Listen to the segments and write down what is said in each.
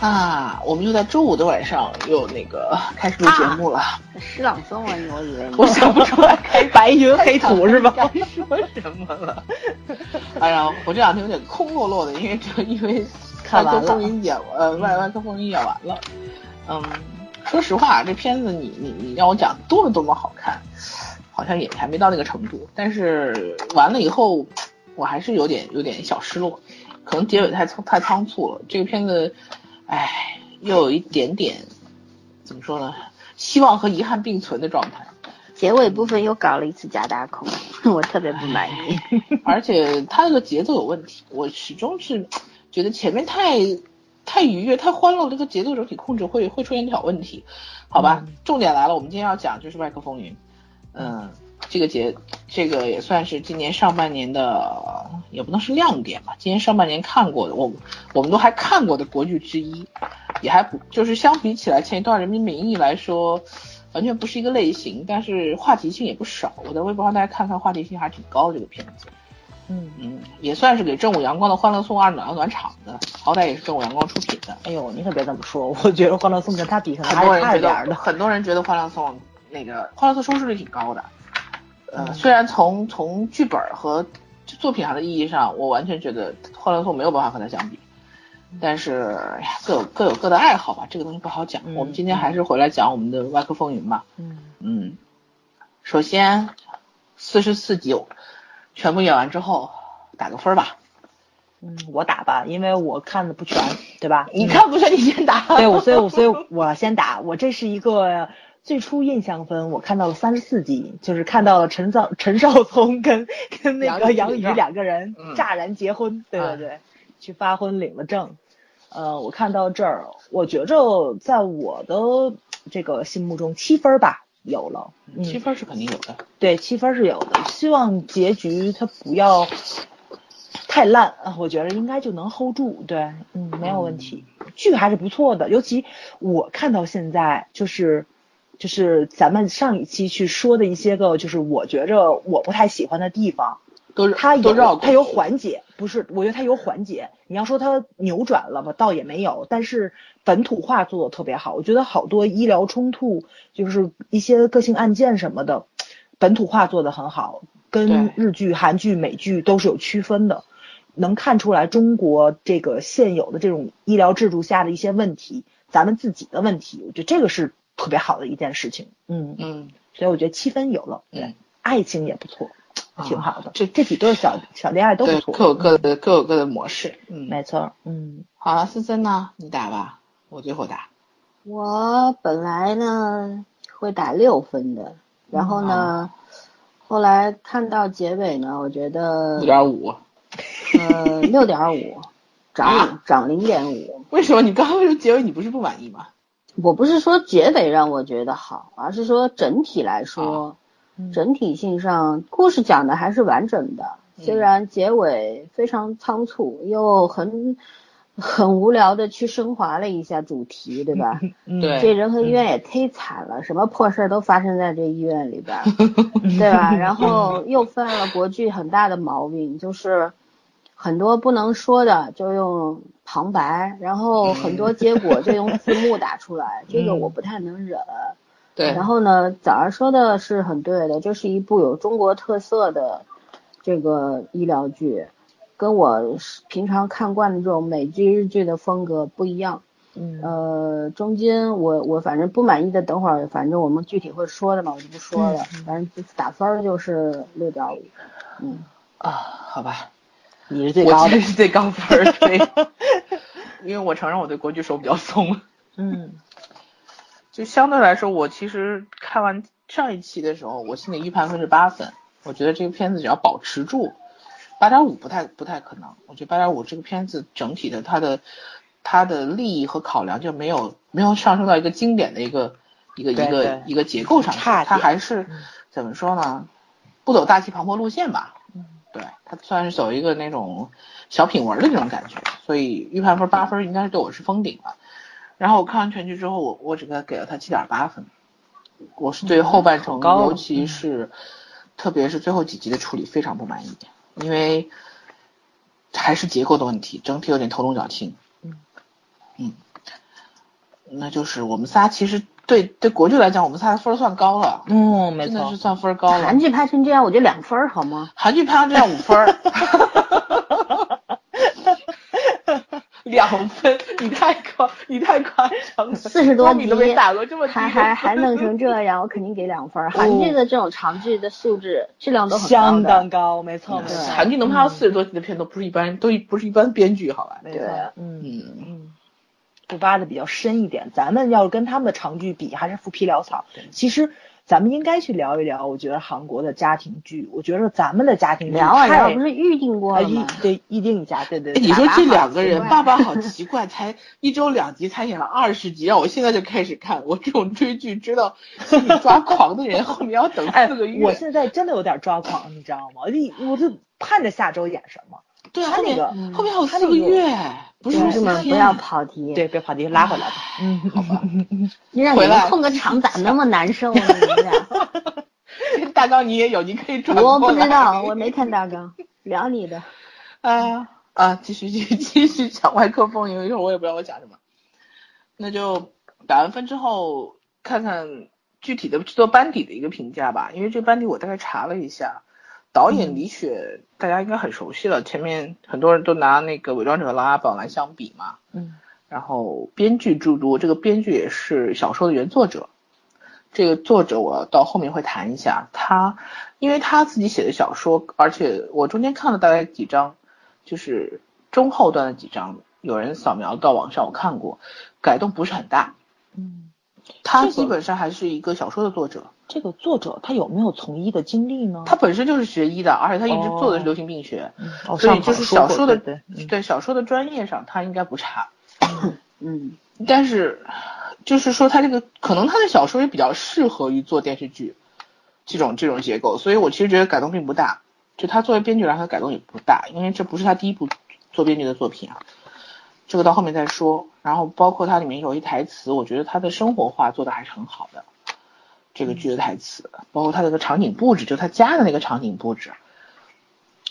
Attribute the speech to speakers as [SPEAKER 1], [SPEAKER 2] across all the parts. [SPEAKER 1] 啊，我们就在周五的晚上又那个开始录节目了。
[SPEAKER 2] 诗朗诵啊，你我以为你
[SPEAKER 1] 我想不出来，开白云黑土是吧？
[SPEAKER 2] 该说什么了？
[SPEAKER 1] 哎呀，我这两天有点空落落的，因为这因为
[SPEAKER 2] 看
[SPEAKER 1] 外
[SPEAKER 2] 完了
[SPEAKER 1] 科风云演呃外外科风云演完了。嗯，说实话，这片子你你你让我讲多么多么好看，好像也还没到那个程度。但是完了以后，我还是有点有点小失落，可能结尾太仓太仓促了。这个片子，唉，又有一点点怎么说呢？希望和遗憾并存的状态。
[SPEAKER 2] 结尾部分又搞了一次假大空， 我特别不满意。
[SPEAKER 1] 而且他那个节奏有问题，我始终是觉得前面太太愉悦、太欢乐，这个节奏整体控制会会出现小问题，好吧？重点来了，我们今天要讲就是《麦克风云》，嗯，这个节这个也算是今年上半年的，也不能是亮点吧，今年上半年看过的，我我们都还看过的国剧之一，也还不就是相比起来前一段《人民名义》来说。完全不是一个类型，但是话题性也不少。我在微博上大家看看，话题性还是挺高的这个片子。
[SPEAKER 2] 嗯，
[SPEAKER 1] 嗯，也算是给正午阳光的《欢乐颂二》暖暖场的，好歹也是正午阳光出品的。
[SPEAKER 3] 哎呦，你可别这么说，我觉得《欢乐颂》跟他比，可能
[SPEAKER 1] 很
[SPEAKER 3] 还
[SPEAKER 1] 多
[SPEAKER 3] 是
[SPEAKER 1] 人
[SPEAKER 3] 差
[SPEAKER 1] 觉
[SPEAKER 3] 一点儿
[SPEAKER 1] 得，
[SPEAKER 3] 的。
[SPEAKER 1] 很多人觉得《欢乐颂》那个《欢乐颂》收视率挺高的。呃，
[SPEAKER 3] 嗯
[SPEAKER 1] 虽然从从剧本和作品上的意义上，我完全觉得《欢乐颂》没有办法和它相比，
[SPEAKER 3] 嗯
[SPEAKER 1] 但是哎呀，各有各有各的爱好吧，这个东西不好讲。
[SPEAKER 3] 嗯
[SPEAKER 1] 我们今天还是回来讲我们的《外科风云》吧。
[SPEAKER 3] 嗯，
[SPEAKER 1] 嗯，首先四十四集全部演完之后，打个分儿吧。
[SPEAKER 3] 嗯，我打吧，因为我看的不全，对吧？
[SPEAKER 1] 你看不是你先打，
[SPEAKER 3] 对，我所以我所以我先打，我这是一个最初印象分，我看到了三十四集，就是看到了陈少陈少聪跟跟那个
[SPEAKER 1] 杨
[SPEAKER 3] 杨
[SPEAKER 1] 宇
[SPEAKER 3] 宇
[SPEAKER 1] 证
[SPEAKER 3] 两个人
[SPEAKER 1] 嗯啊
[SPEAKER 3] 乍然结婚，对对对，去发婚领了证。呃，我看到这儿，我觉着在我的这个心目中七分儿吧有了，嗯、
[SPEAKER 1] 七分是肯定有的。
[SPEAKER 3] 对，七分是有的。希望结局它不要太烂，啊，我觉得应该就能 hold 住。对，嗯，没有问题。剧还是不错的，尤其我看到现在就是。就是咱们上一期去说的一些个，就是我觉着我不太喜欢的地方，
[SPEAKER 1] 都是
[SPEAKER 3] 它
[SPEAKER 1] 都
[SPEAKER 3] 有
[SPEAKER 1] 绕过
[SPEAKER 3] 它有缓解，不是，我觉得它有缓解。你要说它扭转了吧，倒也没有，但是本土化做的特别好。我觉得好多医疗冲突，就是一些个性案件什么的，本土化做的很好，跟
[SPEAKER 1] 对
[SPEAKER 3] 日剧、韩剧、美剧都是有区分的。能看出来中国这个现有的这种医疗制度下的一些问题，咱们自己的问题，我觉得这个是特别好的一件事情。嗯，
[SPEAKER 1] 嗯，
[SPEAKER 3] 所以我觉得七分有了，对，
[SPEAKER 1] 嗯
[SPEAKER 3] 爱情也不错，
[SPEAKER 1] 啊
[SPEAKER 3] 挺好的。
[SPEAKER 1] 这
[SPEAKER 3] 这几对小小恋爱都不
[SPEAKER 1] 对，
[SPEAKER 3] 错，
[SPEAKER 1] 各有各的各有各的模式。嗯，
[SPEAKER 3] 没错。嗯，
[SPEAKER 1] 好了，森森呢？你打吧，我最后打。
[SPEAKER 2] 我本来呢会打六分的，然后
[SPEAKER 1] 嗯啊
[SPEAKER 2] 呢，后来看到结尾呢，我觉得
[SPEAKER 1] 五点五。
[SPEAKER 2] 呃六点 五，
[SPEAKER 1] 啊
[SPEAKER 2] 涨涨零点五。
[SPEAKER 1] 为什么你刚刚说结尾你不是不满意吗？
[SPEAKER 2] 我不是说结尾让我觉得好，而是说整体来说，
[SPEAKER 1] 啊
[SPEAKER 3] 嗯
[SPEAKER 2] 整体性上故事讲的还是完整的，
[SPEAKER 1] 嗯
[SPEAKER 2] 虽然结尾非常仓促，又很很无聊的去升华了一下主题，对吧？
[SPEAKER 3] 嗯
[SPEAKER 1] 对
[SPEAKER 2] 这仁和医院也忒惨了，什么破事儿都发生在这医院里 边儿，对吧？然后又犯了国剧很大的毛病，就是很多不能说的就用旁白，然后很
[SPEAKER 3] 嗯
[SPEAKER 2] 多结果就用字幕打出来，这个我不太能 忍。
[SPEAKER 1] 对，
[SPEAKER 2] 然后呢，早儿说的是很对的，这是一部有中国特色的这个医疗剧，跟我是平常看惯的这种美剧、日剧的风格不一样。
[SPEAKER 3] 嗯
[SPEAKER 2] 呃，中间我我反正不满意的，等会儿反正我们具体会说的嘛，我就不说了。
[SPEAKER 1] 嗯
[SPEAKER 2] 反正这次打分儿就是六点五，嗯，
[SPEAKER 1] 啊，好吧，
[SPEAKER 3] 你是最
[SPEAKER 1] 我
[SPEAKER 3] 高的
[SPEAKER 1] 这。是最高分儿，对， 因为我承认我对国剧手比较松。
[SPEAKER 3] 嗯
[SPEAKER 1] 就相对来说，我其实看完上一期的时候，我心里预判分是八分，我觉得这个片子只要保持住，八点五不太不太可能。我觉得八点五这个片子整体的它的它的利益和考量就没有没有上升到一个经典的一个一个一
[SPEAKER 3] 对
[SPEAKER 1] 个
[SPEAKER 3] 对
[SPEAKER 1] 一个结构上去，
[SPEAKER 3] 差点嗯
[SPEAKER 1] 它还是怎么说呢？不走大气磅礴路线吧，
[SPEAKER 3] 嗯
[SPEAKER 1] 对，它算是走一个那种小品文的那种感觉，所以预判分八分应该是对我是封顶了。然后我看完全剧之后，我我只给给了他七点八分，我是对后半程，
[SPEAKER 3] 嗯高
[SPEAKER 1] 尤其是特别是最后几集的处理非常不满意，因为还是结构的问题，整体有点头重脚轻。
[SPEAKER 3] 嗯
[SPEAKER 1] 嗯，那就是我们仨其实对对国剧来讲，我们仨的分儿算高了，
[SPEAKER 3] 嗯，没
[SPEAKER 1] 真的
[SPEAKER 3] 错
[SPEAKER 1] 是，算分儿高了
[SPEAKER 2] 韩。剧拍成这样，我就两分儿好吗？
[SPEAKER 1] 韩剧拍成这样五分儿， 两分，你太夸你太夸张了，
[SPEAKER 2] 四十多
[SPEAKER 1] 你都没
[SPEAKER 2] 集
[SPEAKER 1] 打过这么低嗯的
[SPEAKER 2] 还还还弄成这样，我肯定给两 分儿。韩剧的这种长剧的素质质量都很高
[SPEAKER 3] 相
[SPEAKER 2] 的
[SPEAKER 3] 当，高，没错，没
[SPEAKER 2] 对
[SPEAKER 3] 错，
[SPEAKER 1] 韩剧嗯能拍到四十多集的片都不是一般，都不是一般编剧，好吧？
[SPEAKER 3] 没错
[SPEAKER 2] 对，
[SPEAKER 3] 嗯
[SPEAKER 1] 嗯，
[SPEAKER 3] 嗯，就挖的比较深一点。咱们要是跟他们的长剧比，还是浮皮潦草。其实咱们应该去聊一聊，我觉得韩国的家庭剧，我觉得咱们的家庭剧
[SPEAKER 2] 聊啊聊，
[SPEAKER 3] 太
[SPEAKER 2] 不是预定过
[SPEAKER 3] 啊
[SPEAKER 2] 了
[SPEAKER 3] 一
[SPEAKER 2] 吗？
[SPEAKER 3] 对一定一家，对对
[SPEAKER 1] 哎，你
[SPEAKER 3] 对，
[SPEAKER 1] 说
[SPEAKER 2] 爸爸
[SPEAKER 1] 这
[SPEAKER 2] 好
[SPEAKER 1] 两个
[SPEAKER 2] 奇
[SPEAKER 1] 人，
[SPEAKER 2] 怪
[SPEAKER 1] 爸爸好奇怪，才一周两集，才演了二十集，让我现在就开始看。我这种追剧知道心里抓狂的人， 后面要等
[SPEAKER 3] 哎
[SPEAKER 1] 四个，月。
[SPEAKER 3] 我现在真的有点抓狂，你知道吗？我就我就盼着下周演什么。
[SPEAKER 1] 对啊
[SPEAKER 3] 他
[SPEAKER 1] 后
[SPEAKER 3] 那
[SPEAKER 1] 面
[SPEAKER 3] 个
[SPEAKER 1] 后面还有
[SPEAKER 3] 他
[SPEAKER 1] 四
[SPEAKER 3] 那
[SPEAKER 1] 个
[SPEAKER 3] 个
[SPEAKER 1] 月，不是啊
[SPEAKER 2] 同志
[SPEAKER 1] 四
[SPEAKER 2] 们不
[SPEAKER 1] 天
[SPEAKER 2] 要跑题，
[SPEAKER 3] 对，别跑题，拉回来吧。嗯，好吧。
[SPEAKER 2] 你让你
[SPEAKER 1] 回
[SPEAKER 2] 们
[SPEAKER 1] 来
[SPEAKER 2] 控个场咋那么难受呢？你们俩，
[SPEAKER 1] 大纲你也有，你可 以转
[SPEAKER 2] 我
[SPEAKER 1] 过
[SPEAKER 2] 不知
[SPEAKER 1] 来
[SPEAKER 2] 道，我没看大纲，聊你的。
[SPEAKER 1] 啊啊，继续继续继续抢麦克风，因为一会儿我也不知道我讲什么。那就打完分之后，看看具体的制作班底的一个评价吧。因为这班底我大概查了一下，导演李雪、大家应该很熟悉了，前面很多人都拿那个《伪装者》和《琅琊榜》来相比嘛。
[SPEAKER 3] 嗯
[SPEAKER 1] 然后编剧诸多，这个编剧也是小说的原作者。这个作者我到后面会谈一下，他因为他自己写的小说，而且我中间看了大概几章，就是中后段的几章，有人扫描到网上我看过，改动不是很大。
[SPEAKER 3] 嗯，
[SPEAKER 1] 他
[SPEAKER 3] 这个
[SPEAKER 1] 基本上还是一个小说的作者，
[SPEAKER 3] 这个作者他有没有从医的经历呢？
[SPEAKER 1] 他本身就是学医的，而且他一直做的是
[SPEAKER 3] 哦
[SPEAKER 1] 流行病学，
[SPEAKER 3] 嗯哦，
[SPEAKER 1] 所以
[SPEAKER 3] 上
[SPEAKER 1] 就
[SPEAKER 3] 好
[SPEAKER 1] 是小
[SPEAKER 3] 说
[SPEAKER 1] 说
[SPEAKER 3] 过
[SPEAKER 1] 的
[SPEAKER 3] 对对嗯
[SPEAKER 1] 对小说的专业上他应该不差。
[SPEAKER 2] 嗯，
[SPEAKER 1] 但是，就是说他这个可能他的小说也比较适合于做电视剧这种这种结构，所以我其实觉得改动并不大。就他作为编剧来说，他改动也不大，因为这不是他第一部做编剧的作品啊。这个到后面再说。然后包括它里面有一台词，我觉得他的生活化做的还是很好的。这个剧的台词，包括它这个场景布置，就他家的那个场景布置，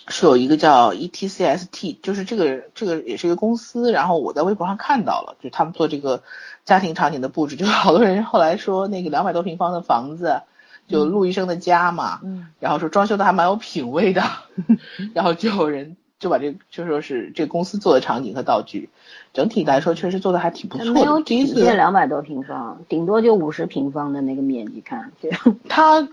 [SPEAKER 1] 是有一个叫 E ETCST，就是这个这个也是一个公司，然后我在微博上看到了，就他们做这个家庭场景的布置，就好多人后来说那个两百多平方的房子，就陆医生的家嘛，
[SPEAKER 3] 嗯
[SPEAKER 1] 然后说装修的还蛮有品位的， 然后就有人就把这就说是这个公司做的场景和道具，整体来说确实做的还挺不错的。
[SPEAKER 2] 没有
[SPEAKER 1] 第一
[SPEAKER 2] 体
[SPEAKER 1] 次
[SPEAKER 2] 现两百多平方，顶多就五十平方的那个面积看上 去。
[SPEAKER 1] 他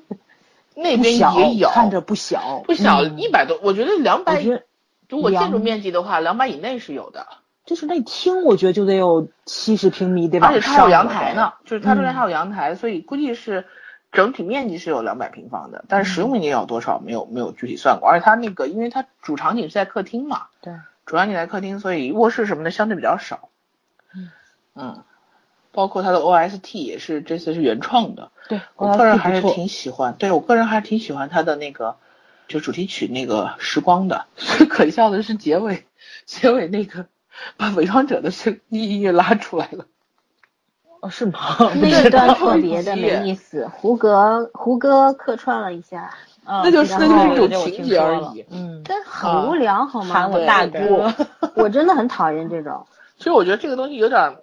[SPEAKER 1] 那
[SPEAKER 3] 不
[SPEAKER 1] 边
[SPEAKER 3] 小
[SPEAKER 1] 也有，
[SPEAKER 3] 看着不小，
[SPEAKER 1] 不小，
[SPEAKER 3] 嗯
[SPEAKER 1] 一百多，我觉得两
[SPEAKER 3] 我
[SPEAKER 1] 百
[SPEAKER 3] 觉，得
[SPEAKER 1] 如果建筑
[SPEAKER 3] 两
[SPEAKER 1] 面积的话，两百以内是有的，
[SPEAKER 3] 就是那厅，我觉得就得有七十平米，得
[SPEAKER 1] 而
[SPEAKER 3] 往
[SPEAKER 1] 且它
[SPEAKER 3] 上
[SPEAKER 1] 还有
[SPEAKER 3] 了
[SPEAKER 1] 阳台呢
[SPEAKER 3] 呗。，嗯
[SPEAKER 1] 就是它这边还有阳台，所以估计是整体面积是有两百平方的，但是使
[SPEAKER 3] 嗯
[SPEAKER 1] 用面积有多少没有没有具体算过，而且它那个因为它主场景是在客厅嘛，
[SPEAKER 3] 对，
[SPEAKER 1] 主要你在客厅，所以卧室什么的相对比较少。
[SPEAKER 3] 嗯
[SPEAKER 1] 嗯包括它的 OST 也是这次是原创的，
[SPEAKER 3] 对，
[SPEAKER 1] 我个人还
[SPEAKER 3] 不
[SPEAKER 1] 是
[SPEAKER 3] 错
[SPEAKER 1] 挺喜欢，对我个人还是挺喜欢它的那个就主题曲那个《时光》的。 可笑的是结尾，结尾那个把伪装者的声音乐拉出来了。
[SPEAKER 3] 哦是吗？
[SPEAKER 2] 那一段特别的
[SPEAKER 1] 不是
[SPEAKER 2] 没意思，胡歌胡歌客串了一下，
[SPEAKER 3] 那
[SPEAKER 1] 那就是
[SPEAKER 2] 那就是一
[SPEAKER 1] 种情节而已
[SPEAKER 3] 嗯，
[SPEAKER 2] 但
[SPEAKER 1] 啊
[SPEAKER 2] 很无聊，好吗？
[SPEAKER 3] 喊我
[SPEAKER 1] 对
[SPEAKER 3] 大
[SPEAKER 1] 对
[SPEAKER 3] 哥，
[SPEAKER 2] 我真的很讨厌 这种。
[SPEAKER 1] 其实我觉得这个东西有点，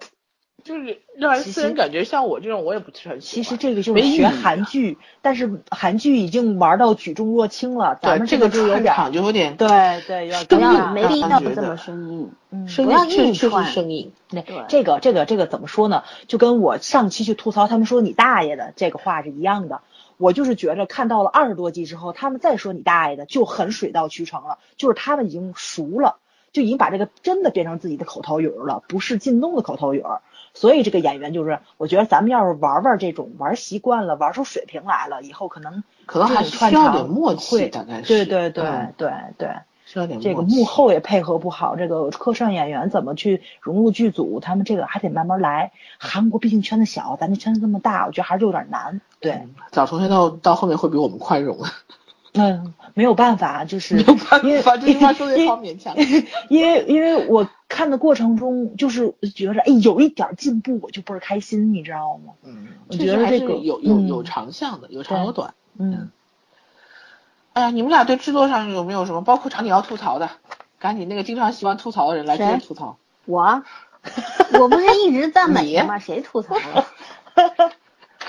[SPEAKER 1] 就是让人
[SPEAKER 3] 其实
[SPEAKER 1] 私人感觉像我这种，我也不是很喜
[SPEAKER 3] 其
[SPEAKER 1] 欢。
[SPEAKER 3] 实这个就
[SPEAKER 1] 没
[SPEAKER 3] 是
[SPEAKER 1] 意义
[SPEAKER 3] 学韩剧，但是韩剧已经玩到举重若轻了，咱
[SPEAKER 1] 对
[SPEAKER 3] 们
[SPEAKER 1] 这
[SPEAKER 3] 个
[SPEAKER 1] 个
[SPEAKER 3] 就有
[SPEAKER 1] 串
[SPEAKER 3] 点
[SPEAKER 1] 场就有点
[SPEAKER 3] 对对，有点
[SPEAKER 2] 不
[SPEAKER 1] 对
[SPEAKER 3] 尴
[SPEAKER 2] 要
[SPEAKER 3] 尬
[SPEAKER 2] 没必要不这
[SPEAKER 1] 啊我觉得
[SPEAKER 2] 么生硬。
[SPEAKER 3] 嗯
[SPEAKER 1] 声
[SPEAKER 2] 不要
[SPEAKER 1] 音，确
[SPEAKER 2] 硬
[SPEAKER 1] 确实
[SPEAKER 2] 串
[SPEAKER 1] 声音。
[SPEAKER 3] 那
[SPEAKER 2] 对
[SPEAKER 3] 这个这个这个怎么说呢？就跟我上期去吐槽他们说你大爷的这个话是一样的。我就是觉着看到了二十多集之后，他们再说你大爷的就很水到渠成了，就是他们已经熟了，就已经把这个真的变成自己的口头语儿了，不是靳东的口头语儿。所以这个演员就是，我觉得咱们要是玩玩这种玩习惯了，玩出水平来了，以后可能
[SPEAKER 1] 可能还是
[SPEAKER 3] 这种串
[SPEAKER 1] 需要
[SPEAKER 3] 场
[SPEAKER 1] 点默契，
[SPEAKER 3] 会
[SPEAKER 1] 大概是
[SPEAKER 3] 对对对
[SPEAKER 1] 嗯
[SPEAKER 3] 对对。
[SPEAKER 1] 需要点默契
[SPEAKER 3] 这个幕后也配合不好，这个客串演员怎么去融入剧组，他们这个还得慢慢来。韩国毕竟圈子小，
[SPEAKER 1] 嗯
[SPEAKER 3] 咱这圈子这么大，我觉得还是有点难。对，
[SPEAKER 1] 早同学到到后面会比我们宽容了。
[SPEAKER 3] 嗯，没有办法，就是
[SPEAKER 1] 没有办
[SPEAKER 3] 因为
[SPEAKER 1] 法，这句话说的好勉强。嗯
[SPEAKER 3] 因为因为我看的过程中，就是觉着哎有一点进步，我就倍儿开心，你知道吗？
[SPEAKER 1] 嗯，
[SPEAKER 3] 我
[SPEAKER 1] 确
[SPEAKER 3] 觉
[SPEAKER 1] 实
[SPEAKER 3] 得
[SPEAKER 1] 还
[SPEAKER 3] 这
[SPEAKER 1] 是
[SPEAKER 3] 个
[SPEAKER 1] 有有
[SPEAKER 3] 嗯
[SPEAKER 1] 有长项的，有长有
[SPEAKER 3] 对
[SPEAKER 1] 短。
[SPEAKER 3] 嗯，
[SPEAKER 1] 哎呀，你们俩对制作上有没有什么，包括场景要吐槽的？赶紧那个经常喜欢吐槽的人来接着
[SPEAKER 2] 谁
[SPEAKER 1] 吐槽。
[SPEAKER 2] 我，啊我不是一直 赞美的吗？谁吐槽了？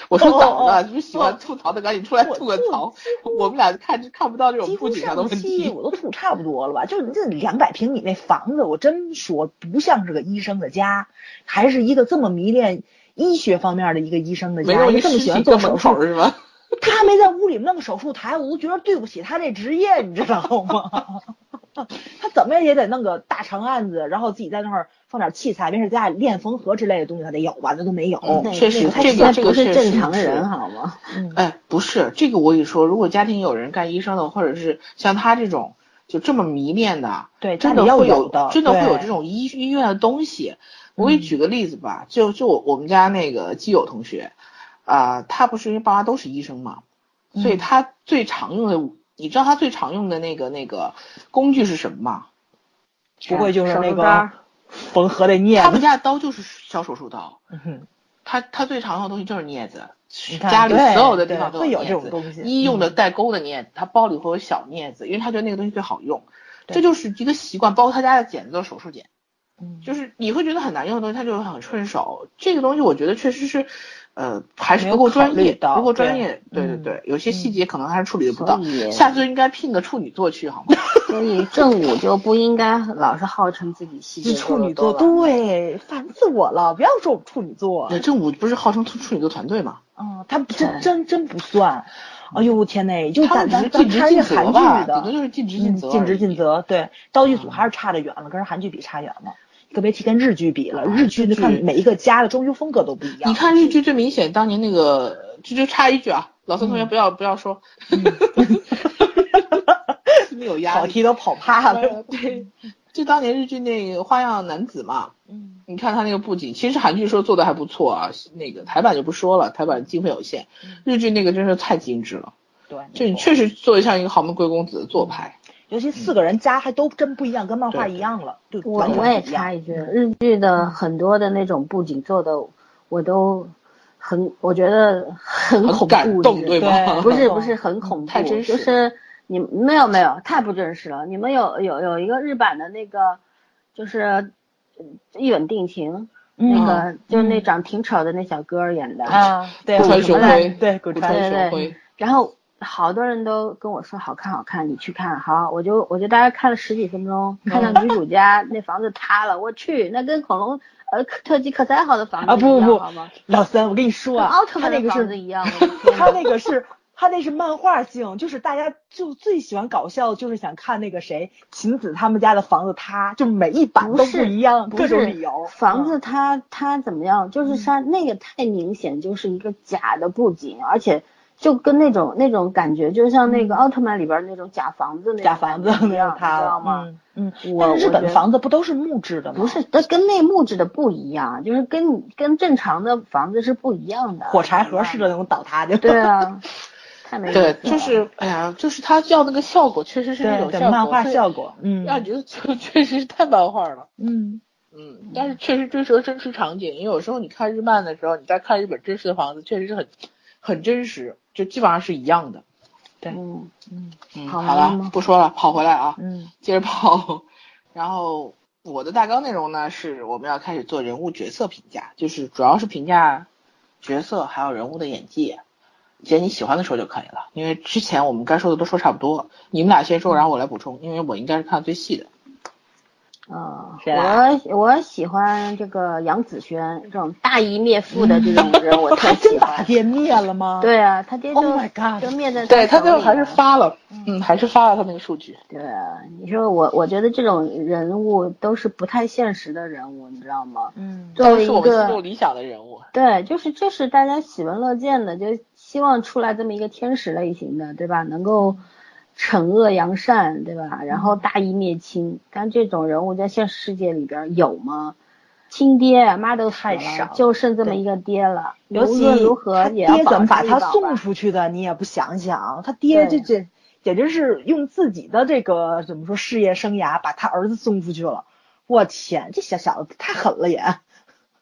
[SPEAKER 1] 我说咋
[SPEAKER 3] 哦哦
[SPEAKER 1] 了？
[SPEAKER 3] 哦
[SPEAKER 1] 你们喜欢吐槽的，赶紧出来
[SPEAKER 3] 我
[SPEAKER 1] 吐个
[SPEAKER 3] 吐
[SPEAKER 1] 槽。我们俩看看不到这种
[SPEAKER 3] 几
[SPEAKER 1] 布
[SPEAKER 3] 乎
[SPEAKER 1] 景上的
[SPEAKER 3] 上
[SPEAKER 1] 问
[SPEAKER 3] 期
[SPEAKER 1] 题。
[SPEAKER 3] 我都吐差不多了吧？就这两百平米那房子，我真说不像是个医生的家，还是一个这么迷恋医学方面的一个医生的
[SPEAKER 1] 没
[SPEAKER 3] 家，
[SPEAKER 1] 有
[SPEAKER 3] 也
[SPEAKER 1] 一
[SPEAKER 3] 这么喜欢
[SPEAKER 1] 个
[SPEAKER 3] 做
[SPEAKER 1] 门
[SPEAKER 3] 手
[SPEAKER 1] 口
[SPEAKER 3] 术。
[SPEAKER 1] 是 吧？
[SPEAKER 3] 他还没在屋里弄个手术台，我都觉得对不起他这职业，你知道吗？ 他怎么也得弄个大长案子，然后自己在那儿放点器材，没事在家里练缝合之类的东西，他得有吧？那都没有。
[SPEAKER 1] 嗯
[SPEAKER 2] 那
[SPEAKER 1] 确实
[SPEAKER 2] 那他
[SPEAKER 1] 这个
[SPEAKER 2] 绝
[SPEAKER 1] 这
[SPEAKER 2] 对
[SPEAKER 1] 个
[SPEAKER 2] 不
[SPEAKER 1] 确
[SPEAKER 2] 是
[SPEAKER 1] 实
[SPEAKER 2] 正常
[SPEAKER 1] 是
[SPEAKER 2] 人，好 吗？
[SPEAKER 3] 嗯
[SPEAKER 1] 哎，不是这个，我跟你说，如果家庭有人干医生的，或者是像他这种就这么迷恋的，
[SPEAKER 3] 对
[SPEAKER 1] 哎真
[SPEAKER 3] 家里要
[SPEAKER 1] 会
[SPEAKER 3] 有的
[SPEAKER 1] 真的嗯会有
[SPEAKER 3] 对
[SPEAKER 1] 这种医医院的东西。我给你举个例子吧，就就我我们家那个基友同学，啊、他不是因为爸妈都是医生嘛，所以
[SPEAKER 3] 嗯
[SPEAKER 1] 他最常用的，你知道他最常用的那个那个工具是什么吗？啊
[SPEAKER 3] 不会就是
[SPEAKER 2] 手
[SPEAKER 3] 那
[SPEAKER 2] 术刀
[SPEAKER 3] 个
[SPEAKER 2] 儿
[SPEAKER 3] 缝合的镊
[SPEAKER 1] 他们
[SPEAKER 3] 子。
[SPEAKER 1] 家的刀就是小手术刀，
[SPEAKER 3] 嗯
[SPEAKER 1] 他他最常用的东西就是镊子，
[SPEAKER 3] 你看
[SPEAKER 1] 家里
[SPEAKER 3] 对
[SPEAKER 1] 所有的地方
[SPEAKER 3] 对
[SPEAKER 1] 都
[SPEAKER 3] 会有
[SPEAKER 1] 镊
[SPEAKER 3] 这种
[SPEAKER 1] 子
[SPEAKER 3] 东西
[SPEAKER 1] 医用的
[SPEAKER 3] 嗯
[SPEAKER 1] 带钩的镊子，他包里会有小镊子，因为他觉得那个东西最好用。
[SPEAKER 3] 对
[SPEAKER 1] 这就是一个习惯，包括他家的剪子都是手术剪，
[SPEAKER 3] 嗯
[SPEAKER 1] 就是你会觉得很难用的东西，他就会很顺手。这个东西我觉得确实是，呃，还是
[SPEAKER 3] 没
[SPEAKER 1] 不
[SPEAKER 3] 有
[SPEAKER 1] 够
[SPEAKER 3] 考
[SPEAKER 1] 专
[SPEAKER 3] 虑
[SPEAKER 1] 业，
[SPEAKER 3] 到
[SPEAKER 1] 不够专
[SPEAKER 3] 对
[SPEAKER 1] 业。对对
[SPEAKER 3] 嗯
[SPEAKER 1] 对，有些细节可能还是处理的不到
[SPEAKER 2] 所。以
[SPEAKER 1] 下次应该聘个处女座去好吗？
[SPEAKER 2] 所以正午就不应该老是号称自己细节
[SPEAKER 3] 是处女
[SPEAKER 2] 做
[SPEAKER 3] 座，
[SPEAKER 2] 得多吧
[SPEAKER 3] 对，烦死我了！不要说我们处女座，
[SPEAKER 1] 对，正午不是号称处处女座团队吗？
[SPEAKER 3] 嗯，他真真真不算。哎呦，我天呐，就
[SPEAKER 1] 他
[SPEAKER 3] 咱
[SPEAKER 1] 们只
[SPEAKER 3] 咱
[SPEAKER 1] 是尽
[SPEAKER 3] 咱
[SPEAKER 1] 职
[SPEAKER 3] 看这
[SPEAKER 1] 尽
[SPEAKER 3] 韩
[SPEAKER 1] 责
[SPEAKER 3] 剧
[SPEAKER 1] 吧，顶多
[SPEAKER 3] 的，
[SPEAKER 1] 就是尽职
[SPEAKER 3] 嗯
[SPEAKER 1] 责，
[SPEAKER 3] 尽职尽。责。对，道具组
[SPEAKER 1] 嗯
[SPEAKER 3] 还是差得远了，跟人韩剧比差远了，可别提跟日剧比了。
[SPEAKER 1] 哎
[SPEAKER 3] 日剧
[SPEAKER 1] 日
[SPEAKER 3] 就
[SPEAKER 1] 剧
[SPEAKER 3] 看每一个家的装修风格都不一样。
[SPEAKER 1] 你看日剧最明显，当年那个这就插一句啊，老孙同
[SPEAKER 3] 嗯
[SPEAKER 1] 学不要、不要说， 心里有压
[SPEAKER 3] 跑
[SPEAKER 1] 力。
[SPEAKER 3] 题都跑趴了。
[SPEAKER 1] 对， 就当年日剧那个《花样男子》嘛，
[SPEAKER 3] 嗯
[SPEAKER 1] 你看他那个布景，其实韩剧说做的还不错啊，那个台版就不说了，台版经费有限，
[SPEAKER 3] 嗯
[SPEAKER 1] 日剧那个真是太精致了，
[SPEAKER 3] 对，
[SPEAKER 1] 就你
[SPEAKER 3] 没错
[SPEAKER 1] 确实做的像一个豪门贵公子的做派。
[SPEAKER 3] 尤其四个人家还都真不一样，跟漫画
[SPEAKER 1] 对
[SPEAKER 3] 一样了，对，
[SPEAKER 2] 我
[SPEAKER 3] 完全
[SPEAKER 2] 我也
[SPEAKER 3] 不一样
[SPEAKER 2] 插一句，日剧的很多的那种布景做的，我都很我觉得很
[SPEAKER 1] 很
[SPEAKER 2] 恐怖，
[SPEAKER 1] 感动
[SPEAKER 2] 你
[SPEAKER 1] 对
[SPEAKER 2] 知道
[SPEAKER 1] 吧
[SPEAKER 2] 吗
[SPEAKER 3] 对
[SPEAKER 2] 不是
[SPEAKER 3] 嗯
[SPEAKER 2] 不是很恐怖，
[SPEAKER 1] 太真实
[SPEAKER 2] 就
[SPEAKER 1] 了
[SPEAKER 2] 是你没有没有太不真实了。你们有有有一个日版的那个，就是嗯一吻定情，那
[SPEAKER 3] 嗯
[SPEAKER 2] 个就是那
[SPEAKER 3] 嗯
[SPEAKER 2] 长挺丑的那小哥儿演的，
[SPEAKER 3] 啊，对，
[SPEAKER 1] 古川
[SPEAKER 3] 什
[SPEAKER 1] 雄
[SPEAKER 3] 么来
[SPEAKER 1] 辉，
[SPEAKER 3] 对，古
[SPEAKER 1] 古
[SPEAKER 3] 川
[SPEAKER 1] 川
[SPEAKER 2] 对
[SPEAKER 1] 雄
[SPEAKER 2] 对
[SPEAKER 1] 辉，
[SPEAKER 2] 然后好多人都跟我说好看好看，你去看好，我就我就大概看了十几分钟，看到女主家那房子塌了，我去，那跟恐龙呃特技可赛号的房子
[SPEAKER 3] 啊不
[SPEAKER 2] 一样
[SPEAKER 3] 不
[SPEAKER 2] 好吗？
[SPEAKER 3] 老三，我跟你说
[SPEAKER 2] 跟
[SPEAKER 3] 啊
[SPEAKER 2] 奥，特
[SPEAKER 3] 他
[SPEAKER 2] 曼
[SPEAKER 3] 那
[SPEAKER 2] 的
[SPEAKER 3] 个
[SPEAKER 2] 房
[SPEAKER 3] 是
[SPEAKER 2] 子一 样，我的天
[SPEAKER 3] 他
[SPEAKER 2] 哪！
[SPEAKER 3] 那个是，他那是漫画性，就是大家就最喜欢搞笑，就是想看那个谁秦子他们家的房子塌，就每一版
[SPEAKER 2] 不
[SPEAKER 3] 都
[SPEAKER 2] 是
[SPEAKER 3] 一样，
[SPEAKER 2] 不
[SPEAKER 3] 各种
[SPEAKER 2] 是
[SPEAKER 3] 理由。嗯
[SPEAKER 2] 房子它它怎么样？就是它那个太明显，就是一个假的布景，而且就跟那种那种感觉，就像那个奥特曼里边那种假房子那
[SPEAKER 3] 嗯
[SPEAKER 2] 种
[SPEAKER 3] 假房子
[SPEAKER 2] 感觉一
[SPEAKER 3] 那
[SPEAKER 2] 样，
[SPEAKER 3] 样
[SPEAKER 2] 你
[SPEAKER 3] 塌
[SPEAKER 2] 知道
[SPEAKER 3] 了，
[SPEAKER 2] 吗？
[SPEAKER 3] 嗯嗯，
[SPEAKER 2] 我
[SPEAKER 3] 但是日
[SPEAKER 2] 我觉
[SPEAKER 3] 本
[SPEAKER 2] 得
[SPEAKER 3] 房子不都是木质的吗？
[SPEAKER 2] 不是，它跟那木质的不一样，就是跟跟正常的房子是不一样的。
[SPEAKER 3] 火柴盒似的那种倒塌的。
[SPEAKER 2] 对啊， 太没意思
[SPEAKER 1] 对
[SPEAKER 2] 了。，
[SPEAKER 1] 就是哎呀，就是他要那个效果，确实是那
[SPEAKER 3] 对
[SPEAKER 1] 种
[SPEAKER 3] 对，
[SPEAKER 1] 效果，
[SPEAKER 3] 漫画
[SPEAKER 1] 所以
[SPEAKER 3] 效果，嗯
[SPEAKER 1] 让你觉得就确实是太漫画了。
[SPEAKER 3] 嗯，
[SPEAKER 1] 嗯，但是确实追求真实场景，因为有时候你看日漫的时候，你再看日本真实的房子，确实是很很真实，就基本上是一样的。
[SPEAKER 2] 嗯，
[SPEAKER 1] 嗯，
[SPEAKER 2] 好
[SPEAKER 1] 好
[SPEAKER 2] 玩
[SPEAKER 1] 了
[SPEAKER 2] 吗，
[SPEAKER 1] 不说了，跑回来啊，
[SPEAKER 3] 嗯
[SPEAKER 1] 接着跑。然后我的大纲内容呢，是我们要开始做人物角色评价，就是主要是评价角色还有人物的演技。姐，你喜欢的说就可以了，因为之前我们该说的都说差不多，你们俩先说，然后我来补充，因为我应该是看的最细的。
[SPEAKER 2] 啊、
[SPEAKER 3] 谁啊
[SPEAKER 2] 我我喜欢这个杨子轩这种大义
[SPEAKER 1] 嗯
[SPEAKER 2] 灭父的这种人， 我特
[SPEAKER 3] 还真
[SPEAKER 2] 喜
[SPEAKER 3] 把
[SPEAKER 2] 欢。
[SPEAKER 3] 爹灭了吗？，
[SPEAKER 2] 对啊，他爹就、
[SPEAKER 3] Oh my god
[SPEAKER 2] 就灭在
[SPEAKER 1] 对
[SPEAKER 2] 他
[SPEAKER 1] 他
[SPEAKER 2] 手
[SPEAKER 1] 最后
[SPEAKER 2] 里
[SPEAKER 1] 还是
[SPEAKER 2] 了
[SPEAKER 1] 发了，嗯，还是发了他那个数据。
[SPEAKER 2] 对啊，你说我我觉得这种人物都是不太现实的人物，你知道吗？
[SPEAKER 3] 嗯，
[SPEAKER 2] 作
[SPEAKER 1] 都
[SPEAKER 2] 为
[SPEAKER 1] 是我
[SPEAKER 2] 一
[SPEAKER 1] 们心
[SPEAKER 2] 个
[SPEAKER 1] 中理想的人物。
[SPEAKER 2] 对，就是这是大家喜闻乐见的，就希望出来这么一个天使类型的，对吧？能够惩恶扬善，对吧？然后大义灭亲，但这种人物在现实世界里边有吗？亲爹妈都死
[SPEAKER 3] 太少
[SPEAKER 2] 了，就剩这么
[SPEAKER 3] 对
[SPEAKER 2] 一个爹了。
[SPEAKER 3] 尤
[SPEAKER 2] 无
[SPEAKER 3] 其
[SPEAKER 2] 论如何
[SPEAKER 3] 他
[SPEAKER 2] 也要
[SPEAKER 3] 爹
[SPEAKER 2] 保
[SPEAKER 3] 怎么把
[SPEAKER 2] 一
[SPEAKER 3] 他
[SPEAKER 2] 保吧
[SPEAKER 3] 送出去的，你也不想想，他爹
[SPEAKER 2] 对
[SPEAKER 3] 这这简直是用自己的这个怎么说事业生涯把他儿子送出去了。我天，这小小子太狠了也。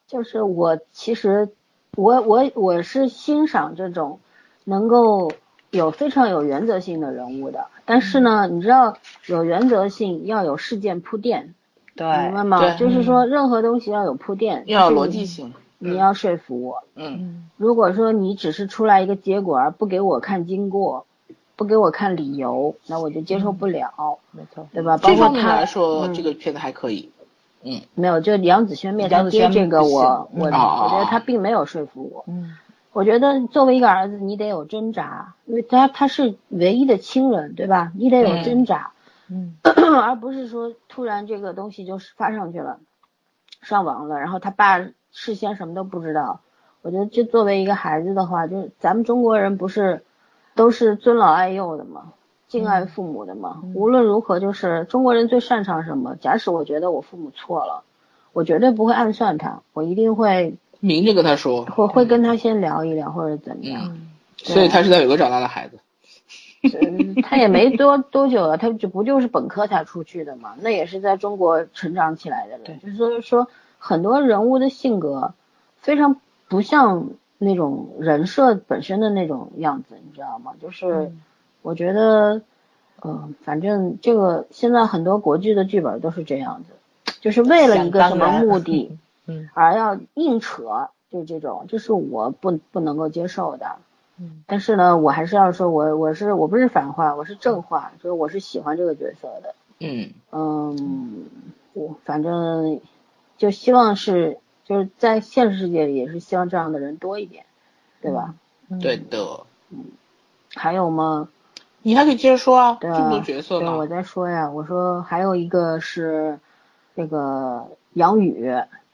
[SPEAKER 2] 就是我其实我我我是欣赏这种能够有非常有原则性的人物的，但
[SPEAKER 3] 嗯
[SPEAKER 2] 是呢，你知道有原则性要有事件铺垫，
[SPEAKER 3] 对，
[SPEAKER 2] 明白吗？
[SPEAKER 1] 对嗯
[SPEAKER 2] 就是说任何东西要有铺垫，
[SPEAKER 1] 要有
[SPEAKER 2] 就是
[SPEAKER 1] 逻辑性。
[SPEAKER 2] 你要说服我。
[SPEAKER 1] 嗯，
[SPEAKER 3] 嗯
[SPEAKER 2] 如果说你只是出来一个结果而不给我看经过，不给我看理由，那我就接受不了，
[SPEAKER 3] 没错。
[SPEAKER 2] 对吧？
[SPEAKER 1] 嗯
[SPEAKER 2] 包
[SPEAKER 1] 这
[SPEAKER 2] 括
[SPEAKER 1] 方面
[SPEAKER 2] 他
[SPEAKER 1] 来说，
[SPEAKER 2] 嗯
[SPEAKER 1] 这个片子还可以。嗯，
[SPEAKER 2] 没有，就杨子轩灭
[SPEAKER 3] 杨
[SPEAKER 2] 他
[SPEAKER 3] 子
[SPEAKER 2] 爹
[SPEAKER 3] 轩
[SPEAKER 2] 这个
[SPEAKER 3] 不行
[SPEAKER 2] 我，我我
[SPEAKER 1] 嗯哦
[SPEAKER 2] 觉得他并没有说服我。
[SPEAKER 3] 嗯
[SPEAKER 2] 我觉得作为一个儿子，你得有挣扎，因为他他是唯一的亲人，对吧？你得有挣扎，
[SPEAKER 3] 嗯
[SPEAKER 2] 而不是说突然这个东西就发上去了，上网了，然后他爸事先什么都不知道。我觉得这作为一个孩子的话，就是咱们中国人不是都是尊老爱幼的嘛，敬爱父母的嘛。无论如何，就是中国人最擅长什么？假使我觉得我父母错了，我绝对不会暗算他，我一定会
[SPEAKER 1] 明着跟他说，
[SPEAKER 2] 会会跟他先聊一聊，或者怎么样。
[SPEAKER 3] 嗯
[SPEAKER 1] 所以他是在美国长大的孩子。
[SPEAKER 2] 嗯，他也没多多久了，他就不就是本科才出去的嘛，那也是在中国成长起来的
[SPEAKER 3] 对
[SPEAKER 2] 人。就是说说很多人物的性格非常不像那种人设本身的那种样子，你知道吗？就是
[SPEAKER 3] 嗯
[SPEAKER 2] 我觉得，嗯、反正这个现在很多国剧的剧本都是这样子，就是为了一个什
[SPEAKER 3] 想当
[SPEAKER 2] 么
[SPEAKER 3] 然
[SPEAKER 2] 目 的
[SPEAKER 3] 嗯
[SPEAKER 2] 而要硬扯，就这种，这是我不不能够接受的。
[SPEAKER 3] 嗯
[SPEAKER 2] 但是呢，我还是要说我，我是我不是反话，我是正话，就是我是喜欢这个角色的。
[SPEAKER 1] 嗯，
[SPEAKER 2] 嗯，我反正就希望是就是在现实世界里也是希望这样的人多一点，对吧？
[SPEAKER 3] 嗯
[SPEAKER 1] 对的。
[SPEAKER 2] 还有吗？
[SPEAKER 1] 你还可以接着说啊，这
[SPEAKER 2] 对
[SPEAKER 1] 么
[SPEAKER 2] 啊，
[SPEAKER 1] 多角色
[SPEAKER 2] 对，我
[SPEAKER 1] 呢。
[SPEAKER 2] 在说呀，我说还有一个是这个杨宇，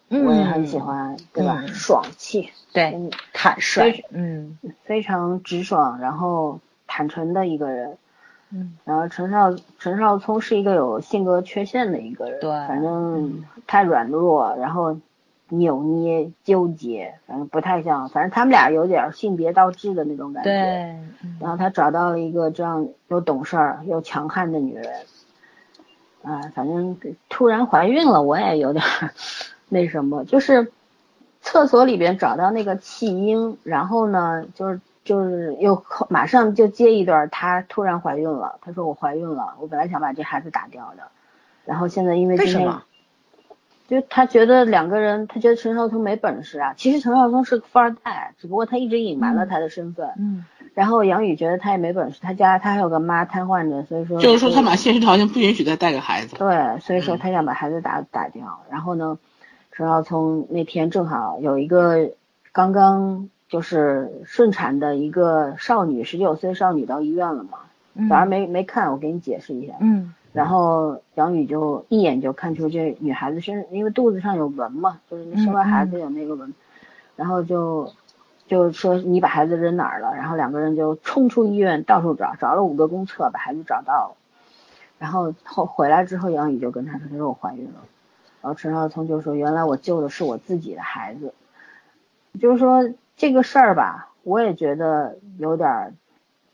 [SPEAKER 2] 我也很喜欢，对吧？
[SPEAKER 3] 嗯
[SPEAKER 2] 爽气，
[SPEAKER 3] 对
[SPEAKER 2] 嗯
[SPEAKER 3] 坦率
[SPEAKER 2] 对，
[SPEAKER 3] 嗯
[SPEAKER 2] 非常直爽，然后坦诚的一个人。
[SPEAKER 3] 嗯
[SPEAKER 2] 然后陈少陈少聪是一个有性格缺陷的一个人，
[SPEAKER 3] 对嗯
[SPEAKER 2] 反正太软弱，然后扭捏纠结，反正不太像，反正他们俩有点性别倒置的那种感觉。
[SPEAKER 3] 对，嗯
[SPEAKER 2] 然后他找到了一个这样又懂事儿又强悍的女人，啊、反正突然怀孕了，我也有点儿 那什么，就是厕所里边找到那个弃婴，然后呢，就是就是又后马上就接一段，她突然怀孕了，她说我怀孕了，我本来想把这孩子打掉的，然后现在因为
[SPEAKER 3] 为
[SPEAKER 2] 今
[SPEAKER 3] 什
[SPEAKER 2] 天
[SPEAKER 3] 么？
[SPEAKER 2] 就他觉得两个人，他觉得陈少聪没本事啊，其实陈少聪是个富二代，只不过他一直隐瞒了他的身份，
[SPEAKER 3] 嗯
[SPEAKER 2] 然后杨宇觉得他也没本事，他家他还有个妈瘫痪着，所以说
[SPEAKER 1] 就是说，他嗯们现实条件不允许再带个孩子。
[SPEAKER 2] 对，所以说他想把孩子打打掉。然后呢，陈少聪那天正好有一个刚刚就是顺产的一个少女，十九岁少女到医院了嘛，
[SPEAKER 3] 嗯
[SPEAKER 2] 早上没没看，我给你解释一下。
[SPEAKER 3] 嗯
[SPEAKER 2] 然后杨宇就一眼就看出这女孩子身，因为肚子上有纹嘛，就是那生完孩子有那个纹，然后就就说你把孩子扔哪儿了？然后两个人就冲出医院到处找，找了五个公厕把孩子找到了。然后后回来之后，杨宇就跟他说，他说我怀孕了。然后陈少聪就说，原来我救的是我自己的孩子。就是说这个事儿吧，我也觉得有点儿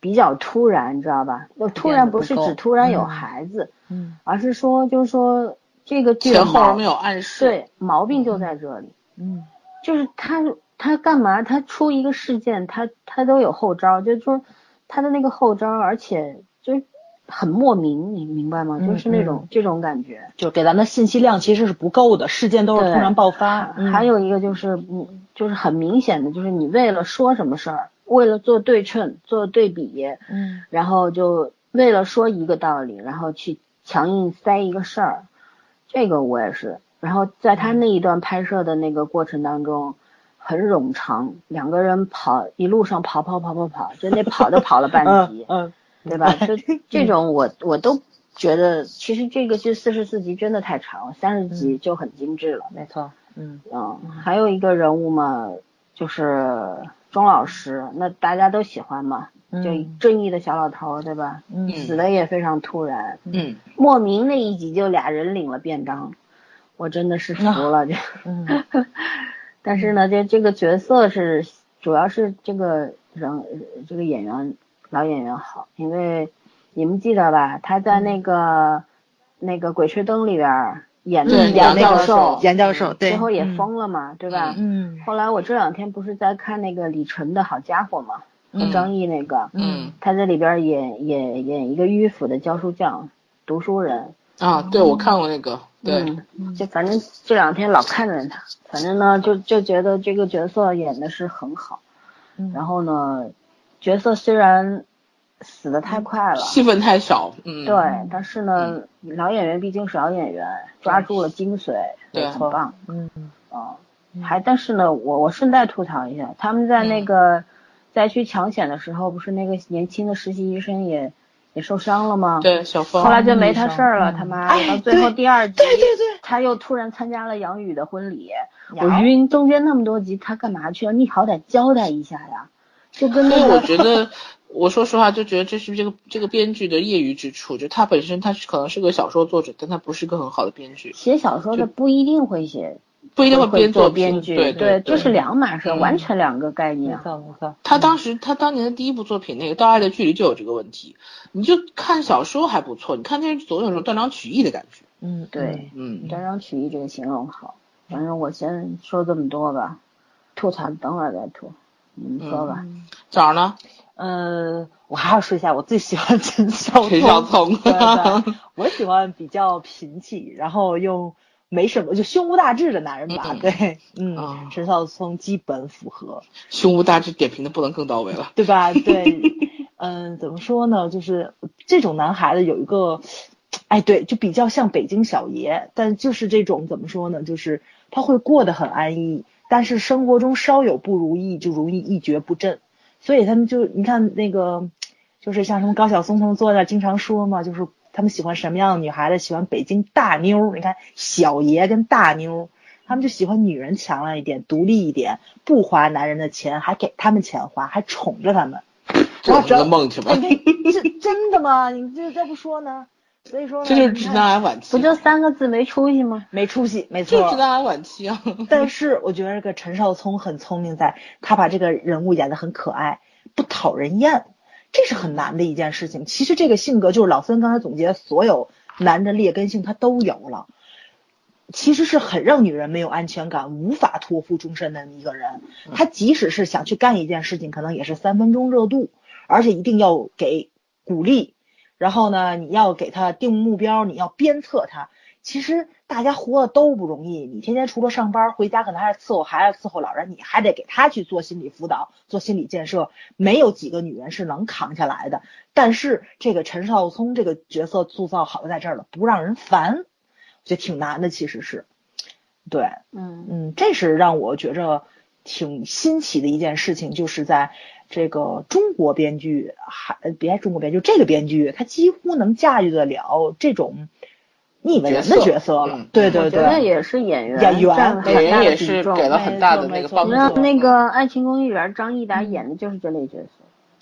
[SPEAKER 2] 比较突然，你知道吧？就突然不是
[SPEAKER 3] 不够
[SPEAKER 2] 只突然有
[SPEAKER 3] 嗯
[SPEAKER 2] 孩子，
[SPEAKER 3] 嗯
[SPEAKER 2] 而是说，就是说这个剧
[SPEAKER 1] 前后
[SPEAKER 2] 毛
[SPEAKER 1] 没有暗示。，
[SPEAKER 2] 对毛病就在这里，
[SPEAKER 3] 嗯
[SPEAKER 2] 就是他他干嘛他出一个事件，他他都有后招，就是说他的那个后招，而且就是很莫名，你明白吗？
[SPEAKER 3] 嗯
[SPEAKER 2] 就是那种、这种感觉。
[SPEAKER 3] 就给咱的信息量其实是不够的，事件都是
[SPEAKER 2] 对
[SPEAKER 3] 突然爆发。嗯
[SPEAKER 2] 呃还有一个就是，嗯，就是很明显的，就是你为了说什么事儿，为了做对称、做对比，
[SPEAKER 3] 嗯
[SPEAKER 2] 然后就为了说一个道理，然后去强硬塞一个事儿，这个我也是。然后在他那一段拍摄的那个过程当中，很冗长，两个人跑一路上跑跑跑跑跑，真的跑都跑了半
[SPEAKER 3] 嗯
[SPEAKER 2] 集，
[SPEAKER 3] 嗯
[SPEAKER 2] 对吧？就这种我我都觉得，其实这个剧四十四集真的太长，三十集就很精致了。
[SPEAKER 3] 没错，嗯
[SPEAKER 2] 嗯，还有一个人物嘛，就是钟老师，那大家都喜欢嘛，
[SPEAKER 3] 嗯
[SPEAKER 2] 就正义的小老头儿，对吧？
[SPEAKER 3] 嗯
[SPEAKER 2] 死的也非常突然，
[SPEAKER 1] 嗯，
[SPEAKER 2] 莫名那一集就俩人领了便当，我真的是服了这。
[SPEAKER 3] 嗯
[SPEAKER 2] 但是呢，这这个角色是主要是这个人这个演员老演员好，因为你们记得吧？他在那个、那个《鬼吹灯》里边儿演的
[SPEAKER 4] 对，
[SPEAKER 1] 嗯
[SPEAKER 2] 杨
[SPEAKER 4] 杨
[SPEAKER 2] 教
[SPEAKER 4] 教
[SPEAKER 2] 授，
[SPEAKER 4] 杨教授，对
[SPEAKER 2] 嗯最，后也疯了嘛，对吧？
[SPEAKER 3] 嗯
[SPEAKER 2] 后来我这两天不是在看那个李晨的好家伙嘛，和
[SPEAKER 1] 嗯
[SPEAKER 2] 张译那个，
[SPEAKER 1] 嗯
[SPEAKER 2] 他在里边儿演演演一个迂腐的教书匠、读书人。
[SPEAKER 1] 啊，对我看过那个，对，
[SPEAKER 2] 嗯，就反正这两天老看着他，反正呢就就觉得这个角色演的是很好。
[SPEAKER 3] 嗯
[SPEAKER 2] 然后呢，角色虽然死的太快了，
[SPEAKER 1] 戏份太少，嗯，
[SPEAKER 2] 对，但是呢，老演员毕竟是老演员，抓住了精髓，
[SPEAKER 1] 对
[SPEAKER 2] 很棒。
[SPEAKER 3] 嗯
[SPEAKER 2] 嗯，还但是呢，我我顺带吐槽一下，他们在
[SPEAKER 1] 嗯
[SPEAKER 2] 那个灾区抢险的时候，不是那个年轻的实习医生也也受伤了吗？。
[SPEAKER 1] 对，小峰
[SPEAKER 2] 后，来就没他事儿
[SPEAKER 1] 嗯
[SPEAKER 2] 了，他妈
[SPEAKER 1] 哎
[SPEAKER 2] 的！到最后第二集，
[SPEAKER 3] 对对对，
[SPEAKER 2] 他又突然参加了杨宇的婚礼，
[SPEAKER 1] 嗯
[SPEAKER 2] 我
[SPEAKER 3] 呀
[SPEAKER 2] 晕，中间那么多集，他干嘛去了？你好歹交代一下呀，就 跟
[SPEAKER 1] 所以
[SPEAKER 2] 那
[SPEAKER 1] 我
[SPEAKER 2] 个
[SPEAKER 1] 觉得，我说实话，就觉得这是这个这个编剧的业余之处，就他本身他是可能是个小说作者，但他不是个很好的编剧，
[SPEAKER 2] 写小说的不一定会写
[SPEAKER 1] 不一定
[SPEAKER 2] 会
[SPEAKER 1] 编
[SPEAKER 2] 做
[SPEAKER 1] 作
[SPEAKER 2] 编
[SPEAKER 1] 品
[SPEAKER 2] 剧，
[SPEAKER 1] 对
[SPEAKER 2] 这是两码事，
[SPEAKER 1] 嗯
[SPEAKER 2] 完全两个概
[SPEAKER 3] 没
[SPEAKER 2] 念。
[SPEAKER 3] 错没错，
[SPEAKER 1] 他当时他当年的第一部作品那个《到爱的距离》就有这个问题，你就看小说还不错，你看电视剧总有一种断章取义的感觉。
[SPEAKER 3] 嗯
[SPEAKER 2] 对，
[SPEAKER 1] 嗯，
[SPEAKER 2] 断章取义这个形容好。反正我先说这么多吧，吐槽等会儿再吐，你们说
[SPEAKER 1] 嗯
[SPEAKER 2] 吧。
[SPEAKER 1] 枣儿呢？
[SPEAKER 3] 呃，我还要说一下我最喜欢陈 晓
[SPEAKER 1] 陈
[SPEAKER 3] 东
[SPEAKER 1] 晓东
[SPEAKER 3] 对对我喜欢比较贫气，然后又没什么就胸无大志的男人吧。
[SPEAKER 1] 嗯
[SPEAKER 3] 对，嗯，
[SPEAKER 1] 啊
[SPEAKER 3] 陈晓东基本符合，
[SPEAKER 1] 胸无大志点评的不能更到位 了。
[SPEAKER 3] 对吧？对，嗯，怎么说呢？就是这种男孩子有一个，哎，对，就比较像北京小爷，但就是这种怎么说呢？就是他会过得很安逸，但是生活中稍有不如意就容易一蹶不振，所以他们就你看那个，就是像什么高晓松他们坐那儿经常说嘛，就是他们喜欢什么样的女孩子？喜欢北京大妞儿，你看小爷跟大妞儿。他们就喜欢女人强了一点，独立一点，不花男人的钱，还给他们钱花，还宠着他们。
[SPEAKER 1] 这是
[SPEAKER 3] 然
[SPEAKER 1] 你的
[SPEAKER 3] 后
[SPEAKER 1] 梦去吧
[SPEAKER 3] 哎，？这这 真的吗？你这这不说呢？所以说呢
[SPEAKER 1] 这就是
[SPEAKER 3] 你
[SPEAKER 1] 直
[SPEAKER 3] 看
[SPEAKER 1] 男癌晚期，
[SPEAKER 2] 不就三个字没出息吗？
[SPEAKER 3] 没出息，没
[SPEAKER 1] 这
[SPEAKER 3] 错
[SPEAKER 1] 是直。男癌晚期啊。
[SPEAKER 3] 但是我觉得这个陈少聪很聪明在，他把这个人物演得很可爱，不讨人厌，这是很难的一件事情。其实这个性格就是老孙刚才总结所有男的劣根性，他都有了。其实是很让女人没有安全感，无法托付终身的一个人。他即使是想去干一件事情，可能也是三分钟热度，而且一定要给鼓励。然后呢，你要给他定目标，你要鞭策他。其实大家活的都不容易，你天天除了上班，回家可能还得伺候孩子、伺候老人，你还得给他去做心理辅导、做心理建设。没有几个女人是能扛下来的。但是这个陈少聪这个角色塑造好在这儿了，不让人烦，我觉得挺难的，其实是。对，
[SPEAKER 2] 嗯，
[SPEAKER 3] 嗯，这是让我觉着挺新奇的一件事情，就是在这个中国编剧还呃别中国编剧，这个编剧他几乎能驾驭得了这种逆为人的
[SPEAKER 1] 角色
[SPEAKER 3] 角色了。
[SPEAKER 1] 嗯
[SPEAKER 3] 对
[SPEAKER 2] 我觉
[SPEAKER 3] 对
[SPEAKER 2] 得
[SPEAKER 3] 对，
[SPEAKER 2] 也是演员
[SPEAKER 3] 演员
[SPEAKER 2] 占了很
[SPEAKER 1] 演
[SPEAKER 2] 大
[SPEAKER 1] 员
[SPEAKER 2] 的
[SPEAKER 1] 也
[SPEAKER 2] 比
[SPEAKER 1] 是
[SPEAKER 2] 重。
[SPEAKER 1] 给了很大的那个帮
[SPEAKER 3] 没错没
[SPEAKER 2] 那
[SPEAKER 3] 错
[SPEAKER 1] 助。
[SPEAKER 2] 那个《爱情公寓》里边张艺达演的就是这类角色，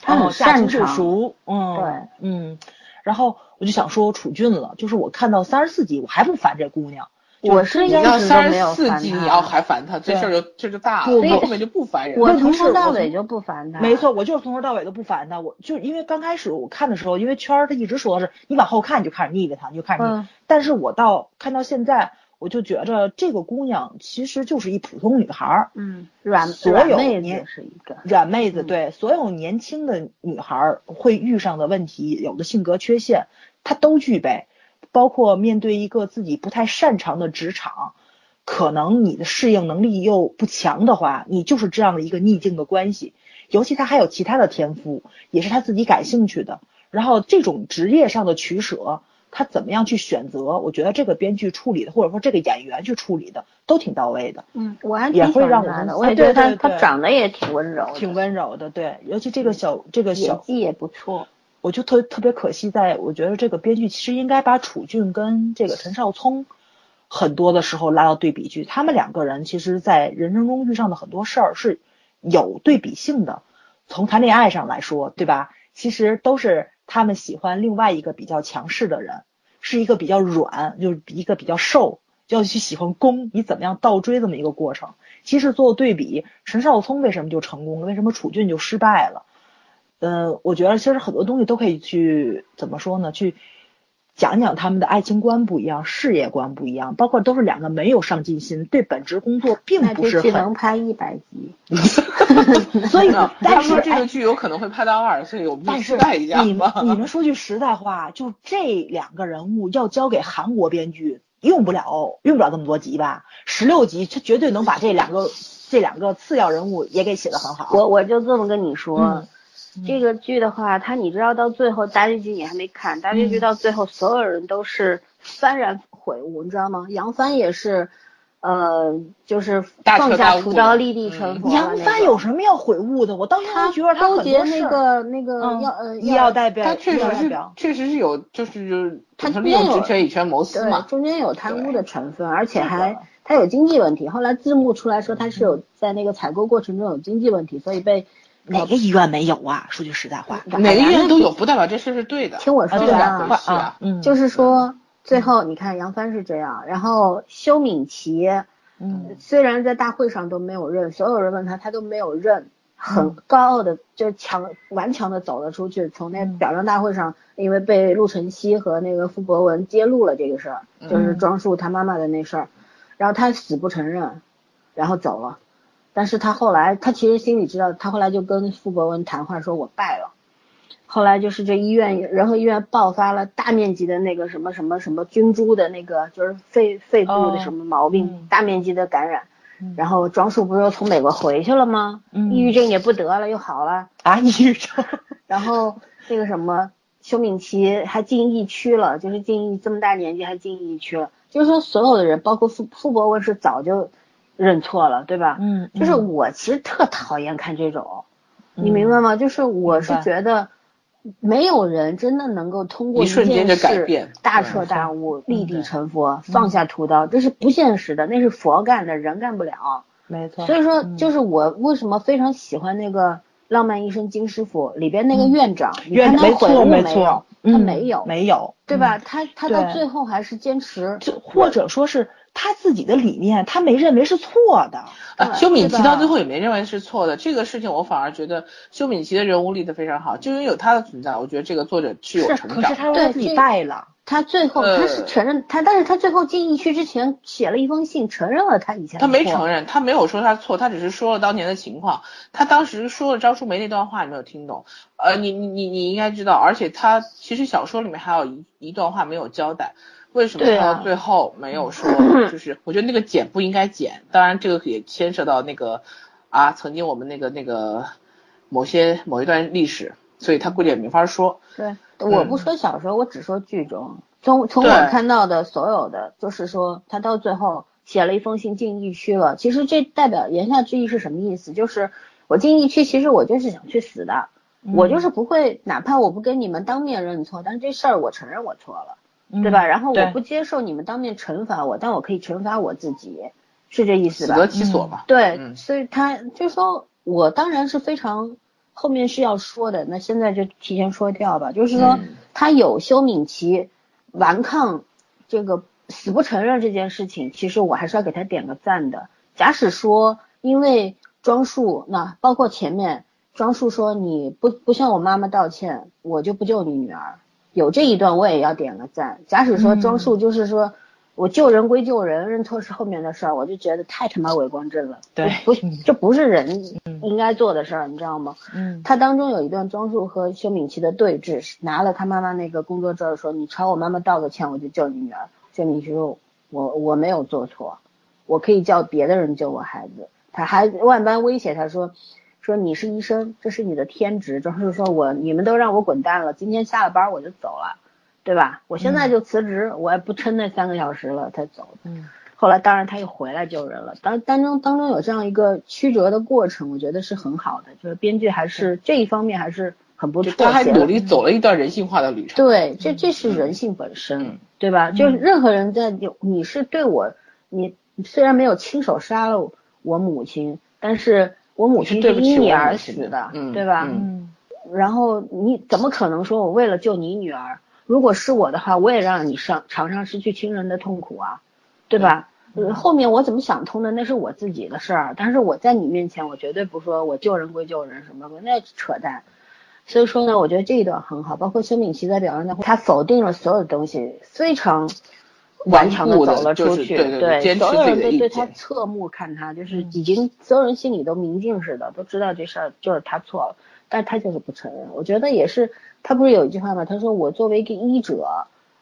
[SPEAKER 2] 他
[SPEAKER 3] 哦嗯哦
[SPEAKER 2] 很
[SPEAKER 3] 驾轻
[SPEAKER 2] 擅
[SPEAKER 3] 就
[SPEAKER 2] 长。
[SPEAKER 3] 熟，嗯，
[SPEAKER 2] 对，
[SPEAKER 3] 嗯，然后我就想说楚俊了，就是我看到三十四集，我还不烦这姑娘，
[SPEAKER 2] 我是一
[SPEAKER 1] 你到
[SPEAKER 2] 直都
[SPEAKER 1] 三
[SPEAKER 2] 没
[SPEAKER 1] 十
[SPEAKER 2] 有
[SPEAKER 1] 四
[SPEAKER 2] 烦
[SPEAKER 1] 集，
[SPEAKER 2] 他
[SPEAKER 1] 你要还烦他，这事儿就这就大
[SPEAKER 3] 不
[SPEAKER 1] 了，
[SPEAKER 2] 不
[SPEAKER 1] 后面就不烦人。
[SPEAKER 2] 我
[SPEAKER 3] 问题
[SPEAKER 2] 从
[SPEAKER 3] 是
[SPEAKER 2] 头到
[SPEAKER 3] 我
[SPEAKER 2] 尾
[SPEAKER 3] 从
[SPEAKER 2] 就不烦他。
[SPEAKER 3] 没错，我就是从头到尾都不烦他，我就因为刚开始我看的时候，因为圈儿他一直说的是你往后看你就开始腻歪他，你就开始腻歪他
[SPEAKER 2] 嗯，
[SPEAKER 3] 但是我到看到现在，我就觉着这个姑娘其实就是一普通女孩儿，
[SPEAKER 2] 嗯，软
[SPEAKER 3] 所
[SPEAKER 2] 软
[SPEAKER 3] 有
[SPEAKER 2] 妹子
[SPEAKER 3] 年
[SPEAKER 2] 也是一个。
[SPEAKER 3] 软妹子。对，所有年轻的女孩儿会遇上的问题，有的性格缺陷，她都具备，包括面对一个自己不太擅长的职场。可能你的适应能力又不强的话，你就是这样的一个逆境的关系。尤其她还有其他的天赋，也是她自己感兴趣的。然后这种职业上的取舍，她怎么样去选择？我觉得这个编剧处理的，或者说这个演员去处理的，都挺到位的。
[SPEAKER 2] 嗯，我还
[SPEAKER 3] 也
[SPEAKER 2] 挺
[SPEAKER 3] 会
[SPEAKER 2] 喜
[SPEAKER 3] 让
[SPEAKER 2] 欢
[SPEAKER 3] 我
[SPEAKER 2] 他
[SPEAKER 3] 们
[SPEAKER 2] 的，
[SPEAKER 3] 哎
[SPEAKER 2] 我也觉
[SPEAKER 3] 对
[SPEAKER 2] 得他
[SPEAKER 3] 对
[SPEAKER 2] 他
[SPEAKER 3] 对
[SPEAKER 2] 长得也挺温柔的，
[SPEAKER 3] 挺温柔的，对，尤其这个小这个
[SPEAKER 2] 演
[SPEAKER 3] 小，
[SPEAKER 2] 技也不错。
[SPEAKER 3] 我就特特别可惜在，我觉得这个编剧其实应该把楚俊跟这个陈少聪很多的时候拉到对比去，他们两个人其实，在人生中遇上的很多事儿是有对比性的，从谈恋爱上来说，对吧？其实都是他们喜欢另外一个比较强势的人，是一个比较软，就是一个比较瘦，要去喜欢攻，你怎么样倒追这么一个过程。其实做对比，陈少聪为什么就成功了，为什么楚俊就失败了？嗯、我觉得其实很多东西都可以去怎么说呢？去讲讲他们的爱情观不一样，事业观不一样，包括都是两个没有上进心，对本职工作并
[SPEAKER 2] 那
[SPEAKER 3] 不
[SPEAKER 2] 这
[SPEAKER 3] 是
[SPEAKER 2] 剧能
[SPEAKER 3] 很，
[SPEAKER 2] 拍一百集，
[SPEAKER 3] 所以
[SPEAKER 1] 他
[SPEAKER 3] 但
[SPEAKER 1] 们
[SPEAKER 3] 是
[SPEAKER 1] 说这
[SPEAKER 3] 哎
[SPEAKER 1] 个剧有可能会拍到二，所以我们就
[SPEAKER 3] 但
[SPEAKER 1] 期
[SPEAKER 3] 是
[SPEAKER 1] 待一下
[SPEAKER 3] 你 们
[SPEAKER 1] 吧。
[SPEAKER 3] 你们说句实在话，就这两个人物要交给韩国编剧，用不了用不了这么多集吧？十六集，他绝对能把这两个这两个次要人物也给写得很好。
[SPEAKER 2] 我我就这么跟你说。
[SPEAKER 3] 嗯
[SPEAKER 2] 这个剧的话，它你知道到最后大结局你还没看，大结局
[SPEAKER 3] 嗯
[SPEAKER 2] 到最后所有人都是幡然悔悟，你知道吗？杨帆也是，呃，就是
[SPEAKER 1] 大彻
[SPEAKER 2] 放
[SPEAKER 1] 大
[SPEAKER 2] 下
[SPEAKER 1] 悟
[SPEAKER 2] 屠
[SPEAKER 1] 了
[SPEAKER 2] 刀立地成佛了啊
[SPEAKER 3] 嗯杨
[SPEAKER 2] 那
[SPEAKER 3] 帆
[SPEAKER 2] 种
[SPEAKER 3] 有什么要悔悟的？我到现在
[SPEAKER 2] 他
[SPEAKER 3] 觉得他
[SPEAKER 2] 勾
[SPEAKER 3] 很
[SPEAKER 2] 结
[SPEAKER 3] 多
[SPEAKER 2] 那
[SPEAKER 3] 事儿
[SPEAKER 2] 个那个
[SPEAKER 3] 嗯
[SPEAKER 2] 药呃
[SPEAKER 3] 医药代表，
[SPEAKER 1] 他确
[SPEAKER 3] 医药
[SPEAKER 1] 实
[SPEAKER 3] 代
[SPEAKER 1] 是
[SPEAKER 3] 表，
[SPEAKER 1] 确实是有，就是就是，
[SPEAKER 2] 他
[SPEAKER 1] 就是
[SPEAKER 2] 中
[SPEAKER 1] 利
[SPEAKER 2] 间
[SPEAKER 1] 用
[SPEAKER 2] 有
[SPEAKER 1] 职权以权谋私
[SPEAKER 2] 对
[SPEAKER 1] 嘛。
[SPEAKER 2] 中间有贪污的成分，而且
[SPEAKER 3] 是的嗯
[SPEAKER 2] 还他有经济问题。后来字幕出来说他是有在那个采购过程中有经济问题，所以被
[SPEAKER 3] 哪个医院没有啊？说句实在话，
[SPEAKER 1] 哪个医院都有，不代表这事是对的。
[SPEAKER 2] 听我说
[SPEAKER 1] 这
[SPEAKER 3] 对
[SPEAKER 2] 完
[SPEAKER 1] 两
[SPEAKER 2] 啊
[SPEAKER 1] 回
[SPEAKER 3] 吧
[SPEAKER 1] 事啊，
[SPEAKER 3] 嗯，
[SPEAKER 2] 就是是说最后你看杨帆是这样，然后修敏琪。
[SPEAKER 3] 嗯
[SPEAKER 2] 虽然在大会上都没有认，所有人问他，他都没有认，
[SPEAKER 3] 嗯
[SPEAKER 2] 很高傲的，就是强顽强的走了出去。从那
[SPEAKER 3] 嗯
[SPEAKER 2] 表彰大会上，因为被陆晨曦和那个傅博文揭露了这个事儿，就是
[SPEAKER 3] 嗯
[SPEAKER 2] 庄树他妈妈的那事儿，然后他死不承认，然后走了。但是他后来，他其实心里知道，他后来就跟傅博文谈话，说我败了。后来就是这医院仁和医院爆发了大面积的那个什么什么什么菌株的那个，就是肺肺
[SPEAKER 3] 哦
[SPEAKER 2] 部的什么毛病，
[SPEAKER 3] 嗯
[SPEAKER 2] 大面积的感染。
[SPEAKER 3] 嗯
[SPEAKER 2] 然后庄树不是又从美国回去了吗？
[SPEAKER 3] 嗯
[SPEAKER 2] 抑郁症也不得了，又好了。
[SPEAKER 3] 啊，抑郁症，
[SPEAKER 2] 然后那个什么，修敏琪还进疫区了，就是进疫这么大年纪还进疫区了，就是说所有的人，包括傅傅博文是早就认错了，对吧？
[SPEAKER 3] 嗯
[SPEAKER 2] 就是我其实特讨厌看这种，
[SPEAKER 3] 嗯
[SPEAKER 2] 你明白吗？就是我是
[SPEAKER 3] 明白
[SPEAKER 2] 觉得。没有人真的能够通过
[SPEAKER 1] 一瞬间
[SPEAKER 2] 件
[SPEAKER 1] 就改
[SPEAKER 2] 事
[SPEAKER 1] 变
[SPEAKER 2] 大彻大悟、立地
[SPEAKER 3] 对
[SPEAKER 2] 成佛、放下屠刀，这是不现实的，那是佛干的，人干不了。
[SPEAKER 3] 没错，
[SPEAKER 2] 所以说，
[SPEAKER 3] 嗯
[SPEAKER 2] 就是我为什么非常喜欢那个《浪漫医生金师傅》里边那个院长，你
[SPEAKER 3] 院
[SPEAKER 2] 看
[SPEAKER 3] 长
[SPEAKER 2] 他
[SPEAKER 3] 没
[SPEAKER 2] 悔悟
[SPEAKER 3] 错
[SPEAKER 2] 没
[SPEAKER 3] 没
[SPEAKER 2] 有
[SPEAKER 3] 错，，
[SPEAKER 2] 他
[SPEAKER 3] 嗯
[SPEAKER 2] 没有，
[SPEAKER 3] 没有，
[SPEAKER 2] 对吧？他他到
[SPEAKER 3] 对
[SPEAKER 2] 最后还是坚持
[SPEAKER 3] 嗯？，就或者说是他自己的理念，他没认为是错的。
[SPEAKER 1] 啊，
[SPEAKER 2] 对
[SPEAKER 1] 修敏琪
[SPEAKER 2] 对吧
[SPEAKER 1] 到最后也没认为是错的，这个事情我反而觉得修敏琪的人物立得非常好，就因为有她的存在，我觉得这个作者是有
[SPEAKER 3] 是，
[SPEAKER 1] 成
[SPEAKER 3] 可
[SPEAKER 1] 长的。
[SPEAKER 3] 是他说他
[SPEAKER 2] 对
[SPEAKER 3] 自己
[SPEAKER 2] 这
[SPEAKER 3] 败了。
[SPEAKER 2] 他最后
[SPEAKER 1] 呃
[SPEAKER 2] 他是承认他，但是他最后进疫区之前写了一封信，承认了他以前的
[SPEAKER 1] 他没
[SPEAKER 2] 错
[SPEAKER 1] 承认，他没有说他错，他只是说了当年的情况。他当时说了张淑梅那段话，你没有听懂？呃，你你你你应该知道，而且他其实小说里面还有一一段话没有交代，为什么
[SPEAKER 2] 对
[SPEAKER 1] 他
[SPEAKER 2] 啊
[SPEAKER 1] 到最后没有 说？就是我觉得那个剪不应该剪，当然这个也牵涉到那个啊，曾经我们那个那个某些某一段历史，所以他估计也没法说。
[SPEAKER 2] 对，我不说小说，我只说剧中。从从我
[SPEAKER 1] 嗯对
[SPEAKER 2] 看到的所有的，就是说他到最后写了一封信进疫区了。其实这代表言下之意是什么意思？就是我进疫区，其实我就是想去死的，
[SPEAKER 1] 嗯
[SPEAKER 3] 嗯
[SPEAKER 2] 我就是不会，哪怕我不跟你们当面认错，但是这事儿我承认我错了，
[SPEAKER 3] 嗯
[SPEAKER 2] 对
[SPEAKER 1] 嗯
[SPEAKER 2] 吧？然后我
[SPEAKER 3] 对
[SPEAKER 2] 不接受你们当面惩罚我，但我可以惩罚我自己，是这意思
[SPEAKER 1] 死
[SPEAKER 2] 吧？
[SPEAKER 1] 得其所嘛，
[SPEAKER 2] 对，
[SPEAKER 1] 嗯
[SPEAKER 2] 所以他就说我当然是非常后面是要说的，那现在就提前说掉吧，就是说
[SPEAKER 1] 嗯
[SPEAKER 2] 他有修敏琪顽抗这个死不承认这件事情，其实我还是要给他点个赞的。假使说因为庄树，那包括前面庄树说你不不向我妈妈道歉，我就不救你女儿，有这一段我也要点个赞。假使说庄
[SPEAKER 1] 嗯
[SPEAKER 2] 树就是说。我救人归救人，认错是后面的事儿，我就觉得太他妈伪光正了。
[SPEAKER 3] 对
[SPEAKER 2] 不不这不是人
[SPEAKER 3] 嗯
[SPEAKER 2] 应该做的事儿，你知道吗？
[SPEAKER 3] 嗯
[SPEAKER 2] 他当中有一段庄树和修敏琪的对峙，是拿了他妈妈那个工作证儿说：“你朝我妈妈道个歉，我就救你女儿。”修敏琪说：“我我没有做错，我可以叫别的人救我孩子。”他还万般威胁他说：“ 说你是医生，这是你的天职。”庄树说：“我你们都让我滚蛋了，今天下了班我就走了，对吧？我现在就辞职，我也不撑那三个小时了，他走。”
[SPEAKER 3] 嗯
[SPEAKER 2] 后来当然他又回来救人了，当当中当中有这样一个曲折的过程，我觉得是很好的，就是编剧还是这一方面还是很不
[SPEAKER 1] 就
[SPEAKER 2] 错，
[SPEAKER 1] 他还
[SPEAKER 2] 写得
[SPEAKER 1] 努力走了一段人性化的旅程。
[SPEAKER 2] 对，这这是人性本身，
[SPEAKER 1] 嗯
[SPEAKER 2] 对吧？就是任何人在有你是对我，你虽然没有亲手杀了我母亲，但是我母亲
[SPEAKER 1] 你是对不起
[SPEAKER 2] 因你
[SPEAKER 1] 我母
[SPEAKER 2] 而
[SPEAKER 1] 亲
[SPEAKER 2] 死的，
[SPEAKER 1] 嗯
[SPEAKER 2] 对吧？
[SPEAKER 1] 嗯
[SPEAKER 3] 嗯
[SPEAKER 2] 然后你怎么可能说我为了救你女儿？如果是我的话，我也让你上尝尝失去亲人的痛苦啊，对吧？呃后面我怎么想通的，那是我自己的事儿。但是我在你面前，我绝对不说我救人归救人什么的，那扯淡。所以说呢，我觉得这一段很好，包括修敏琪在表扬他，他否定了所有的东西，非常顽强地
[SPEAKER 1] 顽固地
[SPEAKER 2] 走了出
[SPEAKER 1] 就是
[SPEAKER 2] 去，
[SPEAKER 1] 对对对坚持
[SPEAKER 2] 所有
[SPEAKER 1] 自己
[SPEAKER 2] 人
[SPEAKER 1] 的
[SPEAKER 2] 都
[SPEAKER 1] 意
[SPEAKER 2] 对
[SPEAKER 1] 见
[SPEAKER 2] 他侧目看他，就是
[SPEAKER 3] 嗯
[SPEAKER 2] 已经所有人心里都明镜似的，都知道这事儿就是他错了，但是他就是不承认。我觉得也是，他不是有一句话吗？他说我作为一个医者，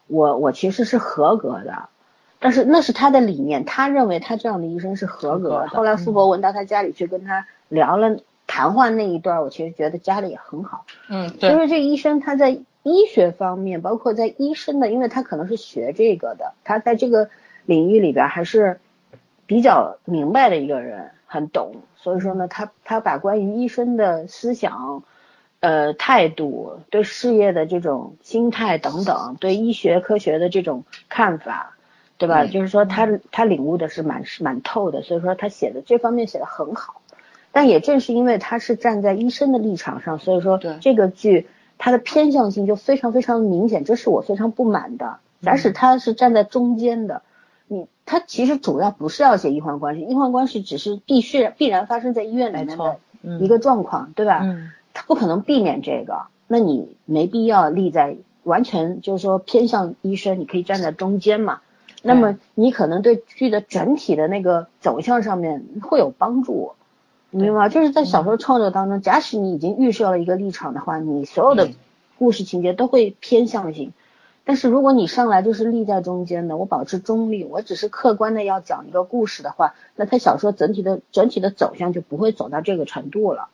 [SPEAKER 2] 我我其实是合格的。但是那是他的理念，他认为他这样的医生是合格
[SPEAKER 3] 合格
[SPEAKER 2] 的。
[SPEAKER 3] 的嗯
[SPEAKER 2] 后来傅博文到他家里去跟他聊了谈话那一段，我其实觉得家里也很好，
[SPEAKER 1] 嗯，对
[SPEAKER 2] 就，是这医生他在医学方面，包括在医生的，因为他可能是学这个的，他在这个领域里边还是比较明白的一个人，很懂。所以说呢，他他把关于医生的思想、呃态度、对事业的这种心态等等，对医学科学的这种看法。对吧？
[SPEAKER 1] 嗯
[SPEAKER 2] 就是说他他领悟的是蛮是蛮透的，所以说他写的这方面写的很好。但也正是因为他是站在医生的立场上，所以说
[SPEAKER 1] 对
[SPEAKER 2] 这个剧它的偏向性就非常非常明显，这是我非常不满的。假
[SPEAKER 3] 嗯
[SPEAKER 2] 使他是站在中间的，你他其实主要不是要写医患关系，医患关系只是必须必然发生在医院里
[SPEAKER 3] 没
[SPEAKER 2] 面的
[SPEAKER 3] 错，嗯
[SPEAKER 2] 一个状况，对吧？
[SPEAKER 3] 嗯
[SPEAKER 2] 他不可能避免这个，那你没必要立在完全就是说偏向医生，你可以站在中间嘛。那
[SPEAKER 1] 哎
[SPEAKER 2] 么你可能对剧的整体的那个走向上面会有帮助，你明白吗？就是在小说创作当中，假使你已经预设了一个立场的话，你所有的
[SPEAKER 1] 嗯
[SPEAKER 2] 故事情节都会偏向性。但是如果你上来就是立在中间的，我保持中立，我只是客观的要讲一个故事的话，那他小说整体的整体的走向就不会走到这个程度了。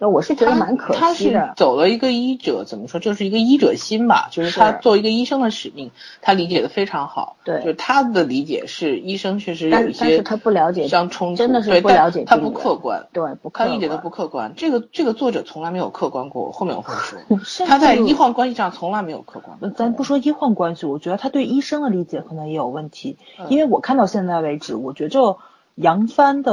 [SPEAKER 2] 那我是觉得蛮可
[SPEAKER 1] 他
[SPEAKER 2] 惜
[SPEAKER 1] 是
[SPEAKER 2] 的。
[SPEAKER 1] 走了一个医者，怎么说，就是一个医者心吧，就是
[SPEAKER 2] 是
[SPEAKER 1] 他作为一个医生的使命，他理解的非常好。
[SPEAKER 2] 对
[SPEAKER 1] 就是他的理解是医生确实
[SPEAKER 2] 但
[SPEAKER 1] 有一
[SPEAKER 2] 但是
[SPEAKER 1] 些
[SPEAKER 2] 他不了解
[SPEAKER 1] 相冲突，
[SPEAKER 2] 真的是
[SPEAKER 1] 对
[SPEAKER 2] 不
[SPEAKER 1] 但
[SPEAKER 2] 了解
[SPEAKER 1] 他
[SPEAKER 2] 病
[SPEAKER 1] 不
[SPEAKER 2] 人
[SPEAKER 1] 客观，
[SPEAKER 2] 对，不
[SPEAKER 1] 他
[SPEAKER 2] 客
[SPEAKER 1] 一点都
[SPEAKER 2] 观
[SPEAKER 1] 不客观。这个这个作者从来没有客观过，我后面我会 说，
[SPEAKER 3] 甚
[SPEAKER 1] 他在
[SPEAKER 3] 至
[SPEAKER 1] 医患关系上从来没有客观过。
[SPEAKER 2] 嗯
[SPEAKER 3] 呃咱不说医患关系，我觉得他对医生的理解可能也有问题，
[SPEAKER 1] 嗯
[SPEAKER 3] 因为我看到现在为止，我觉着杨帆的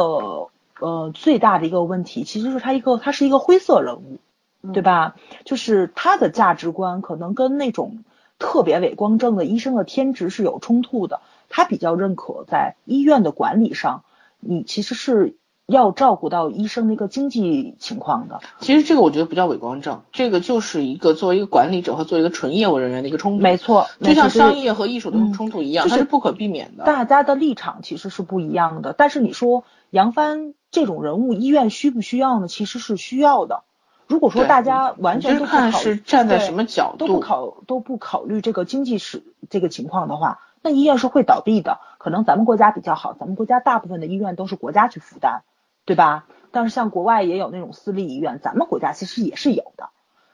[SPEAKER 3] 呃最大的一个问题，其实就是他一个他是一个灰色人物，
[SPEAKER 2] 嗯
[SPEAKER 3] 对吧？就是他的价值观可能跟那种特别伪光正的医生的天职是有冲突的，他比较认可在医院的管理上，你其实是要照顾到医生的一个经济情况的，
[SPEAKER 1] 其实这个我觉得不叫伪光正，这个就是一个作为一个管理者和作为一个纯业务人员的一个冲突。
[SPEAKER 3] 没错，
[SPEAKER 1] 嗯就像
[SPEAKER 3] 没错是
[SPEAKER 1] 商业和艺术的冲突一样，
[SPEAKER 3] 嗯就是
[SPEAKER 1] 它是不可避免的。
[SPEAKER 3] 大家的立场其实是不一样的。但是你说杨帆这种人物，医院需不需要呢？其实是需要的。如果说
[SPEAKER 1] 对
[SPEAKER 3] 大家完全
[SPEAKER 1] 你就
[SPEAKER 3] 都
[SPEAKER 1] 是
[SPEAKER 3] 不
[SPEAKER 1] 看
[SPEAKER 3] 考
[SPEAKER 1] 是站在什么角
[SPEAKER 3] 都不
[SPEAKER 1] 度，
[SPEAKER 3] 考都不考虑这个经济史这个情况的话，那医院是会倒闭的。可能咱们国家比较好，咱们国家大部分的医院都是国家去负担，对吧？但是像国外也有那种私立医院，咱们国家其实也是有的。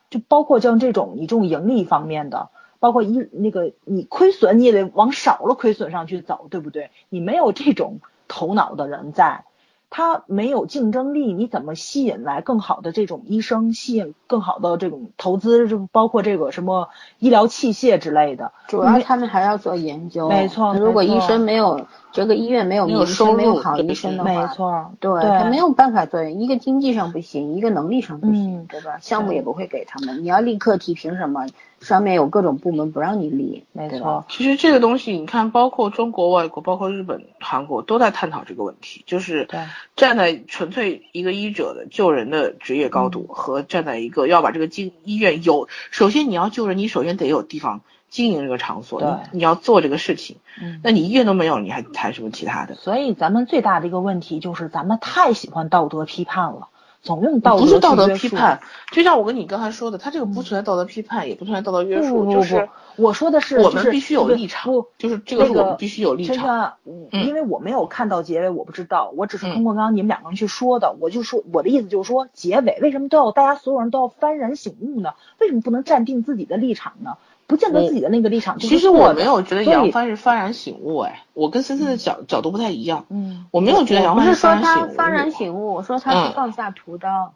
[SPEAKER 3] 就包括像这种你这种盈利方面的，包括一那个你亏损你也得往少了亏损上去走，对不对？你没有这种头脑的人在，他没有竞争力，你怎么吸引来更好的这种医生，吸引更好的这种投资，就包括这个什么医疗器械之类的？
[SPEAKER 2] 主要他们还要做研究。
[SPEAKER 3] 没错
[SPEAKER 2] 如果
[SPEAKER 3] 没错
[SPEAKER 2] 医生没有这个医院没有
[SPEAKER 1] 没有
[SPEAKER 2] 名声
[SPEAKER 1] 收入
[SPEAKER 2] 没有好
[SPEAKER 1] 对
[SPEAKER 2] 医生的
[SPEAKER 3] 没
[SPEAKER 2] 话，
[SPEAKER 3] 错，
[SPEAKER 2] 对
[SPEAKER 3] 对
[SPEAKER 2] 他没有办法做，一个经济上不行，一个能力上不行，
[SPEAKER 3] 嗯
[SPEAKER 2] 对吧？项目也不会给他们，你要立课题，凭什么？上面有各种部门不让你立，
[SPEAKER 3] 没
[SPEAKER 2] 对吧
[SPEAKER 3] 错，，
[SPEAKER 1] 其实这个东西，你看，包括中国、外国，包括日本、韩国，都在探讨这个问题，就是
[SPEAKER 3] 对
[SPEAKER 1] 站在纯粹一个医者的救人的职业高
[SPEAKER 3] 嗯
[SPEAKER 1] 度，和站在一个要把这个经医院有，首先你要救人，你首先得有地方经营这个场所，
[SPEAKER 3] 对
[SPEAKER 1] 你你要做这个事情，
[SPEAKER 3] 嗯。
[SPEAKER 1] 那你医院都没有，你还谈什么其他的？
[SPEAKER 3] 所以咱们最大的一个问题就是，咱们太喜欢道德批判了，总用道德
[SPEAKER 1] 不是道
[SPEAKER 3] 去
[SPEAKER 1] 德
[SPEAKER 3] 约
[SPEAKER 1] 批
[SPEAKER 3] 束
[SPEAKER 1] 判，就像我跟你刚才说的，他这个不存在道德批判，也不存在道德约束，
[SPEAKER 3] 嗯不不
[SPEAKER 1] 就是
[SPEAKER 3] 不，我说的是
[SPEAKER 1] 我
[SPEAKER 3] 就
[SPEAKER 1] 们
[SPEAKER 3] 是
[SPEAKER 1] 必须有
[SPEAKER 3] 不
[SPEAKER 1] 立场
[SPEAKER 3] 不，
[SPEAKER 1] 就是这个是
[SPEAKER 3] 那
[SPEAKER 1] 我们必须有立
[SPEAKER 3] 陈
[SPEAKER 1] 场
[SPEAKER 3] 川嗯
[SPEAKER 1] 嗯
[SPEAKER 3] 因为我没有看到结尾，我不知道，我只是
[SPEAKER 1] 嗯
[SPEAKER 3] 通过刚刚你们两个人去说的，我就说我的意思就是说，结尾为什么都要大家所有人都要幡然醒悟呢？为什么不能站定自己的立场呢？不见得
[SPEAKER 1] 我
[SPEAKER 3] 自己的那个立场就是
[SPEAKER 1] 其实
[SPEAKER 3] 错
[SPEAKER 1] 我
[SPEAKER 3] 的
[SPEAKER 1] 没，有觉得
[SPEAKER 3] 所以
[SPEAKER 1] 杨帆是幡然醒悟，哎，我跟森森的角角度不太一样，
[SPEAKER 3] 嗯，
[SPEAKER 1] 我没有觉得
[SPEAKER 2] 我
[SPEAKER 1] 杨
[SPEAKER 2] 不
[SPEAKER 1] 帆
[SPEAKER 2] 是说
[SPEAKER 1] 幡
[SPEAKER 2] 他
[SPEAKER 1] 然
[SPEAKER 2] 幡然
[SPEAKER 1] 醒
[SPEAKER 2] 醒悟，我说他
[SPEAKER 1] 嗯
[SPEAKER 2] 是放下屠刀。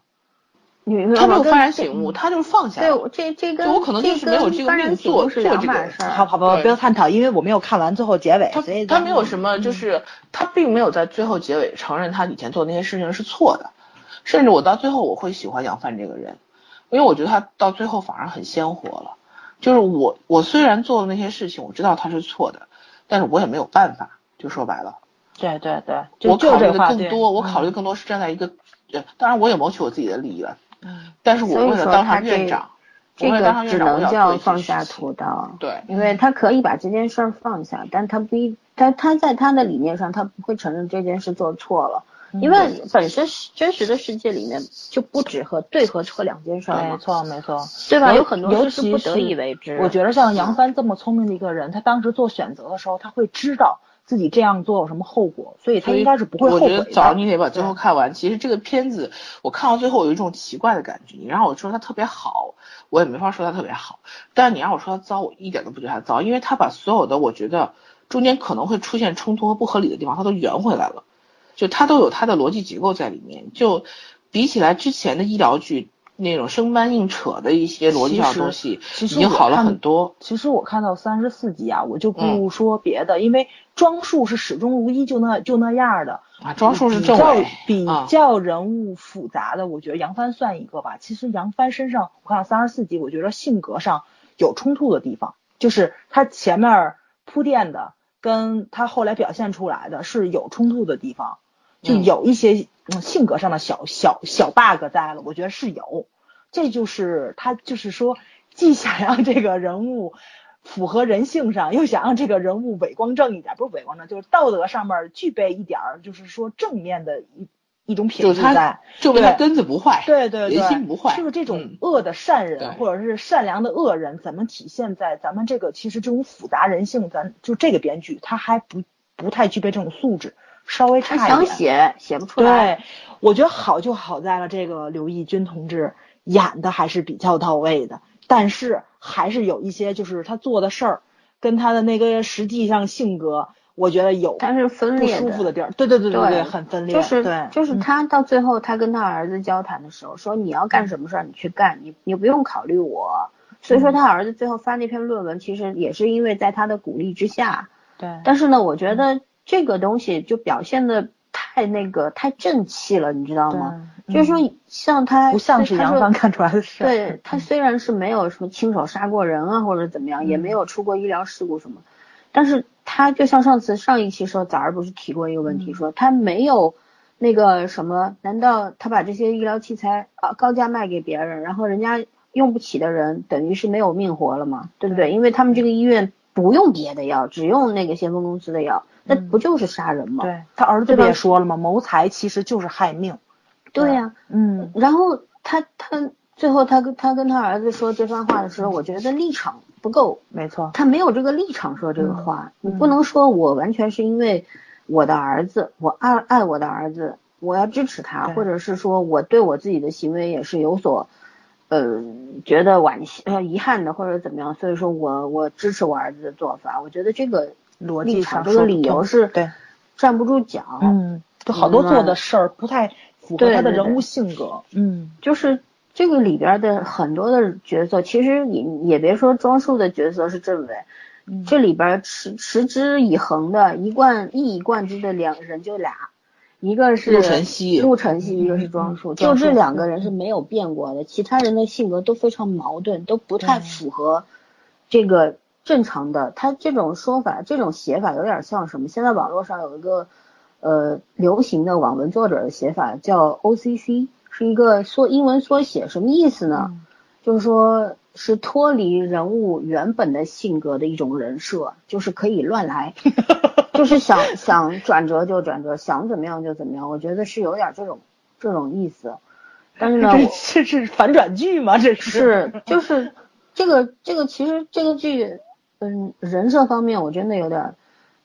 [SPEAKER 2] 你明
[SPEAKER 1] 悟，
[SPEAKER 2] 白
[SPEAKER 1] 他没
[SPEAKER 2] 吗
[SPEAKER 1] 有
[SPEAKER 2] 跟
[SPEAKER 1] 幡然醒悟，他就是放下
[SPEAKER 2] 对，
[SPEAKER 1] 了。
[SPEAKER 2] 我这这
[SPEAKER 1] 就
[SPEAKER 2] 跟
[SPEAKER 1] 我可能就是没有这个
[SPEAKER 2] 跟幡然
[SPEAKER 1] 命
[SPEAKER 2] 醒
[SPEAKER 1] 做
[SPEAKER 2] 悟是
[SPEAKER 1] 做
[SPEAKER 2] 两
[SPEAKER 1] 这个
[SPEAKER 2] 码事儿。
[SPEAKER 3] 好好吧，
[SPEAKER 1] 对
[SPEAKER 3] 不要探讨，因为我没有看完最后结尾，
[SPEAKER 1] 他
[SPEAKER 3] 所以咱
[SPEAKER 1] 他没有什么，就是他并没有在最后结尾承认他以前做的那些事情是错的，甚至我到最后我会喜欢杨帆这个人，因为我觉得他到最后反而很鲜活了。就是我我虽然做的那些事情，我知道他是错的，但是我也没有办法。就说白了，
[SPEAKER 3] 对对对，就
[SPEAKER 1] 我
[SPEAKER 3] 就
[SPEAKER 1] 考虑
[SPEAKER 3] 这
[SPEAKER 1] 的
[SPEAKER 3] 话
[SPEAKER 1] 更
[SPEAKER 3] 对
[SPEAKER 1] 多，我
[SPEAKER 3] 嗯
[SPEAKER 1] 考虑更多是站在一个，呃，当然我也谋取我自己的利益了，
[SPEAKER 3] 嗯
[SPEAKER 1] 但是我
[SPEAKER 2] 所
[SPEAKER 1] 为
[SPEAKER 2] 以
[SPEAKER 1] 了
[SPEAKER 2] 说
[SPEAKER 1] 当
[SPEAKER 2] 他
[SPEAKER 1] 上院
[SPEAKER 2] 这
[SPEAKER 1] 长，
[SPEAKER 2] 这
[SPEAKER 1] 我也当上
[SPEAKER 2] 个
[SPEAKER 1] 院
[SPEAKER 2] 只
[SPEAKER 1] 长我想
[SPEAKER 2] 能
[SPEAKER 1] 做
[SPEAKER 2] 叫
[SPEAKER 1] 一些
[SPEAKER 2] 放
[SPEAKER 1] 事
[SPEAKER 2] 下
[SPEAKER 1] 情
[SPEAKER 2] 屠刀，
[SPEAKER 1] 对，
[SPEAKER 2] 因为他可以把这件事儿放下，但他不一，他他在他的理念上，他不会承认这件事做错了，因为本身是真实的世界里面就不止和对和错两件事儿
[SPEAKER 3] 没
[SPEAKER 2] 嘛，
[SPEAKER 3] 错没错，
[SPEAKER 2] 对吧？
[SPEAKER 3] 尤
[SPEAKER 2] 有很多
[SPEAKER 3] 尤
[SPEAKER 2] 事
[SPEAKER 3] 其
[SPEAKER 2] 不得已为之。
[SPEAKER 3] 我觉得像杨帆这么聪明的一个人，他当时做选择的时候，他会知道自己这样做有什么后果，所以他
[SPEAKER 1] 所以
[SPEAKER 3] 应该是不会后
[SPEAKER 1] 我
[SPEAKER 3] 悔
[SPEAKER 1] 觉得早上
[SPEAKER 3] 的。
[SPEAKER 1] 你得把最后看完。其实这个片子我看到最后，我有一种奇怪的感觉。你让我说它特别好，我也没法说它特别好；但你让我说它糟，我一点都不觉得它糟，因为它把所有的我觉得中间可能会出现冲突和不合理的地方，它都圆回来了。就它都有它的逻辑结构在里面。就比起来之前的医疗剧那种生搬硬扯的一些逻辑上的东西，
[SPEAKER 3] 其
[SPEAKER 1] 已
[SPEAKER 3] 实我
[SPEAKER 1] 经好了
[SPEAKER 3] 看
[SPEAKER 1] 很多。
[SPEAKER 3] 其实我看到三十四集啊，我就
[SPEAKER 2] 嗯
[SPEAKER 3] 不说别的，因为装束是始终如一，就那就那样的。
[SPEAKER 1] 啊，装束是
[SPEAKER 3] 比
[SPEAKER 1] 政
[SPEAKER 3] 较
[SPEAKER 1] 委，
[SPEAKER 3] 比
[SPEAKER 1] 啊
[SPEAKER 3] 较人物复杂的，我觉得杨帆算一个吧。其实杨帆身上，我看三十四集，我觉得性格上有冲突的地方，就是他前面铺垫的跟他后来表现出来的是有冲突的地方，就
[SPEAKER 1] 嗯
[SPEAKER 3] 有一些、嗯性格上的小小小 bug 在了，我觉得是有。这就是他就是说，既想让这个人物符合人性上，又想让这个人物伪光正一点，不是伪光正，就是道德上面具备一点儿，就是说正面的一一种
[SPEAKER 1] 就
[SPEAKER 3] 品
[SPEAKER 1] 是
[SPEAKER 3] 质
[SPEAKER 1] 他
[SPEAKER 3] 在。
[SPEAKER 1] 就为了
[SPEAKER 3] 对
[SPEAKER 1] 根子不坏，
[SPEAKER 3] 对对对，
[SPEAKER 1] 人心不坏
[SPEAKER 3] 就是这种
[SPEAKER 1] 嗯
[SPEAKER 3] 恶的善人、
[SPEAKER 1] 对
[SPEAKER 3] 或者是善良的恶人，怎么体现在咱们这个其实这种复杂人性，咱就这个编剧他还不不太具备这种素质，稍微
[SPEAKER 2] 他
[SPEAKER 3] 差一
[SPEAKER 2] 想
[SPEAKER 3] 点。
[SPEAKER 2] 写写不出来，
[SPEAKER 3] 对，我觉得好就好在了这个刘奕君同志演的还是比较到位的，但是还是有一些就是他做的事儿跟他的那个实际上性格，我觉得有
[SPEAKER 2] 他是分
[SPEAKER 3] 不
[SPEAKER 2] 裂
[SPEAKER 3] 舒
[SPEAKER 2] 的
[SPEAKER 3] 服。的地儿。对对对
[SPEAKER 2] 对
[SPEAKER 3] 对，很分裂，
[SPEAKER 2] 就是
[SPEAKER 3] 对，
[SPEAKER 2] 就是
[SPEAKER 3] 嗯
[SPEAKER 2] 他到最后，他跟他儿子交谈的时候说，你要干什么事儿你去干，你你不用考虑我。所以说他儿子最后发那篇论文，其实也是因为在他的鼓励之下。
[SPEAKER 3] 对，
[SPEAKER 2] 但是呢，我觉得这个东西就表现的太那个太正气了，你知道吗？
[SPEAKER 3] 对
[SPEAKER 2] 就是说
[SPEAKER 3] 嗯
[SPEAKER 2] 像他
[SPEAKER 3] 不像是嗯杨
[SPEAKER 2] 他
[SPEAKER 3] 帆
[SPEAKER 2] 说
[SPEAKER 3] 干出来的事儿。
[SPEAKER 2] 对他虽然是没有什么亲手杀过人啊，或者怎么样，也
[SPEAKER 3] 嗯
[SPEAKER 2] 没有出过医疗事故什么，但是他就像上次上一期时候，早儿不是提过一个问题，
[SPEAKER 3] 嗯
[SPEAKER 2] 说他没有那个什么，难道他把这些医疗器材啊高价卖给别人，然后人家用不起的人，等于是没有命活了嘛，对不对？因为他们这个医院不用别的药，只用那个先锋公司的药，那
[SPEAKER 3] 嗯
[SPEAKER 2] 不就是杀人吗？
[SPEAKER 3] 对他儿子
[SPEAKER 2] 对
[SPEAKER 3] 不
[SPEAKER 2] 吧
[SPEAKER 3] 也说了吗？谋财其实就是害命。
[SPEAKER 2] 对呀、
[SPEAKER 3] 嗯，
[SPEAKER 2] 然后他他最后他跟他跟他儿子说这番话的时候，我觉得立场不够，
[SPEAKER 3] 没错。
[SPEAKER 2] 他没有这个立场说这个话。
[SPEAKER 3] 嗯
[SPEAKER 2] 你不能说我完全是因为我的儿子，我爱爱我的儿子，我要支持他，
[SPEAKER 3] 对
[SPEAKER 2] 或者是说我对我自己的行为也是有所。呃，觉得惋惜、呃遗憾的，或者怎么样，所以说我我支持我儿子的做法，我觉得这个
[SPEAKER 3] 逻
[SPEAKER 2] 立
[SPEAKER 3] 辑
[SPEAKER 2] 场
[SPEAKER 3] 上
[SPEAKER 2] 这个
[SPEAKER 3] 说不
[SPEAKER 2] 理由
[SPEAKER 3] 通
[SPEAKER 2] 是
[SPEAKER 3] 对
[SPEAKER 2] 站不住脚，
[SPEAKER 3] 嗯，就好多
[SPEAKER 2] 明白
[SPEAKER 3] 做的事儿不太符合
[SPEAKER 2] 对
[SPEAKER 3] 他的
[SPEAKER 2] 对
[SPEAKER 3] 人
[SPEAKER 2] 对
[SPEAKER 3] 物性格。嗯，
[SPEAKER 2] 就是这个里边的很多的角色，其实也也别说庄树的角色是政委，
[SPEAKER 3] 嗯
[SPEAKER 2] 这里边持持之以恒的一贯一以贯之的两人就俩，一个是
[SPEAKER 1] 陆晨曦
[SPEAKER 2] 陆晨曦，
[SPEAKER 3] 嗯
[SPEAKER 2] 一个是庄树，
[SPEAKER 3] 嗯
[SPEAKER 2] 就
[SPEAKER 3] 庄
[SPEAKER 2] 这
[SPEAKER 3] 树
[SPEAKER 2] 两个人是没有变过的，其他人的性格都非常矛盾，都不太
[SPEAKER 3] 对
[SPEAKER 2] 符合这个正常的。他这种说法，这种写法有点像什么？现在网络上有一个呃流行的网文作者的写法叫 OCC，是一个缩英文缩写，什么意思呢？
[SPEAKER 3] 嗯
[SPEAKER 2] 就是说是脱离人物原本的性格的一种人设，就是可以乱来，就是想想转折就转折，想怎么样就怎么样。我觉得是有点这种这种意思，但是呢，我
[SPEAKER 3] 这这是反转剧吗？这是
[SPEAKER 2] 是就是这个这个其实这个剧，嗯，人设方面我真的有点儿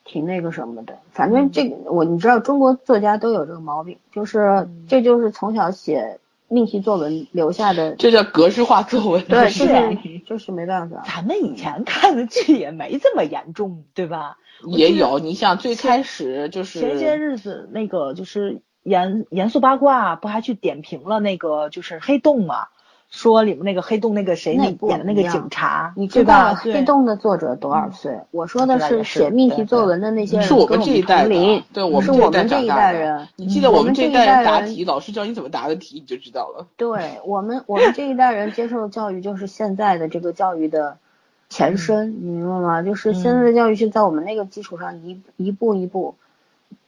[SPEAKER 2] 挺那个什么的。反正这个我你知道，中国作家都有这个毛病，就是这就是从小写命题作文留下的。
[SPEAKER 1] 这叫格式化作文。
[SPEAKER 2] 对，
[SPEAKER 3] 是
[SPEAKER 2] 就
[SPEAKER 3] 啊
[SPEAKER 2] 是就是没办法，
[SPEAKER 3] 咱们以前看的剧也没这么严重，对吧？
[SPEAKER 1] 也有，你想最开始就是
[SPEAKER 3] 前些日子那个就是严严肃八卦啊不还去点评了那个就是黑洞嘛？说里面那个黑洞那个谁
[SPEAKER 2] 那
[SPEAKER 3] 那
[SPEAKER 2] 不
[SPEAKER 3] 演的那
[SPEAKER 2] 一
[SPEAKER 3] 个
[SPEAKER 2] 样
[SPEAKER 3] 警察，
[SPEAKER 2] 你知
[SPEAKER 3] 对
[SPEAKER 2] 道
[SPEAKER 3] 吧？
[SPEAKER 2] 黑
[SPEAKER 3] 对嗯
[SPEAKER 2] 洞的作者多少岁？我说的
[SPEAKER 3] 知道也是
[SPEAKER 2] 写命题
[SPEAKER 3] 对
[SPEAKER 2] 作
[SPEAKER 3] 对
[SPEAKER 2] 文的那些
[SPEAKER 1] 嗯
[SPEAKER 2] 人，
[SPEAKER 1] 是我们这一代
[SPEAKER 2] 同
[SPEAKER 1] 的
[SPEAKER 2] 龄
[SPEAKER 1] 啊，，对我
[SPEAKER 2] 是
[SPEAKER 1] 们
[SPEAKER 2] 我
[SPEAKER 1] 代
[SPEAKER 2] 们这
[SPEAKER 1] 长
[SPEAKER 2] 一
[SPEAKER 1] 大
[SPEAKER 2] 代
[SPEAKER 1] 的
[SPEAKER 2] 人。
[SPEAKER 1] 你记得
[SPEAKER 2] 嗯我
[SPEAKER 1] 我
[SPEAKER 2] 们
[SPEAKER 1] 们这
[SPEAKER 2] 这
[SPEAKER 1] 一
[SPEAKER 2] 一
[SPEAKER 1] 代
[SPEAKER 2] 代
[SPEAKER 1] 人答
[SPEAKER 2] 人
[SPEAKER 1] 题，老师教你怎么答的题，你就知道了。
[SPEAKER 2] 对我们，我们这一代人接受教育就是现在的这个教育的
[SPEAKER 3] 嗯
[SPEAKER 2] 前身，你明白吗？就是现在的教育是在我们那个基础上一一步一步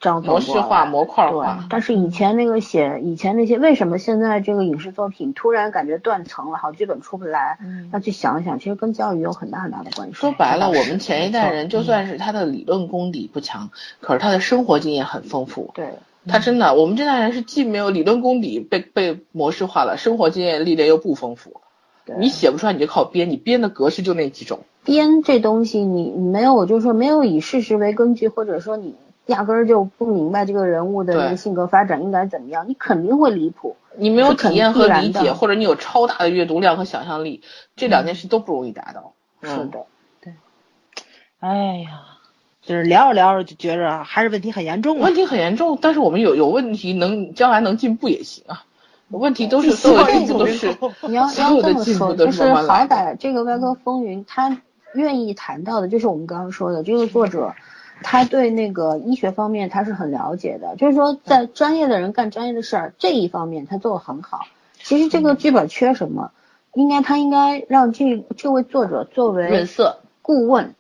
[SPEAKER 2] 张
[SPEAKER 1] 模式化、模块化
[SPEAKER 2] 对，，但
[SPEAKER 3] 嗯
[SPEAKER 2] 是以前那个写以前那些，为什么现在这个影视作品突然感觉断层了，好剧本出不来？
[SPEAKER 3] 嗯
[SPEAKER 2] 要去想一想，其实跟教育有很大很大的关系。
[SPEAKER 1] 说白了，
[SPEAKER 3] 这倒是
[SPEAKER 1] 我们前一代人
[SPEAKER 2] 嗯
[SPEAKER 1] 就算是他的理论功底不强，可是他的生活经验很丰富。
[SPEAKER 2] 对，
[SPEAKER 1] 他真的，我们这代人是既没有理论功底被被模式化了，生活经验历练又不丰富。
[SPEAKER 2] 对
[SPEAKER 1] 你写不出来你就靠编，你编的格式就那几种。
[SPEAKER 2] 编这东西你，你没有，就是说没有以事实为根据，或者说你压根儿就不明白这个人物的
[SPEAKER 1] 对
[SPEAKER 2] 那个性格发展应该怎么样，你肯定会离谱。
[SPEAKER 1] 你没有
[SPEAKER 2] 是肯
[SPEAKER 1] 体验和理
[SPEAKER 2] 必然
[SPEAKER 1] 解，
[SPEAKER 2] 的嗯
[SPEAKER 1] 或者你有超大的阅读量和想象力，这两件事都不容易达到。
[SPEAKER 2] 是的，
[SPEAKER 3] 哎呀，就是聊着聊着就觉着啊还是问题很严
[SPEAKER 1] 嗯，
[SPEAKER 3] 重啊
[SPEAKER 1] 问。题很严重，但是我们有有问题能将来能进步也行啊。问题都是
[SPEAKER 3] 希
[SPEAKER 1] 所有
[SPEAKER 3] 望
[SPEAKER 1] 进步都是
[SPEAKER 3] 进步
[SPEAKER 2] 你要
[SPEAKER 1] 所
[SPEAKER 2] 要
[SPEAKER 1] 有
[SPEAKER 2] 这
[SPEAKER 1] 的
[SPEAKER 2] 么
[SPEAKER 1] 进步
[SPEAKER 2] 说，
[SPEAKER 1] 都
[SPEAKER 2] 就是是
[SPEAKER 1] 慢慢
[SPEAKER 2] 好
[SPEAKER 1] 来的
[SPEAKER 2] 歹这个《外科风云》他愿意谈到的，就是我们刚刚说的这个作者。他对那个医学方面他是很了解的，就是说
[SPEAKER 1] 嗯
[SPEAKER 2] 在专业的人干专业的事儿这一方面他做得很好。其实这
[SPEAKER 1] 嗯
[SPEAKER 2] 个剧本缺什么，应该他应该让这这位作者作 为
[SPEAKER 1] 润色。
[SPEAKER 2] 顾问，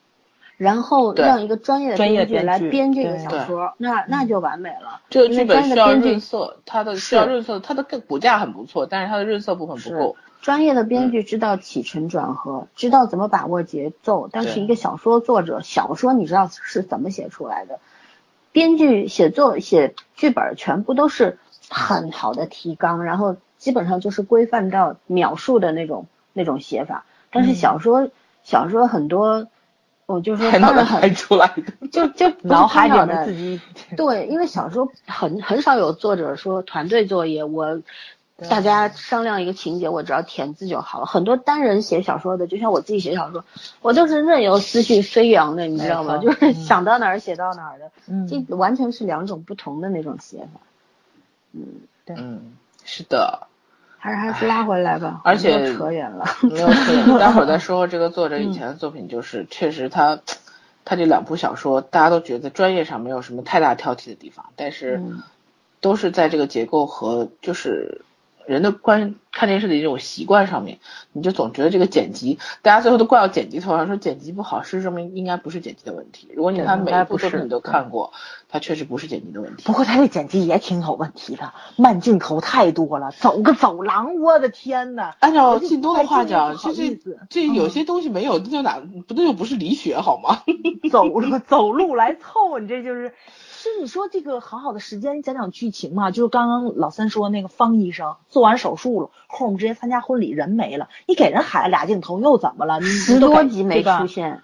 [SPEAKER 2] 然后
[SPEAKER 1] 对
[SPEAKER 2] 让一个专业的
[SPEAKER 3] 专业
[SPEAKER 2] 编剧
[SPEAKER 3] 编
[SPEAKER 2] 来
[SPEAKER 3] 剧
[SPEAKER 2] 编这个
[SPEAKER 3] 对嗯
[SPEAKER 2] 小说，那那就完美了。
[SPEAKER 1] 这个
[SPEAKER 2] 因
[SPEAKER 1] 剧
[SPEAKER 2] 为
[SPEAKER 1] 本
[SPEAKER 2] 专业
[SPEAKER 1] 需
[SPEAKER 2] 的
[SPEAKER 1] 要
[SPEAKER 2] 编
[SPEAKER 1] 润
[SPEAKER 2] 剧，
[SPEAKER 1] 色，它的需
[SPEAKER 2] 是
[SPEAKER 1] 要润色，它的骨架很不错，但是它的润色部分不
[SPEAKER 2] 是
[SPEAKER 1] 够。
[SPEAKER 2] 专业的编
[SPEAKER 3] 嗯
[SPEAKER 2] 剧知道起承转合，知道怎么把握节奏，但是
[SPEAKER 1] 对
[SPEAKER 2] 一个小说作者，小说你知道是怎么写出来的，编剧写作写剧本全部都是很好的提纲，然后基本上就是规范到描述的那种那种写法，但
[SPEAKER 3] 嗯
[SPEAKER 2] 是小说、小说很多。我就说，
[SPEAKER 1] 拍脑
[SPEAKER 2] 当
[SPEAKER 1] 袋
[SPEAKER 2] 然很
[SPEAKER 1] 拍出来的，
[SPEAKER 2] 就就不是
[SPEAKER 3] 脑海
[SPEAKER 2] 拍脑
[SPEAKER 3] 里面
[SPEAKER 2] 袋
[SPEAKER 3] 自己
[SPEAKER 2] 对，因为小时候很很少有作者说团队作业，我大家商量一个情节，我只要填字就好了。很多单人写小说的，就像我自己写小说，我都是任由思绪飞扬的，你知道吗？
[SPEAKER 3] 没
[SPEAKER 2] 就
[SPEAKER 3] 错
[SPEAKER 2] 是
[SPEAKER 3] 嗯
[SPEAKER 2] 想到哪儿写到哪儿的，
[SPEAKER 3] 嗯
[SPEAKER 2] 这完全是两种不同的那种写法。嗯，
[SPEAKER 1] 嗯，是的，
[SPEAKER 2] 还是还是拉回来吧，
[SPEAKER 1] 而
[SPEAKER 2] 我们又
[SPEAKER 1] 且
[SPEAKER 2] 扯远了。
[SPEAKER 1] 没有错。待会儿再说这个作
[SPEAKER 3] 嗯
[SPEAKER 1] 者以前的作品，就是确实他他这两部小说，大家都觉得专业上没有什么太大挑剔的地方，但是
[SPEAKER 2] 嗯
[SPEAKER 1] 都是在这个结构和就是人的观看电视的这种习惯上面，你就总觉得这个剪辑，大家最后都怪到剪辑头上，说剪辑不好，事实证明应该不是剪辑的问题。如果你
[SPEAKER 3] 对
[SPEAKER 1] 看每一
[SPEAKER 3] 应该
[SPEAKER 1] 部
[SPEAKER 3] 不
[SPEAKER 1] 作品
[SPEAKER 3] 是
[SPEAKER 1] 你都看过，它确实不是剪辑的问题
[SPEAKER 3] 不。过他这剪辑也挺有问题的，慢镜头太多了，走个走廊，我的天呐！
[SPEAKER 1] 按
[SPEAKER 3] 我
[SPEAKER 1] 照
[SPEAKER 3] 就
[SPEAKER 1] 靳东的
[SPEAKER 3] 拍
[SPEAKER 1] 话
[SPEAKER 3] 这个
[SPEAKER 1] 讲，
[SPEAKER 3] 不
[SPEAKER 1] 这
[SPEAKER 3] 好嗯意
[SPEAKER 1] 这
[SPEAKER 3] 思
[SPEAKER 1] 这有些东西没有，那就哪不那就不是理学好吗？
[SPEAKER 3] 走路走路来凑，你这就是。是你说这个好好的时间，讲讲剧情嘛？就是刚刚老三说那个方医生做完手术了，后面直接参加婚礼人没了，你给人孩子俩镜头又怎么了？你
[SPEAKER 2] 十
[SPEAKER 3] 你嗯都
[SPEAKER 2] 多
[SPEAKER 3] 给
[SPEAKER 2] 集没
[SPEAKER 3] 对吧
[SPEAKER 2] 出现，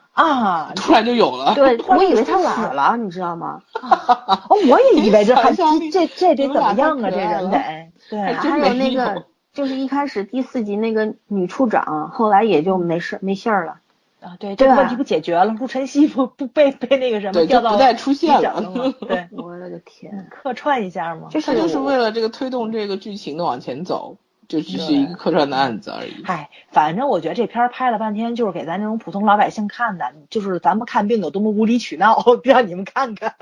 [SPEAKER 3] 啊？
[SPEAKER 1] 突然就有了。
[SPEAKER 2] 对
[SPEAKER 3] 突然
[SPEAKER 2] 我以
[SPEAKER 3] 就
[SPEAKER 2] 为
[SPEAKER 3] 出
[SPEAKER 2] 他
[SPEAKER 3] 来
[SPEAKER 2] 死
[SPEAKER 3] 了
[SPEAKER 2] 了，你知道吗？
[SPEAKER 3] 哦，我也以为这还
[SPEAKER 1] 想象力
[SPEAKER 3] 这这得
[SPEAKER 1] 你们
[SPEAKER 3] 怎
[SPEAKER 1] 俩
[SPEAKER 3] 么
[SPEAKER 1] 太
[SPEAKER 3] 样啊？
[SPEAKER 1] 可
[SPEAKER 3] 这
[SPEAKER 1] 爱
[SPEAKER 3] 人
[SPEAKER 1] 了
[SPEAKER 3] 得对
[SPEAKER 1] 真
[SPEAKER 2] 还有
[SPEAKER 1] 没
[SPEAKER 2] 那
[SPEAKER 1] 有
[SPEAKER 2] 个，就是一开始第四集那个女处长，后来也就没事没信儿了。
[SPEAKER 3] 啊，对，这
[SPEAKER 2] 对
[SPEAKER 3] 个
[SPEAKER 2] 吧
[SPEAKER 3] 问题不解决了，陆晨曦不不被被那个什么
[SPEAKER 1] 对
[SPEAKER 3] 调
[SPEAKER 1] 就不
[SPEAKER 3] 到
[SPEAKER 1] 再出现
[SPEAKER 3] 局
[SPEAKER 1] 了
[SPEAKER 3] 长 嘛对，嗯
[SPEAKER 2] 我的个天！
[SPEAKER 3] 客串一下嘛。
[SPEAKER 2] 这
[SPEAKER 1] 他
[SPEAKER 2] 是
[SPEAKER 1] 就是为
[SPEAKER 2] 了
[SPEAKER 1] 了这个推动这个剧情的往前走，就只是
[SPEAKER 3] 对
[SPEAKER 1] 一个客串的案子而已。
[SPEAKER 3] 哎，反正我觉得这片儿拍了半天，就是给咱这种普通老百姓看的，就是咱们看病有多么无理取闹， 让你们看看。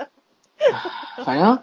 [SPEAKER 1] 反正，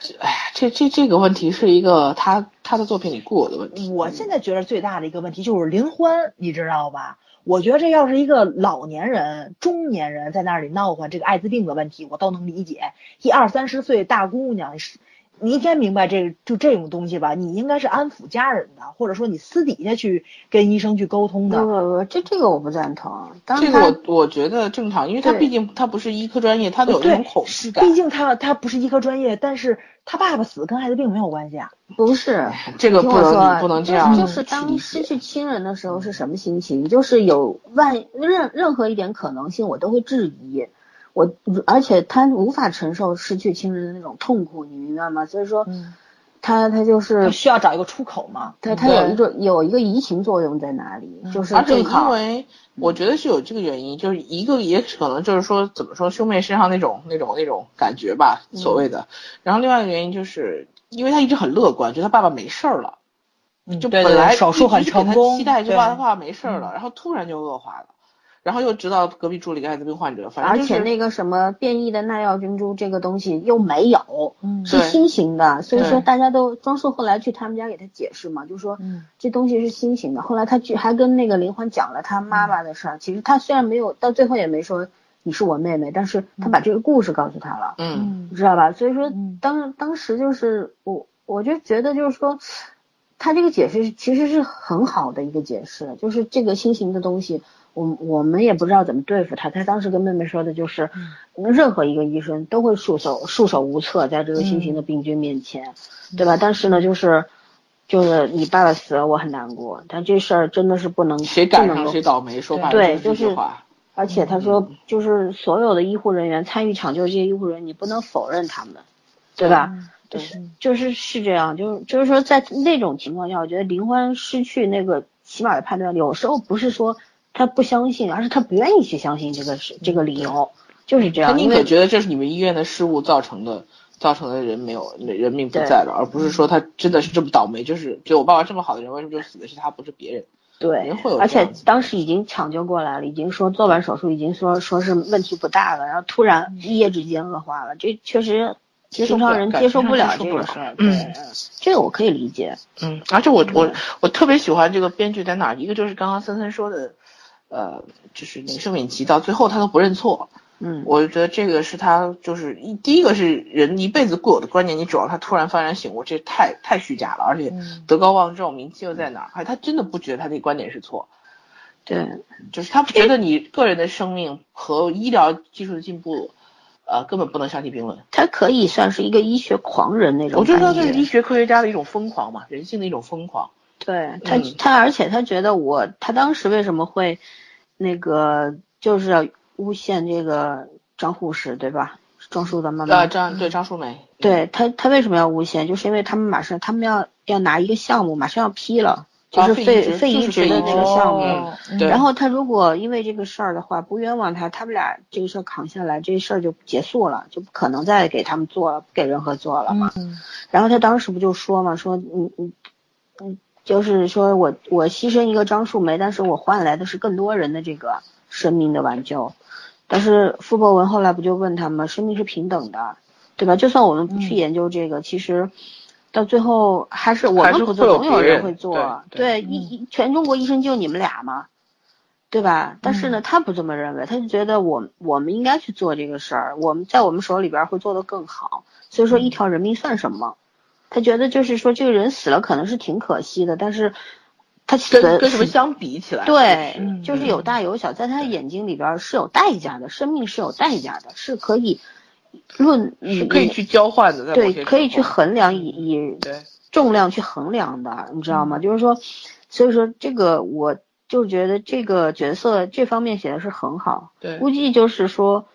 [SPEAKER 1] 这哎呀，这这这个问题是一个他他的作品里固有的问题。
[SPEAKER 3] 我现在觉得最大的一个问题就是林欢，你知道吧？我觉得这要是一个老年人、中年人在那里闹唤这个艾滋病的问题，我都能理解。一二三十岁大姑娘，是你应该明白这就这种东西吧？你应该是安抚家人的，或者说你私底下去跟医生去沟通
[SPEAKER 2] 不
[SPEAKER 3] 的。
[SPEAKER 2] 不不，这这个我不赞同。当
[SPEAKER 1] 这
[SPEAKER 2] 然
[SPEAKER 1] 个
[SPEAKER 2] 他，
[SPEAKER 1] 我我觉得正常，因为他
[SPEAKER 2] 对
[SPEAKER 1] 毕竟他不是医科专业，他有这
[SPEAKER 3] 对
[SPEAKER 1] 种恐惧感
[SPEAKER 3] 毕。竟他他不是医科专业，但是他爸爸死跟艾滋病没有关系啊。
[SPEAKER 2] 不是
[SPEAKER 1] 这个
[SPEAKER 2] 听
[SPEAKER 1] 不
[SPEAKER 2] 我
[SPEAKER 1] 能
[SPEAKER 2] 说，
[SPEAKER 1] 你不能
[SPEAKER 2] 就
[SPEAKER 1] 这样
[SPEAKER 2] 是
[SPEAKER 1] 去理解。嗯
[SPEAKER 2] 就是嗯当失去亲人的时候是什么心情？就是有万任任何一点可能性，我都会质疑。我而且他无法承受失去亲人的那种痛苦，你明白吗？所以说，
[SPEAKER 3] 嗯
[SPEAKER 2] 他他就是
[SPEAKER 3] 他需要找一个出口嘛。
[SPEAKER 2] 它
[SPEAKER 3] 嗯
[SPEAKER 2] 它有一种有一个移情作用在哪里，就是
[SPEAKER 1] 而且
[SPEAKER 2] 正
[SPEAKER 1] 因
[SPEAKER 2] 好
[SPEAKER 1] 为我觉得是有这个原因，就是一个也可能就是说怎么说兄妹身上那种那种那种感觉吧，所谓的。然后另外一个原因就是因为他一直很乐观，觉得他爸爸没事儿了，
[SPEAKER 3] 嗯
[SPEAKER 1] 就
[SPEAKER 3] 对
[SPEAKER 1] 本
[SPEAKER 3] 对
[SPEAKER 1] 来
[SPEAKER 3] 手术很
[SPEAKER 1] 一直给
[SPEAKER 3] 成
[SPEAKER 1] 他
[SPEAKER 3] 功，
[SPEAKER 1] 期待就
[SPEAKER 3] 对
[SPEAKER 1] 爸他爸爸没事儿了，然后突然就恶化了，然后又知道隔壁住了一个艾滋病患者，反
[SPEAKER 2] 而
[SPEAKER 1] 正就
[SPEAKER 2] 且
[SPEAKER 1] 是
[SPEAKER 2] 那个什么变异的耐药珍珠这个东西又没有，
[SPEAKER 3] 嗯
[SPEAKER 2] 是
[SPEAKER 1] 对
[SPEAKER 2] 新型的，所以说
[SPEAKER 1] 对
[SPEAKER 2] 大家都庄束后来去他们家给他解释嘛，就说
[SPEAKER 3] 嗯
[SPEAKER 2] 这东西是新型的。后来他去还跟那个林欢讲了他妈妈的事儿，其实他虽然没有到最后也没说你是我妹妹，但是他把这个故事告诉他了，
[SPEAKER 1] 嗯
[SPEAKER 2] 知道吧？所以说
[SPEAKER 3] 嗯
[SPEAKER 2] 当当时就是我我就觉得就是说，他这个解释其实是很好的一个解释，就是这个新型的东西，我我们也不知道怎么对付它。他当时跟妹妹说的就是，任何一个医生都会束手束手无策，在这个新型的病菌面前，对吧？但是呢，就是。就是你爸爸死了，我很难过，但这事儿真的是不能
[SPEAKER 1] 谁
[SPEAKER 2] 不
[SPEAKER 1] 赶
[SPEAKER 2] 能
[SPEAKER 1] 上
[SPEAKER 2] 够
[SPEAKER 1] 谁倒霉，说白
[SPEAKER 2] 对
[SPEAKER 1] 了就是这
[SPEAKER 2] 就是
[SPEAKER 1] 句话。
[SPEAKER 2] 而且他说，就是所有的医护人员参与抢救这些医护人员，你不能否认他们，对吧？
[SPEAKER 3] 嗯
[SPEAKER 2] 就是就是是这样，就是就是说，在那种情况下，我觉得林欢失去那个起码的判断力，有时候不是说他不相信，而是他不愿意去相信这个是这个理由，就是这
[SPEAKER 1] 他
[SPEAKER 2] 样。
[SPEAKER 1] 宁
[SPEAKER 2] 啊因
[SPEAKER 1] 可
[SPEAKER 2] 为
[SPEAKER 1] 觉得这是你们医院的失误造成的，造成的人没有人命不
[SPEAKER 2] 对
[SPEAKER 1] 在了，而不是说他真的是这么倒霉，就是就我爸爸这么好的人，为什么就死的是他，不是别人？
[SPEAKER 2] 对
[SPEAKER 1] 人会有，
[SPEAKER 2] 而
[SPEAKER 1] 这
[SPEAKER 2] 且
[SPEAKER 1] 样子
[SPEAKER 2] 当时已经抢救过来了，已经说做完手术，已经说说是问题不大了，然后突然一夜之间恶化了，这确实
[SPEAKER 1] 接受
[SPEAKER 2] 平
[SPEAKER 1] 不了
[SPEAKER 2] 常人
[SPEAKER 1] 感
[SPEAKER 2] 接
[SPEAKER 1] 受
[SPEAKER 2] 受不
[SPEAKER 1] 上
[SPEAKER 2] 了
[SPEAKER 1] 接受
[SPEAKER 2] 这
[SPEAKER 1] 不
[SPEAKER 2] 个
[SPEAKER 1] 了
[SPEAKER 2] 事儿。
[SPEAKER 1] 嗯
[SPEAKER 2] 对，这个我可以理解。
[SPEAKER 1] 嗯，而且我我我特别喜欢这个编剧在哪儿，一个就是刚刚森森说的，呃，就是那个盛敏琪到最后他都不认错，
[SPEAKER 2] 嗯，
[SPEAKER 1] 我就觉得这个是他就是一第一个是人一辈子固有的观念，你主要他突然幡然醒悟，这太太虚假了，而且
[SPEAKER 3] 嗯
[SPEAKER 1] 德高望重，名气又在哪儿，还他真的不觉得他这个观点是错，
[SPEAKER 2] 对，
[SPEAKER 1] 就是他觉得你个人的生命和医疗技术的进步，呃，根本不能相提并论。
[SPEAKER 2] 他可以算是一个医学狂人那种
[SPEAKER 1] 我就
[SPEAKER 2] 感觉。
[SPEAKER 1] 说这是医学科学家的一种疯狂嘛，人性的一种疯狂。
[SPEAKER 2] 对他、
[SPEAKER 1] 嗯
[SPEAKER 2] 他，而且他觉得我，他当时为什么会那个就是要诬陷这个张护士，对吧？庄淑的妈妈。
[SPEAKER 1] 呃，张对张淑梅，
[SPEAKER 2] 对他，他为什么要诬陷？就是因为他们马上他们要要拿一个项目，马上要批了，就
[SPEAKER 1] 啊
[SPEAKER 2] 是
[SPEAKER 1] 肺移植
[SPEAKER 2] 肺肺
[SPEAKER 1] 就
[SPEAKER 2] 移
[SPEAKER 1] 是
[SPEAKER 2] 植
[SPEAKER 1] 肺
[SPEAKER 2] 的
[SPEAKER 1] 移
[SPEAKER 2] 这个
[SPEAKER 1] 植
[SPEAKER 2] 项目。
[SPEAKER 1] 嗯
[SPEAKER 3] 嗯
[SPEAKER 1] 对
[SPEAKER 2] 然后他如果因为这个事儿的话不冤枉他，他们俩这个事儿扛下来，这事儿就结束了，就不可能再给他们做了，不给任何做了嘛。
[SPEAKER 3] 嗯
[SPEAKER 2] 然后他当时不就说嘛，说你你嗯，就是说我我牺牲一个张树梅，但是我换来的是更多人的这个生命的挽救。但是傅博文后来不就问他吗？生命是平等的，对吧？就算我们不去
[SPEAKER 3] 嗯
[SPEAKER 2] 研究这个，其实到最后还是我
[SPEAKER 1] 还是
[SPEAKER 2] 们不做，
[SPEAKER 1] 会有
[SPEAKER 2] 总有
[SPEAKER 1] 别
[SPEAKER 2] 人
[SPEAKER 1] 人
[SPEAKER 2] 会做。
[SPEAKER 1] 对嗯
[SPEAKER 2] 一一全中国医生就你们俩嘛，对吧？但是
[SPEAKER 1] 嗯
[SPEAKER 2] 呢，他不这么认为，他就觉得我我们应该去做这个事儿，我们在我们手里边儿会做得更好。所
[SPEAKER 1] 嗯
[SPEAKER 2] 以说，一条人命算什么？他觉得就是说，这个人死了可能是挺可惜的，但是他死
[SPEAKER 1] 跟跟什么
[SPEAKER 2] 死
[SPEAKER 1] 相比起来，
[SPEAKER 2] 对，
[SPEAKER 1] 就是
[SPEAKER 3] 嗯
[SPEAKER 2] 就是有大有小，在他眼睛里边儿是有代价的，生命是有代价的，是可以论
[SPEAKER 1] 是可以去交换的，在某
[SPEAKER 2] 嗯对，
[SPEAKER 1] 些
[SPEAKER 2] 可以
[SPEAKER 1] 时
[SPEAKER 2] 去
[SPEAKER 1] 候
[SPEAKER 2] 衡量以以
[SPEAKER 1] 嗯对，嗯
[SPEAKER 2] 重量去衡量的，你知道吗？就是说，所以说这个我就觉得这个角色这方面写的是很好，
[SPEAKER 1] 对
[SPEAKER 2] 估计就是说，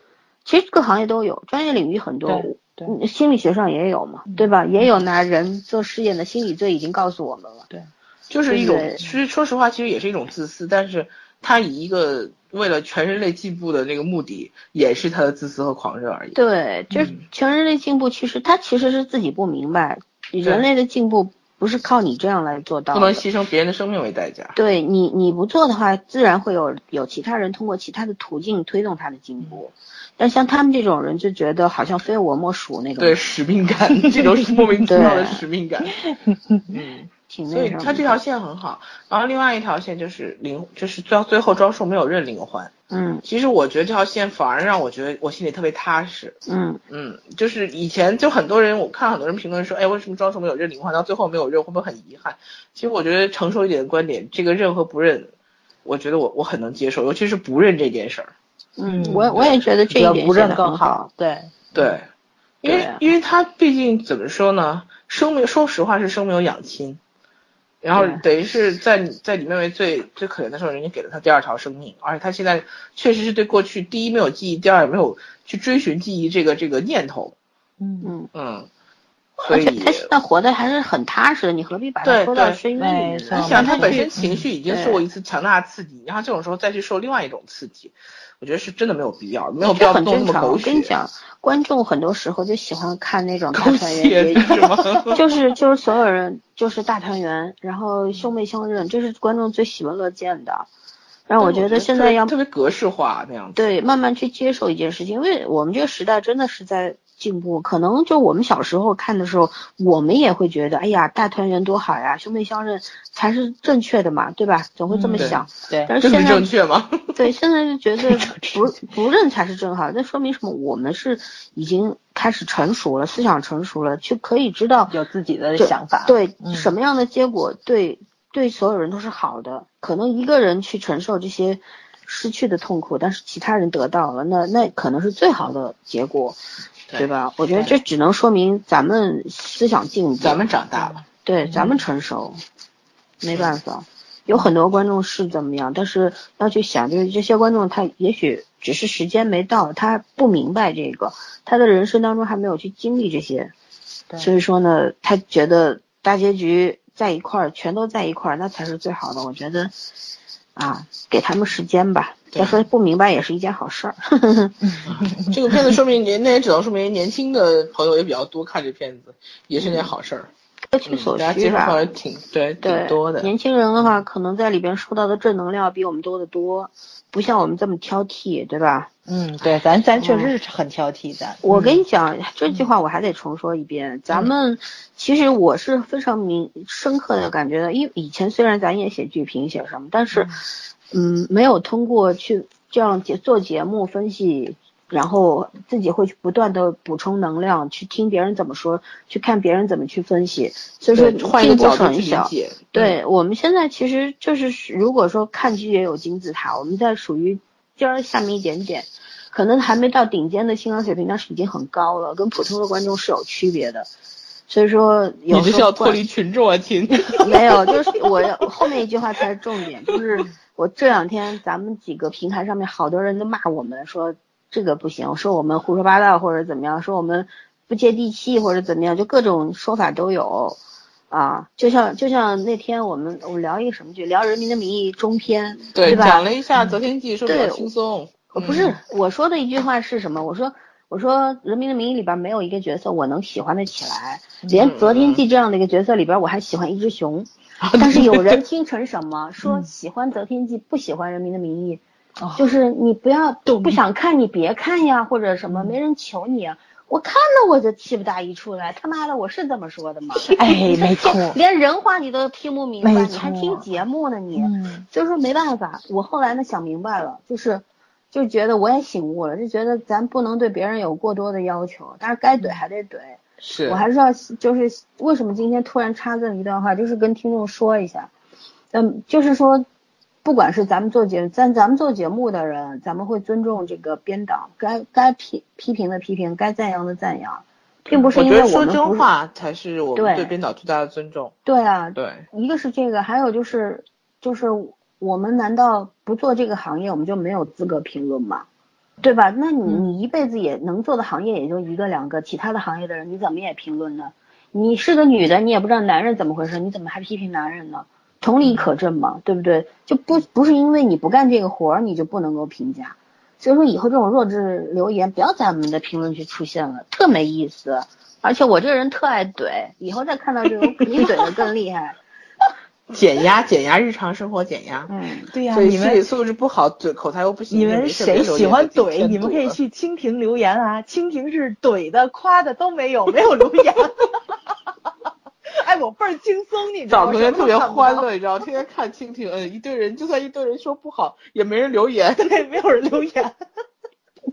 [SPEAKER 2] 其实各行业都有，专业领域很多
[SPEAKER 3] 对，对
[SPEAKER 2] 嗯心理学上也有嘛，
[SPEAKER 1] 嗯
[SPEAKER 2] 对吧？也有拿人做试验的心理罪已经告诉我们了，
[SPEAKER 3] 对，
[SPEAKER 1] 就是一种
[SPEAKER 2] 对，
[SPEAKER 1] 其实说实话，其实也是一种自私，但是他以一个为了全人类进步的那个目的，掩饰他的自私和狂热而已。
[SPEAKER 2] 对，就是
[SPEAKER 1] 嗯
[SPEAKER 2] 全人类进步，其实他其实是自己不明白，人类的进步不是靠你这样来做到
[SPEAKER 1] 不能
[SPEAKER 2] 的。
[SPEAKER 1] 牺牲别人的生命为代价。
[SPEAKER 2] 对你，你不做的话，自然会有有其他人通过其他的途径推动他的进步。
[SPEAKER 1] 嗯
[SPEAKER 2] 但像他们这种人，就觉得好像非我莫属那种，
[SPEAKER 1] 对使命感，这种是莫名其妙的
[SPEAKER 2] 对
[SPEAKER 1] 使命感。嗯，
[SPEAKER 2] 挺
[SPEAKER 1] 所
[SPEAKER 2] 那
[SPEAKER 1] 以
[SPEAKER 2] 什么的。
[SPEAKER 1] 他这条线很好。然后另外一条线就是林，就是到最后庄树没有认林欢。
[SPEAKER 2] 嗯
[SPEAKER 1] 其实我觉得这条线反而让我觉得我心里特别踏实。
[SPEAKER 2] 嗯
[SPEAKER 1] 嗯，就是以前就很多人，我看很多人评论说，哎，为什么庄树没有认林欢，到最后没有认，会不会很遗憾？其实我觉得成熟一点的观点，这个认和不认，我觉得我我很能接受，尤其是不认这件事儿。
[SPEAKER 2] 嗯，
[SPEAKER 3] 嗯
[SPEAKER 2] 我我也觉得这一
[SPEAKER 3] 要
[SPEAKER 2] 点
[SPEAKER 3] 不
[SPEAKER 2] 写
[SPEAKER 3] 认
[SPEAKER 2] 得
[SPEAKER 3] 更
[SPEAKER 2] 很
[SPEAKER 3] 好
[SPEAKER 2] 好。
[SPEAKER 3] 对，
[SPEAKER 1] 对，因
[SPEAKER 2] 对
[SPEAKER 1] 为
[SPEAKER 2] 啊
[SPEAKER 1] 因为他毕竟怎么说呢，生没说实话是生没有养亲，然后
[SPEAKER 2] 对啊
[SPEAKER 1] 等于是在你在你妹妹最最可怜的时候，人家给了她第二条生命，而且她现在确实是对过去第一没有记忆，第二也没有去追寻记忆这个这个念头，
[SPEAKER 3] 嗯
[SPEAKER 2] 嗯，
[SPEAKER 1] 嗯，所
[SPEAKER 2] 而且
[SPEAKER 1] 以
[SPEAKER 2] 他现在活得还是很踏实的，你何必把他
[SPEAKER 1] 对
[SPEAKER 2] 拖到
[SPEAKER 1] 对
[SPEAKER 2] 深
[SPEAKER 3] 没
[SPEAKER 2] 渊里
[SPEAKER 3] 错
[SPEAKER 2] 呢？
[SPEAKER 1] 你
[SPEAKER 3] 嗯
[SPEAKER 1] 想，他
[SPEAKER 3] 嗯
[SPEAKER 1] 本身情绪已经
[SPEAKER 2] 对
[SPEAKER 1] 受过一次强大的刺激，然后这种时候再去受另外一种刺激，我觉得是真的没有必要，没有必
[SPEAKER 2] 这
[SPEAKER 1] 要
[SPEAKER 2] 很
[SPEAKER 1] 弄那
[SPEAKER 2] 正
[SPEAKER 1] 么
[SPEAKER 2] 常。
[SPEAKER 1] 狗
[SPEAKER 2] 我
[SPEAKER 1] 血
[SPEAKER 2] 跟你，讲，观众很多时候就喜欢看那种大
[SPEAKER 1] 狗
[SPEAKER 2] 团
[SPEAKER 1] 血
[SPEAKER 2] 圆结局。
[SPEAKER 1] 是吗？
[SPEAKER 2] 就是就是所有人就是大团圆，然后兄妹相认，这是观众最喜闻乐见的。但 我觉得现在要
[SPEAKER 1] 特别特别格式化那样子。
[SPEAKER 2] 对慢慢去接受一件事情，因为我们这个时代真的是在进步。可能就我们小时候看的时候，我们也会觉得，哎呀，大团圆多好呀，兄妹相认才是正确的嘛，对吧？总会这么
[SPEAKER 3] 嗯对
[SPEAKER 2] 想。
[SPEAKER 3] 对，
[SPEAKER 2] 但是
[SPEAKER 1] 这
[SPEAKER 2] 现
[SPEAKER 1] 是
[SPEAKER 2] 在
[SPEAKER 1] 正确吗？
[SPEAKER 2] 对，现在就觉得
[SPEAKER 3] 这
[SPEAKER 2] 不不认才是正好，那说明什么？我们是已经开始成熟了，思想成熟了，就可以知道
[SPEAKER 3] 有自己的
[SPEAKER 2] 对
[SPEAKER 3] 想法。
[SPEAKER 2] 对
[SPEAKER 3] 嗯
[SPEAKER 2] 什么样的结果对对所有人都是好的。可能一个人去承受这些失去的痛苦，但是其他人得到了，那那可能是最好的结果，
[SPEAKER 1] 对
[SPEAKER 2] 对吧？我觉得这只能说明咱们思想进步，嗯
[SPEAKER 1] 咱们长大了，
[SPEAKER 2] 对，咱们成熟，没办法。有很多观众是怎么样，但是要去想，就是这些观众他也许只是时间没到，他不明白这个，他的人生当中还没有去经历这些，
[SPEAKER 3] 对
[SPEAKER 2] 所以说呢，他觉得大结局在一块儿，全都在一块儿，那才是最好的。我觉得，啊，给他们时间吧。
[SPEAKER 1] 对
[SPEAKER 2] 再说不明白也是一件好事儿。
[SPEAKER 1] 这个片子说明年，那也只能说明年轻的朋友也比较多看这片子，也是件好事儿。
[SPEAKER 2] 各取
[SPEAKER 1] 嗯
[SPEAKER 2] 所
[SPEAKER 1] 大家
[SPEAKER 2] 需
[SPEAKER 1] 接受
[SPEAKER 2] 吧。
[SPEAKER 1] 范围挺对，挺
[SPEAKER 2] 对，
[SPEAKER 1] 多的。
[SPEAKER 2] 年轻人的话，可能在里边受到的正能量比我们多得多，不像我们这么挑剔，对吧？
[SPEAKER 3] 嗯，对，咱咱确实是很挑剔的。嗯
[SPEAKER 2] 我跟你
[SPEAKER 1] 嗯
[SPEAKER 2] 讲，这句话我还得重说一遍。咱们其实我是非常明深刻的感觉到，因为以前虽然咱也写剧评写什么，但是，嗯，没有通过去这样节做节目分析，然后自己会去不断的补充能量，去听别人怎么说，去看别人怎么去分析，所以说
[SPEAKER 1] 对换一个
[SPEAKER 2] 进步
[SPEAKER 1] 角
[SPEAKER 2] 是
[SPEAKER 1] 度去理
[SPEAKER 2] 很小。
[SPEAKER 1] 解，嗯，
[SPEAKER 2] 对我们现在其实就是，如果说看剧也有金字塔，我们在属于尖儿下面一点点，可能还没到顶尖的欣赏水平，但是已经很高了，跟普通的观众是有区别的。所以说有
[SPEAKER 1] 你这
[SPEAKER 2] 时
[SPEAKER 1] 是
[SPEAKER 2] 候
[SPEAKER 1] 要脱离群众啊， 亲。
[SPEAKER 2] 观没有，就是我要后面一句话才是重点，就是我这两天咱们几个平台上面好多人都骂我们说这个不行，说我们胡说八道或者怎么样，说我们不接地气或者怎么样，就各种说法都有。啊，就像就像那天我们我们聊一个什么剧，聊《人民的名义》中篇，
[SPEAKER 1] 对，
[SPEAKER 2] 吧？嗯
[SPEAKER 1] 讲了一下择天记，说比较
[SPEAKER 2] 对
[SPEAKER 1] 轻松。嗯
[SPEAKER 2] 我呃不
[SPEAKER 3] 嗯
[SPEAKER 2] 是我说的一句话是什么？我说我说《人民的名义》里边没有一个角色我能喜欢的起来，
[SPEAKER 3] 嗯
[SPEAKER 2] 连《择天记》这样的一个角色里边我还喜欢一只熊，
[SPEAKER 3] 啊
[SPEAKER 2] 但是有人听成什
[SPEAKER 3] 嗯
[SPEAKER 2] 么说喜欢《择天记》不喜欢《人民的名义》
[SPEAKER 3] 哦
[SPEAKER 2] 就是你不要
[SPEAKER 3] 懂
[SPEAKER 2] 不想看你别看呀，或者什么
[SPEAKER 3] 嗯
[SPEAKER 2] 没人求你啊。我看了我就气不打一处来，他妈的我是这么说的吗？
[SPEAKER 3] 哎，没错，
[SPEAKER 2] 连人话你都听不明白，
[SPEAKER 3] 没
[SPEAKER 2] 你还
[SPEAKER 3] 错
[SPEAKER 2] 听节目呢你？
[SPEAKER 3] 嗯，
[SPEAKER 2] 就是说没办法，我后来呢想明白了，就是就觉得我也醒悟了，就觉得咱不能对别人有过多的要求，但是该怼还得怼。
[SPEAKER 1] 是，
[SPEAKER 2] 我还是要就是为什么今天突然插这么一段话，就是跟听众说一下，嗯，就是说，不管是咱们做节咱咱们做节目的人，咱们会尊重这个编导，该该批批评的批评，该赞扬的赞扬，并不是
[SPEAKER 1] 我
[SPEAKER 2] 因
[SPEAKER 1] 觉
[SPEAKER 2] 为
[SPEAKER 1] 得
[SPEAKER 2] 我
[SPEAKER 1] 说
[SPEAKER 2] 们不
[SPEAKER 1] 真
[SPEAKER 2] 是
[SPEAKER 1] 话才是我们
[SPEAKER 2] 对
[SPEAKER 1] 对编导最大的尊重。
[SPEAKER 2] 对啊，
[SPEAKER 1] 对，
[SPEAKER 2] 一个是这个，还有就是就是我们难道不做这个行业，我们就没有资格评论吗？对吧？那你
[SPEAKER 3] 嗯
[SPEAKER 2] 你一辈子也能做的行业也就一个两个，其他的行业的人你怎么也评论呢？你是个女的，你也不知道男人怎么回事，你怎么还批评男人呢？同理可证嘛，对不对？就不不是因为你不干这个活儿，你就不能够评价。所以说以后这种弱智留言不要在我们的评论区出现了，特没意思。而且我这人特爱怼，以后再看到 这个，我肯定怼得更厉害。
[SPEAKER 1] 减压，减压，日常生活减压。
[SPEAKER 2] 嗯，
[SPEAKER 3] 对呀，
[SPEAKER 1] 所以
[SPEAKER 3] 你
[SPEAKER 1] 心
[SPEAKER 3] 们
[SPEAKER 1] 理素质不好，嘴口才又不行。
[SPEAKER 3] 你们
[SPEAKER 1] 没事别
[SPEAKER 3] 谁
[SPEAKER 1] 留
[SPEAKER 3] 喜
[SPEAKER 1] 言
[SPEAKER 3] 欢
[SPEAKER 1] 就自己
[SPEAKER 3] 怼，
[SPEAKER 1] 先
[SPEAKER 3] 你们
[SPEAKER 1] 怼
[SPEAKER 3] 可以
[SPEAKER 1] 了
[SPEAKER 3] 去蜻蜓留言啊。蜻蜓是怼的、夸的都没有，没 有留言。哎，我倍儿轻松，你知道
[SPEAKER 1] 找
[SPEAKER 3] 吗？
[SPEAKER 1] 同学特别欢
[SPEAKER 3] 欢乐，
[SPEAKER 1] 乐，你知道，天天看蜻蜓，嗯，一堆人，就算一堆人说不好，也没人留言。
[SPEAKER 3] 对，没有人留言。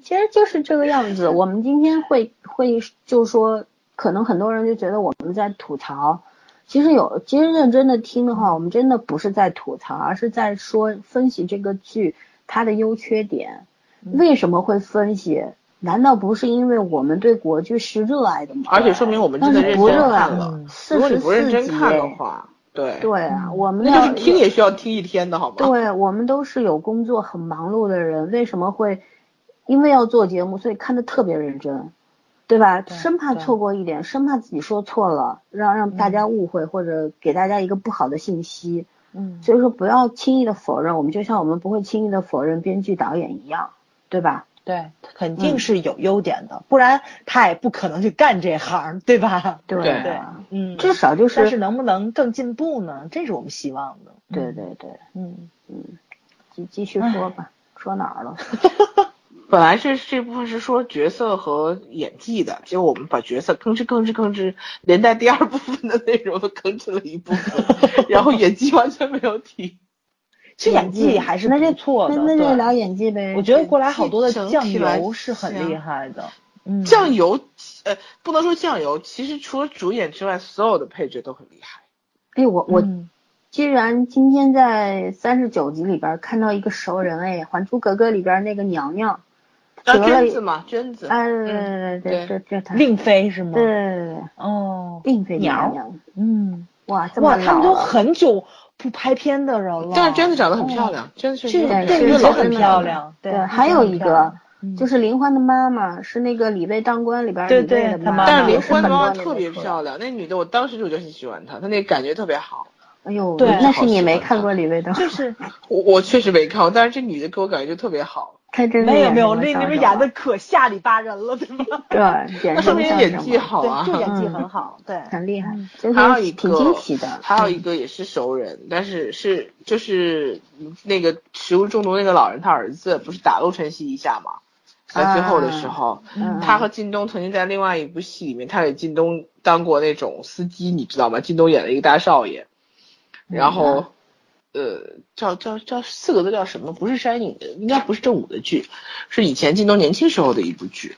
[SPEAKER 2] 其实就是这个样子。我们今天会会就说，可能很多人就觉得我们在吐槽，其实有，其实认真的听的话，我们真的不是在吐槽，而是在说分析这个剧它的优缺点，
[SPEAKER 1] 嗯
[SPEAKER 2] 为什么会分析？难道不是因为我们对国剧是热爱的吗？
[SPEAKER 1] 而且说明我们真的
[SPEAKER 2] 但是
[SPEAKER 1] 认
[SPEAKER 2] 不
[SPEAKER 1] 真
[SPEAKER 2] 热爱
[SPEAKER 1] 看了。，
[SPEAKER 2] 四
[SPEAKER 1] 如果你
[SPEAKER 2] 十
[SPEAKER 1] 不认
[SPEAKER 2] 四
[SPEAKER 1] 真
[SPEAKER 2] 集，
[SPEAKER 1] 看的话，对，
[SPEAKER 2] 对啊，我们
[SPEAKER 1] 那就
[SPEAKER 2] 要
[SPEAKER 1] 是听也需要听一天的好吗？
[SPEAKER 2] 对我们都是有工作很忙碌的人，为什么会因为要做节目，所以看得特别认真，对吧？生怕
[SPEAKER 3] 对
[SPEAKER 2] 错过一点，生怕自己说错了，让让大家误会、或者给大家一个不好的信息。
[SPEAKER 3] 嗯
[SPEAKER 2] 所以说不要轻易的否认，我们就像我们不会轻易的否认编剧导演一样，对吧？
[SPEAKER 3] 对，他肯定是有优点
[SPEAKER 2] 嗯
[SPEAKER 3] 的，不然他也不可能去干这行，对吧？
[SPEAKER 2] 对
[SPEAKER 1] 对
[SPEAKER 2] 啊
[SPEAKER 3] 对嗯，
[SPEAKER 2] 至少就
[SPEAKER 3] 但
[SPEAKER 2] 是
[SPEAKER 3] 是能不能更进步呢？这是我们希望的。
[SPEAKER 2] 对对对，
[SPEAKER 3] 嗯，
[SPEAKER 2] 继继续说吧，说哪儿了？
[SPEAKER 1] 本来这这部分是说角色和演技的，结果我们把角色吭哧吭哧吭哧，连带第二部分的内容都吭哧了一部分， 然后演技完全没有提。
[SPEAKER 3] 其实演技还是不错的，
[SPEAKER 2] 嗯那那就
[SPEAKER 3] 对
[SPEAKER 2] 聊演技呗。
[SPEAKER 3] 我觉得过来好多的
[SPEAKER 1] 整体
[SPEAKER 3] 酱
[SPEAKER 1] 来
[SPEAKER 3] 油是很厉害的，嗯，
[SPEAKER 1] 酱油，呃，不能说酱油，其实除了主演之外，所有的配角都很厉害。
[SPEAKER 2] 哎，我我
[SPEAKER 3] 嗯
[SPEAKER 2] 居然今天在三十九集里边看到一个熟人，哎，《还珠格格》里边那个娘娘，
[SPEAKER 1] 啊，
[SPEAKER 2] 得了
[SPEAKER 1] 娟
[SPEAKER 2] 一
[SPEAKER 1] 子嘛，娟子，
[SPEAKER 2] 哎，对对
[SPEAKER 1] 对
[SPEAKER 2] 对对，这她，对
[SPEAKER 3] 令妃是吗？
[SPEAKER 2] 对，对对
[SPEAKER 3] 哦，
[SPEAKER 2] 并非
[SPEAKER 3] 鸟
[SPEAKER 2] 娘娘，
[SPEAKER 3] 嗯，
[SPEAKER 2] 哇，这么
[SPEAKER 3] 哇，他们
[SPEAKER 2] 老了
[SPEAKER 3] 都很久不拍片的人了，
[SPEAKER 1] 但是娟子长得很漂亮，娟子确实很
[SPEAKER 3] 是
[SPEAKER 2] 哦对
[SPEAKER 1] 漂亮
[SPEAKER 3] 对
[SPEAKER 2] 是
[SPEAKER 3] 一直
[SPEAKER 2] 真
[SPEAKER 3] 很
[SPEAKER 2] 的
[SPEAKER 3] 漂亮对
[SPEAKER 2] 对，
[SPEAKER 3] 一直
[SPEAKER 2] 还有
[SPEAKER 3] 很
[SPEAKER 2] 一
[SPEAKER 3] 漂亮
[SPEAKER 2] 个
[SPEAKER 3] 嗯
[SPEAKER 2] 就是林欢的妈妈，是那个李卫当官里边
[SPEAKER 3] 对
[SPEAKER 2] 李卫的
[SPEAKER 3] 对她
[SPEAKER 2] 妈
[SPEAKER 3] 妈
[SPEAKER 1] 但是
[SPEAKER 3] 妈
[SPEAKER 1] 林
[SPEAKER 2] 也嗯是
[SPEAKER 1] 欢
[SPEAKER 2] 很
[SPEAKER 1] 的妈
[SPEAKER 2] 多
[SPEAKER 1] 妈
[SPEAKER 2] 年
[SPEAKER 1] 特
[SPEAKER 2] 没
[SPEAKER 1] 别
[SPEAKER 2] 出来
[SPEAKER 1] 漂亮，那女的我当时就就很喜欢她，她那感觉特别好。
[SPEAKER 2] 哎呦，
[SPEAKER 3] 对
[SPEAKER 2] 那是你没看过李卫的，
[SPEAKER 3] 就是
[SPEAKER 1] 我我确实没看过，但是这女的给我感觉就特别好，
[SPEAKER 2] 他真的
[SPEAKER 3] 没有
[SPEAKER 2] 演
[SPEAKER 3] 没有，
[SPEAKER 2] 什么
[SPEAKER 3] 那
[SPEAKER 2] 小
[SPEAKER 3] 你们
[SPEAKER 2] 丑
[SPEAKER 3] 演的
[SPEAKER 2] 了
[SPEAKER 3] 可下里巴人了，对吗？
[SPEAKER 2] 对，简
[SPEAKER 1] 那
[SPEAKER 2] 直
[SPEAKER 1] 说明
[SPEAKER 2] 像
[SPEAKER 1] 演
[SPEAKER 2] 什
[SPEAKER 1] 技
[SPEAKER 2] 么
[SPEAKER 1] 好啊
[SPEAKER 3] 对，。就演 技
[SPEAKER 2] 嗯
[SPEAKER 3] 很好，对，
[SPEAKER 2] 很厉害
[SPEAKER 3] 嗯，
[SPEAKER 2] 就是
[SPEAKER 1] 还有一
[SPEAKER 2] 挺
[SPEAKER 1] 个
[SPEAKER 2] 惊奇的。嗯
[SPEAKER 1] 还有一个也是熟人，但是是就是那个食物中毒那个老人他儿子不是打陆晨曦一下嘛，在最后的时候，
[SPEAKER 2] 嗯
[SPEAKER 1] 他和靳东曾经在另外一部戏里面，他给靳东当过那种司机，你知道吗？靳东演了一个大少爷，然后。呃，叫叫叫四个字叫什么？不是山影的，应该不是正午的剧，是以前靳东年轻时候的一部剧。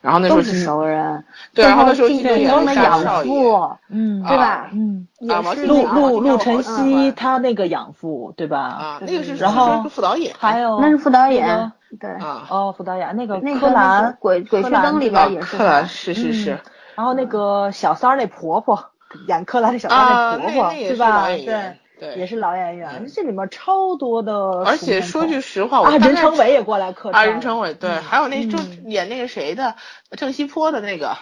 [SPEAKER 1] 然后那时候
[SPEAKER 2] 都是
[SPEAKER 1] 靳
[SPEAKER 2] 熟人，
[SPEAKER 1] 对，然后那时候
[SPEAKER 2] 靳
[SPEAKER 1] 靳东演
[SPEAKER 2] 东
[SPEAKER 1] 了
[SPEAKER 2] 的
[SPEAKER 1] 一个大
[SPEAKER 2] 养
[SPEAKER 1] 少爷，
[SPEAKER 2] 父，
[SPEAKER 3] 嗯
[SPEAKER 2] 对吧？
[SPEAKER 3] 嗯，
[SPEAKER 1] 啊
[SPEAKER 2] 也
[SPEAKER 1] 王
[SPEAKER 2] 是
[SPEAKER 1] 迅
[SPEAKER 3] 陆
[SPEAKER 1] 啊
[SPEAKER 3] 陆陆晨
[SPEAKER 1] 嗯
[SPEAKER 3] 曦他那个养父对吧？
[SPEAKER 1] 啊，那个是
[SPEAKER 3] 嗯然后
[SPEAKER 1] 是个副导演，
[SPEAKER 3] 还有
[SPEAKER 2] 那是副导演
[SPEAKER 3] 那，
[SPEAKER 2] 对，
[SPEAKER 1] 啊，
[SPEAKER 3] 哦，副导演那个
[SPEAKER 2] 那个
[SPEAKER 3] 柯
[SPEAKER 2] 那
[SPEAKER 3] 蓝
[SPEAKER 2] 个，鬼鬼
[SPEAKER 3] 柯
[SPEAKER 2] 吹
[SPEAKER 3] 蓝
[SPEAKER 2] 灯里
[SPEAKER 3] 对
[SPEAKER 2] 边
[SPEAKER 1] 啊
[SPEAKER 2] 也是
[SPEAKER 1] 柯
[SPEAKER 2] 他
[SPEAKER 1] 蓝，是是是
[SPEAKER 3] 嗯，然后那个小三儿那婆婆演柯蓝嗯那小三
[SPEAKER 1] 啊，
[SPEAKER 3] 儿
[SPEAKER 1] 那
[SPEAKER 3] 婆婆
[SPEAKER 1] 那也
[SPEAKER 3] 对
[SPEAKER 1] 是老
[SPEAKER 3] 吧？
[SPEAKER 1] 演员
[SPEAKER 3] 对。，
[SPEAKER 1] 对，
[SPEAKER 3] 也是老演员
[SPEAKER 1] 嗯，
[SPEAKER 3] 这里面超多的熟面孔。
[SPEAKER 1] 而且说句实话，我
[SPEAKER 3] 啊，
[SPEAKER 1] 大
[SPEAKER 3] 任
[SPEAKER 1] 概
[SPEAKER 3] 成伟也过来客串
[SPEAKER 1] 啊，
[SPEAKER 3] 了，嗯
[SPEAKER 1] 任成伟对，还有那郑演那个谁的郑西坡的那个，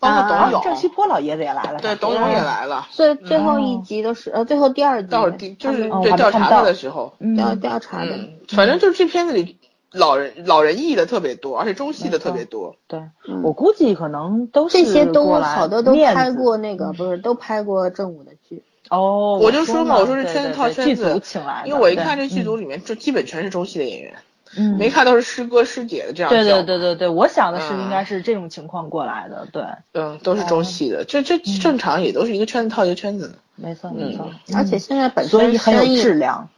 [SPEAKER 1] 包括
[SPEAKER 2] 啊
[SPEAKER 1] 董
[SPEAKER 3] 啊，郑西
[SPEAKER 1] 永，
[SPEAKER 3] 坡老啊爷子也来了，
[SPEAKER 1] 对，董永也来了，
[SPEAKER 2] 最最后一
[SPEAKER 3] 哦
[SPEAKER 2] 集的时，呃，最后第二集，
[SPEAKER 1] 到底就是
[SPEAKER 2] 他们
[SPEAKER 3] 哦
[SPEAKER 1] 对
[SPEAKER 3] 我还没
[SPEAKER 1] 调
[SPEAKER 3] 看
[SPEAKER 1] 查
[SPEAKER 3] 到
[SPEAKER 1] 他的时候，
[SPEAKER 3] 嗯，
[SPEAKER 2] 调调查的，
[SPEAKER 1] 嗯，反正就是这片子里老人老人艺的特别多，而且中戏的特别多，
[SPEAKER 3] 对，
[SPEAKER 2] 嗯
[SPEAKER 3] 我估计可能都是
[SPEAKER 2] 这些都
[SPEAKER 3] 过来
[SPEAKER 2] 好多都
[SPEAKER 3] 面
[SPEAKER 2] 拍
[SPEAKER 3] 子
[SPEAKER 2] 过那个，不是都拍过正午的剧，
[SPEAKER 3] 哦，
[SPEAKER 1] 我就说嘛，我
[SPEAKER 3] 我
[SPEAKER 1] 说是
[SPEAKER 3] 对
[SPEAKER 1] 圈
[SPEAKER 3] 对
[SPEAKER 1] 子套
[SPEAKER 3] 对
[SPEAKER 1] 圈
[SPEAKER 3] 剧
[SPEAKER 1] 子
[SPEAKER 3] 组请来的，
[SPEAKER 1] 因为我一
[SPEAKER 3] 对
[SPEAKER 1] 看这剧组，里面，这基本全是中戏的演员，
[SPEAKER 3] 嗯，
[SPEAKER 1] 没看都是师哥师姐的这样
[SPEAKER 3] 对对
[SPEAKER 1] 叫
[SPEAKER 3] 对对对，我想的是
[SPEAKER 1] 嗯
[SPEAKER 3] 应该是这种情况过来的，对，
[SPEAKER 1] 嗯，都是中戏的，这这
[SPEAKER 3] 嗯
[SPEAKER 1] 正常也都是一个圈子套一个圈子的。
[SPEAKER 3] 没错没错，
[SPEAKER 1] 嗯
[SPEAKER 2] 而且现在本身
[SPEAKER 3] 嗯所以很有
[SPEAKER 2] 生意
[SPEAKER 3] 质量，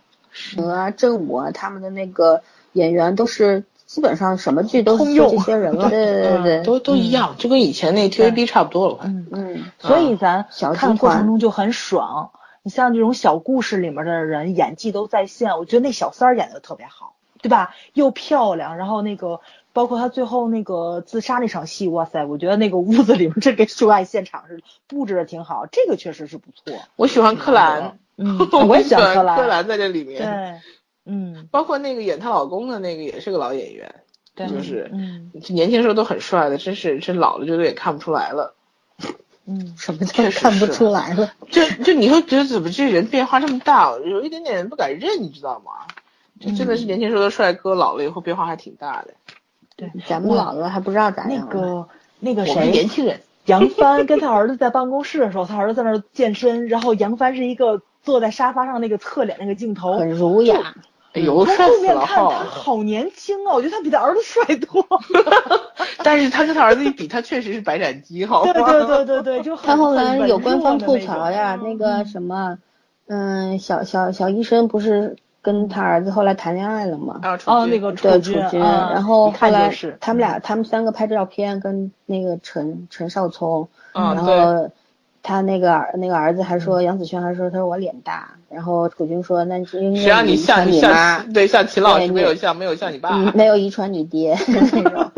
[SPEAKER 2] 啊、正午啊，他们的那个演员都是基本上什么剧都是就
[SPEAKER 3] 通用
[SPEAKER 2] 这些人了，对对对对，
[SPEAKER 1] 嗯都都一样，就跟以前那 TVB 差不多了。
[SPEAKER 3] 嗯，
[SPEAKER 2] 嗯，
[SPEAKER 3] 所以咱
[SPEAKER 2] 小
[SPEAKER 3] 看的
[SPEAKER 2] 集
[SPEAKER 3] 过程
[SPEAKER 2] 团
[SPEAKER 3] 中就很爽。你像这种小故事里面的人，演技都在线，我觉得那小三儿演的特别好，对吧？又漂亮，然后那个包括他最后那个自杀那场戏，哇塞，我觉得那个屋子里面这个凶案现场是布置的挺好，这个确实是不错。
[SPEAKER 1] 我喜欢柯蓝，
[SPEAKER 3] 嗯
[SPEAKER 1] 我
[SPEAKER 3] 我也喜欢柯
[SPEAKER 1] 蓝，柯
[SPEAKER 3] 蓝，
[SPEAKER 1] 蓝在这里
[SPEAKER 3] 对
[SPEAKER 1] 面，，
[SPEAKER 3] 嗯，
[SPEAKER 1] 包括那个演她老公的那个也是个老演员，
[SPEAKER 3] 对，
[SPEAKER 1] 就是
[SPEAKER 3] 嗯
[SPEAKER 1] 年轻时候都很帅的，真是这老了就有点看不出来了。
[SPEAKER 3] 嗯，
[SPEAKER 2] 什么叫
[SPEAKER 1] 确实
[SPEAKER 2] 看不
[SPEAKER 1] 是
[SPEAKER 2] 出来了？
[SPEAKER 1] 就就你会觉得怎么这人变化这么大，有一点点不敢认，你知道吗？就真
[SPEAKER 3] 嗯
[SPEAKER 1] 的是年轻时候的帅哥，老了以后变化还挺大的。
[SPEAKER 2] 咱们老了还不知道咋
[SPEAKER 3] 那
[SPEAKER 2] 样呢。
[SPEAKER 3] 个那个
[SPEAKER 1] 我们
[SPEAKER 3] 谁
[SPEAKER 1] 年，轻人，
[SPEAKER 3] 杨帆跟他儿子在办公室的时候，他儿子在那儿健身，然后杨帆是一个坐在沙发上那个侧脸那个镜头，
[SPEAKER 2] 很儒雅，
[SPEAKER 1] 哎呦，
[SPEAKER 3] 从
[SPEAKER 1] 帅
[SPEAKER 3] 后
[SPEAKER 1] 死
[SPEAKER 3] 面
[SPEAKER 1] 了
[SPEAKER 3] 看他
[SPEAKER 1] 哈！
[SPEAKER 3] 好年轻啊，我觉得他比他儿子帅多。
[SPEAKER 1] 但是他跟他儿子一比，他确实是白斩鸡哈。
[SPEAKER 3] 对对对对对，就很
[SPEAKER 2] 他后来
[SPEAKER 3] 很
[SPEAKER 2] 有官方
[SPEAKER 3] 稳重
[SPEAKER 2] 吐
[SPEAKER 3] 的
[SPEAKER 2] 槽呀，
[SPEAKER 3] 种
[SPEAKER 2] 那
[SPEAKER 3] 嗯
[SPEAKER 2] 个什么，嗯，小小小医生不是跟他儿子后来谈恋爱了吗？
[SPEAKER 1] 啊，楚
[SPEAKER 3] 哦，
[SPEAKER 1] 军
[SPEAKER 3] 那个
[SPEAKER 2] 对，楚
[SPEAKER 3] 楚君，
[SPEAKER 2] 君，
[SPEAKER 3] 啊
[SPEAKER 2] 然后后
[SPEAKER 3] 一看
[SPEAKER 2] 来
[SPEAKER 3] 就是嗯
[SPEAKER 2] 他们俩他们三个拍照片，跟那个陈陈少聪，
[SPEAKER 1] 啊，
[SPEAKER 2] 然
[SPEAKER 1] 对，
[SPEAKER 2] 后他那个儿那个儿子还
[SPEAKER 3] 嗯
[SPEAKER 2] 说，杨子轩还说他说我脸大，然后楚军说那是因为
[SPEAKER 1] 谁让你
[SPEAKER 2] 遗
[SPEAKER 1] 像
[SPEAKER 2] 传
[SPEAKER 1] 你
[SPEAKER 2] 你妈
[SPEAKER 1] 像，对像秦老师
[SPEAKER 3] 哎
[SPEAKER 2] 对
[SPEAKER 1] 没有
[SPEAKER 2] 你
[SPEAKER 1] 像没有像你爸，
[SPEAKER 2] 嗯，没有遗传你 爹那种，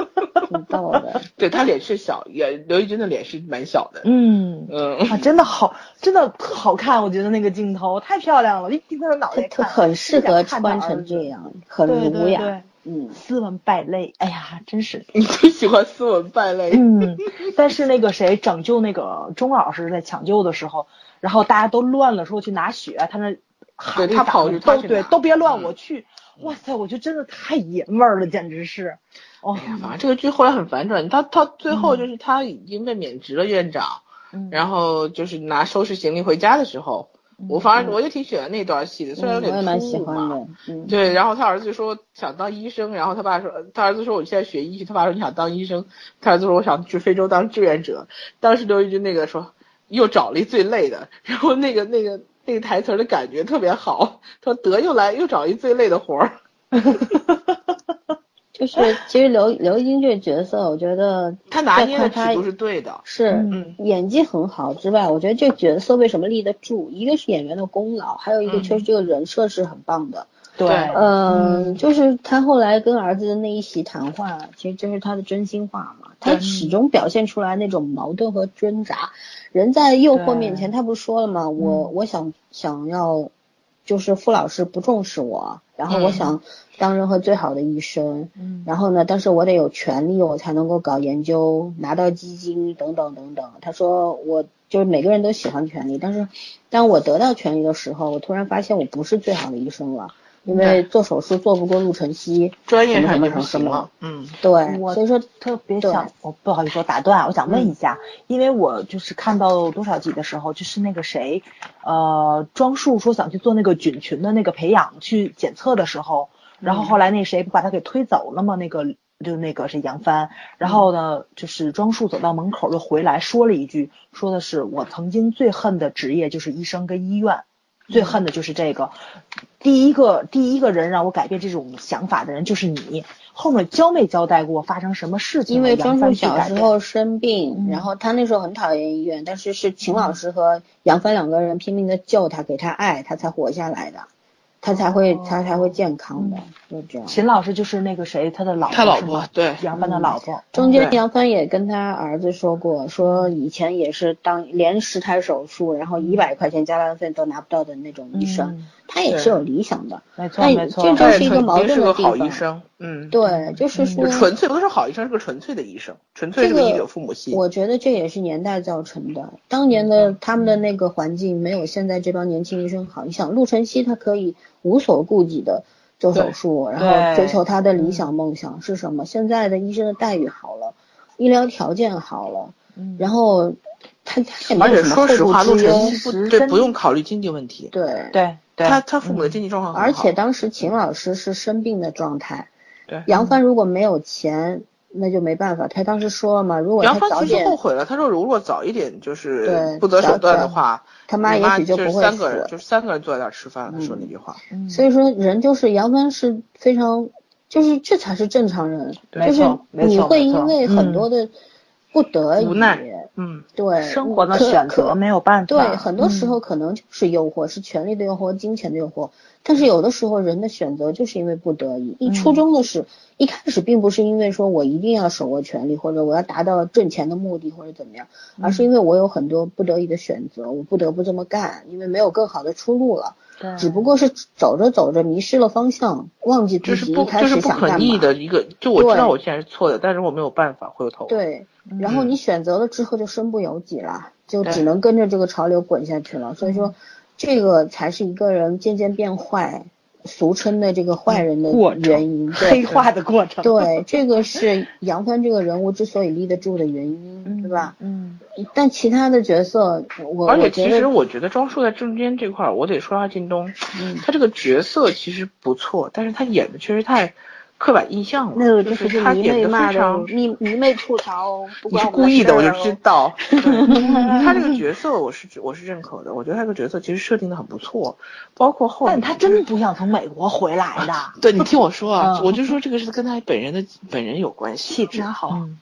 [SPEAKER 2] 挺逗的。
[SPEAKER 1] 对他脸是小，也刘奕君的脸是蛮小的，
[SPEAKER 3] 嗯。
[SPEAKER 1] 嗯，
[SPEAKER 3] 啊，真的好，真的特好看，我觉得那个镜头太漂亮了，一盯着脑
[SPEAKER 2] 他
[SPEAKER 3] 袋
[SPEAKER 2] 他
[SPEAKER 3] 看，
[SPEAKER 2] 很适
[SPEAKER 3] 就想
[SPEAKER 2] 合
[SPEAKER 3] 看他
[SPEAKER 2] 穿
[SPEAKER 3] 儿
[SPEAKER 2] 成
[SPEAKER 3] 子
[SPEAKER 2] 这样，很
[SPEAKER 3] 对
[SPEAKER 2] 儒
[SPEAKER 3] 对
[SPEAKER 2] 雅
[SPEAKER 3] 对，，
[SPEAKER 2] 嗯，
[SPEAKER 3] 斯文败类，哎呀，真是。
[SPEAKER 1] 你最喜欢斯文败类，
[SPEAKER 3] 嗯，但是那个谁拯救那个钟老师在抢救的时候，然后大家都乱了，说去拿血，他那喊
[SPEAKER 1] 对
[SPEAKER 3] 一
[SPEAKER 1] 他
[SPEAKER 3] 嗓
[SPEAKER 1] 跑
[SPEAKER 3] 子
[SPEAKER 1] 去他
[SPEAKER 3] 都
[SPEAKER 1] 去
[SPEAKER 3] 对
[SPEAKER 1] 拿
[SPEAKER 3] 都别乱，
[SPEAKER 1] 嗯
[SPEAKER 3] 我去。哇塞，我觉得真的太爷们儿了，简直是。哦
[SPEAKER 1] 哎，呀，反正这个剧后来很反转，他他最
[SPEAKER 2] 嗯
[SPEAKER 1] 后就是他已经被免职了院长，
[SPEAKER 3] 嗯
[SPEAKER 1] 然后就是拿收拾行李回家的时候，我反正我就挺喜欢那段戏的，虽然有点
[SPEAKER 2] 嗯我也蛮喜
[SPEAKER 1] 突兀
[SPEAKER 2] 欢
[SPEAKER 1] 嘛。
[SPEAKER 2] 的，嗯，
[SPEAKER 1] 对，然后他儿子说想当医生，然后他爸说，他儿子说我现在学医学，他爸说你想当医生，他儿子说我想去非洲当志愿者。当时刘宇君那个说又找了一最累的，然后那个那个那个台词儿的感觉特别好，说得又来又找一最累的活儿。
[SPEAKER 2] 就是其实刘刘英这个角色，我觉得
[SPEAKER 1] 他拿捏的
[SPEAKER 2] 再看他
[SPEAKER 1] 尺度是对的，
[SPEAKER 2] 是
[SPEAKER 1] 嗯
[SPEAKER 2] 演技很好之外，我觉得这个角色为什么立得住，一个是演员的功劳，还有一个
[SPEAKER 1] 嗯
[SPEAKER 2] 确实这个人设是很棒的。
[SPEAKER 3] 对
[SPEAKER 1] 对呃
[SPEAKER 2] 嗯，就是他后来跟儿子的那一席谈话，其实这是他的真心话嘛。他
[SPEAKER 1] 对
[SPEAKER 2] 始终表现出来那种矛盾和挣扎。人在诱惑
[SPEAKER 3] 对
[SPEAKER 2] 面前，他不是说了吗？
[SPEAKER 1] 嗯
[SPEAKER 2] 我我想想要，就是傅老师不重视我，然后我
[SPEAKER 1] 嗯
[SPEAKER 2] 想当任何最好的医生，
[SPEAKER 3] 嗯
[SPEAKER 2] 然后呢，但是我得有权利，我才能够搞研究，拿到基金等等等等。他说我就是每个人都喜欢权利，但是当我得到权利的时候，我突然发现我不是最好的医生了，因为做手术做不过陆晨曦。
[SPEAKER 1] 专业上
[SPEAKER 2] 什
[SPEAKER 1] 就
[SPEAKER 2] 么什
[SPEAKER 1] 不
[SPEAKER 2] 么什
[SPEAKER 1] 行
[SPEAKER 2] 么
[SPEAKER 1] 了。嗯，
[SPEAKER 2] 对，
[SPEAKER 3] 我
[SPEAKER 2] 所以说
[SPEAKER 3] 特别
[SPEAKER 2] 对
[SPEAKER 3] 想，我不好意思，我打断啊，我想问一下，因为我就是看到多少集的时候，就是那个谁，呃，庄树说想去做那个菌群的那个培养去检测的时候，然后后来那谁不把他给推走了吗？那个就那个谁杨帆，然后呢，就是庄树走到门口又回来说了一句，说的是我曾经最恨的职业就是医生跟医院。最
[SPEAKER 2] 嗯
[SPEAKER 3] 恨的就是这个，第一个第一个人让我改变这种想法的人就是你。后面交没交代过发生什么事情
[SPEAKER 2] 因
[SPEAKER 3] 了？
[SPEAKER 2] 为
[SPEAKER 3] 杨
[SPEAKER 2] 庄
[SPEAKER 3] 帆
[SPEAKER 2] 树
[SPEAKER 3] 去
[SPEAKER 2] 小
[SPEAKER 3] 改
[SPEAKER 2] 时
[SPEAKER 3] 变
[SPEAKER 2] 候生病，
[SPEAKER 3] 嗯
[SPEAKER 2] 然后他那时候很讨厌医院，但是是秦老师和杨帆两个人拼命的救他，给他爱，他才活下来的，他才会他才会健康的，就这样。
[SPEAKER 3] 秦老师就是那个谁，他的老婆，
[SPEAKER 1] 他老婆，对，
[SPEAKER 3] 杨帆的老婆，
[SPEAKER 2] 嗯中间
[SPEAKER 1] 对
[SPEAKER 2] 杨帆也跟他儿子说过，说以前也是当连十台手术，然后一百块钱加班费都拿不到的那种医生，
[SPEAKER 3] 嗯
[SPEAKER 2] 他也是有理想的。
[SPEAKER 3] 没错
[SPEAKER 2] 但
[SPEAKER 3] 没错，
[SPEAKER 2] 这
[SPEAKER 1] 但
[SPEAKER 2] 是一个矛
[SPEAKER 1] 肯定
[SPEAKER 2] 盾
[SPEAKER 1] 是
[SPEAKER 2] 的
[SPEAKER 1] 个
[SPEAKER 2] 地
[SPEAKER 1] 好医
[SPEAKER 2] 方
[SPEAKER 1] 生，嗯，
[SPEAKER 2] 对，就是
[SPEAKER 3] 嗯
[SPEAKER 2] 说
[SPEAKER 1] 就，纯粹不是好医生，是个纯粹的医生，纯粹是个
[SPEAKER 2] 这个
[SPEAKER 1] 医者父母心。
[SPEAKER 2] 我觉得这也是年代造成的。当年的他们的那个环境没有现在这帮年轻医生好。你想，陆晨曦他可以无所顾忌的做手术，然后追求他的理想梦想是什么？现在的医生的待遇好了，医疗条件好了，
[SPEAKER 3] 嗯
[SPEAKER 2] 然后他他也没
[SPEAKER 1] 而
[SPEAKER 2] 有
[SPEAKER 1] 且
[SPEAKER 2] 什么
[SPEAKER 1] 说实
[SPEAKER 2] 后
[SPEAKER 1] 话，
[SPEAKER 2] 顾
[SPEAKER 1] 陆
[SPEAKER 2] 之
[SPEAKER 1] 晨
[SPEAKER 2] 忧。
[SPEAKER 1] 曦不
[SPEAKER 3] 时
[SPEAKER 1] 对
[SPEAKER 3] 针
[SPEAKER 1] 不用考虑经济问题，
[SPEAKER 2] 对，
[SPEAKER 3] 对对，
[SPEAKER 1] 他他父母的经济状况嗯很好，
[SPEAKER 2] 嗯而且当时秦老师是生病的状态，
[SPEAKER 1] 对
[SPEAKER 2] 杨帆如果没有钱，那就没办法。他当时说了嘛，如果
[SPEAKER 1] 杨
[SPEAKER 2] 他
[SPEAKER 1] 帆
[SPEAKER 2] 早
[SPEAKER 1] 其实
[SPEAKER 2] 点
[SPEAKER 1] 后悔了，他说如果早一点就是
[SPEAKER 2] 对
[SPEAKER 1] 不择手段的话，
[SPEAKER 2] 他
[SPEAKER 1] 我
[SPEAKER 2] 妈也
[SPEAKER 1] 妈
[SPEAKER 2] 许
[SPEAKER 1] 就
[SPEAKER 2] 不
[SPEAKER 1] 是
[SPEAKER 2] 会
[SPEAKER 1] 三个人
[SPEAKER 2] 死。
[SPEAKER 1] 就是三个人坐在那儿吃饭，他说那句话，
[SPEAKER 3] 嗯
[SPEAKER 2] 所以说，人就是杨帆是非常，就是这才是正常人，
[SPEAKER 1] 对嗯
[SPEAKER 2] 就是
[SPEAKER 3] 没错没错
[SPEAKER 2] 你会
[SPEAKER 3] 没错
[SPEAKER 2] 因为很多的不得已，
[SPEAKER 1] 无奈嗯，
[SPEAKER 2] 对
[SPEAKER 3] 生活的
[SPEAKER 2] 呃可
[SPEAKER 3] 选
[SPEAKER 2] 可
[SPEAKER 3] 择没有办法，嗯
[SPEAKER 2] 对，很多时候可能就是诱惑，是权力的诱惑、金钱的诱惑，但是有的时候人的选择就是因为不得已。一
[SPEAKER 1] 嗯
[SPEAKER 2] 初衷的是，一开始并不是因为说我一定要手握权力，或者我要达到挣钱的目的，或者怎么样，而
[SPEAKER 1] 嗯
[SPEAKER 2] 是因为我有很多不得已的选择，我不得不这么干，因为没有更好的出路了。
[SPEAKER 1] 嗯
[SPEAKER 3] 对
[SPEAKER 2] 只不过是走着走着迷失了方向，忘记
[SPEAKER 1] 就
[SPEAKER 2] 自
[SPEAKER 1] 是
[SPEAKER 2] 己
[SPEAKER 1] 不
[SPEAKER 2] 一开
[SPEAKER 1] 就是
[SPEAKER 2] 始
[SPEAKER 1] 不
[SPEAKER 2] 想
[SPEAKER 1] 可
[SPEAKER 2] 干
[SPEAKER 1] 逆
[SPEAKER 2] 嘛。
[SPEAKER 1] 的一个，就我知道
[SPEAKER 2] 对
[SPEAKER 1] 我现在是错的，但是我没有办法回过头。，
[SPEAKER 2] 对，然后
[SPEAKER 1] 嗯
[SPEAKER 2] 你选择了之后就身不由己了，就
[SPEAKER 1] 对嗯
[SPEAKER 2] 只能跟着这个潮流滚下去了。所以说，这个才是一个人渐渐变坏，俗称的这个坏
[SPEAKER 1] 嗯
[SPEAKER 2] 人的
[SPEAKER 3] 过程
[SPEAKER 2] 原因。
[SPEAKER 3] 黑
[SPEAKER 2] 对
[SPEAKER 3] 化的过程，
[SPEAKER 2] 对，这个是杨帆这个人物之所以立得住的原因，
[SPEAKER 3] 嗯
[SPEAKER 2] 对吧？？
[SPEAKER 3] 嗯，
[SPEAKER 2] 但其他的角色，我
[SPEAKER 1] 而且
[SPEAKER 2] 我
[SPEAKER 1] 其
[SPEAKER 2] 觉
[SPEAKER 1] 实嗯
[SPEAKER 2] 得，
[SPEAKER 1] 我觉得庄树在中间这块儿，我得说下靳东，
[SPEAKER 2] 嗯
[SPEAKER 1] 他这个角色其实不错，但是他演的确实太刻板印象了，
[SPEAKER 2] 那个
[SPEAKER 1] 就
[SPEAKER 2] 就是
[SPEAKER 1] 他
[SPEAKER 2] 迷妹
[SPEAKER 1] 演的
[SPEAKER 2] 骂
[SPEAKER 1] 非
[SPEAKER 2] 的
[SPEAKER 1] 常，
[SPEAKER 2] 迷迷妹吐槽哦，不
[SPEAKER 1] 你
[SPEAKER 2] 关
[SPEAKER 1] 是
[SPEAKER 2] 我
[SPEAKER 1] 故意
[SPEAKER 2] 事
[SPEAKER 1] 的，
[SPEAKER 2] 儿
[SPEAKER 1] 我就
[SPEAKER 2] 哦
[SPEAKER 1] 知 道。对他这个角色我是我是认可的，我觉得他这个角色其实设定的很不错，包括后面
[SPEAKER 3] 但他真不想从美国回来的，
[SPEAKER 1] 对你听我说啊，
[SPEAKER 3] 嗯
[SPEAKER 1] 我就说这个是跟他本人的本人有关系，
[SPEAKER 3] 气质好嗯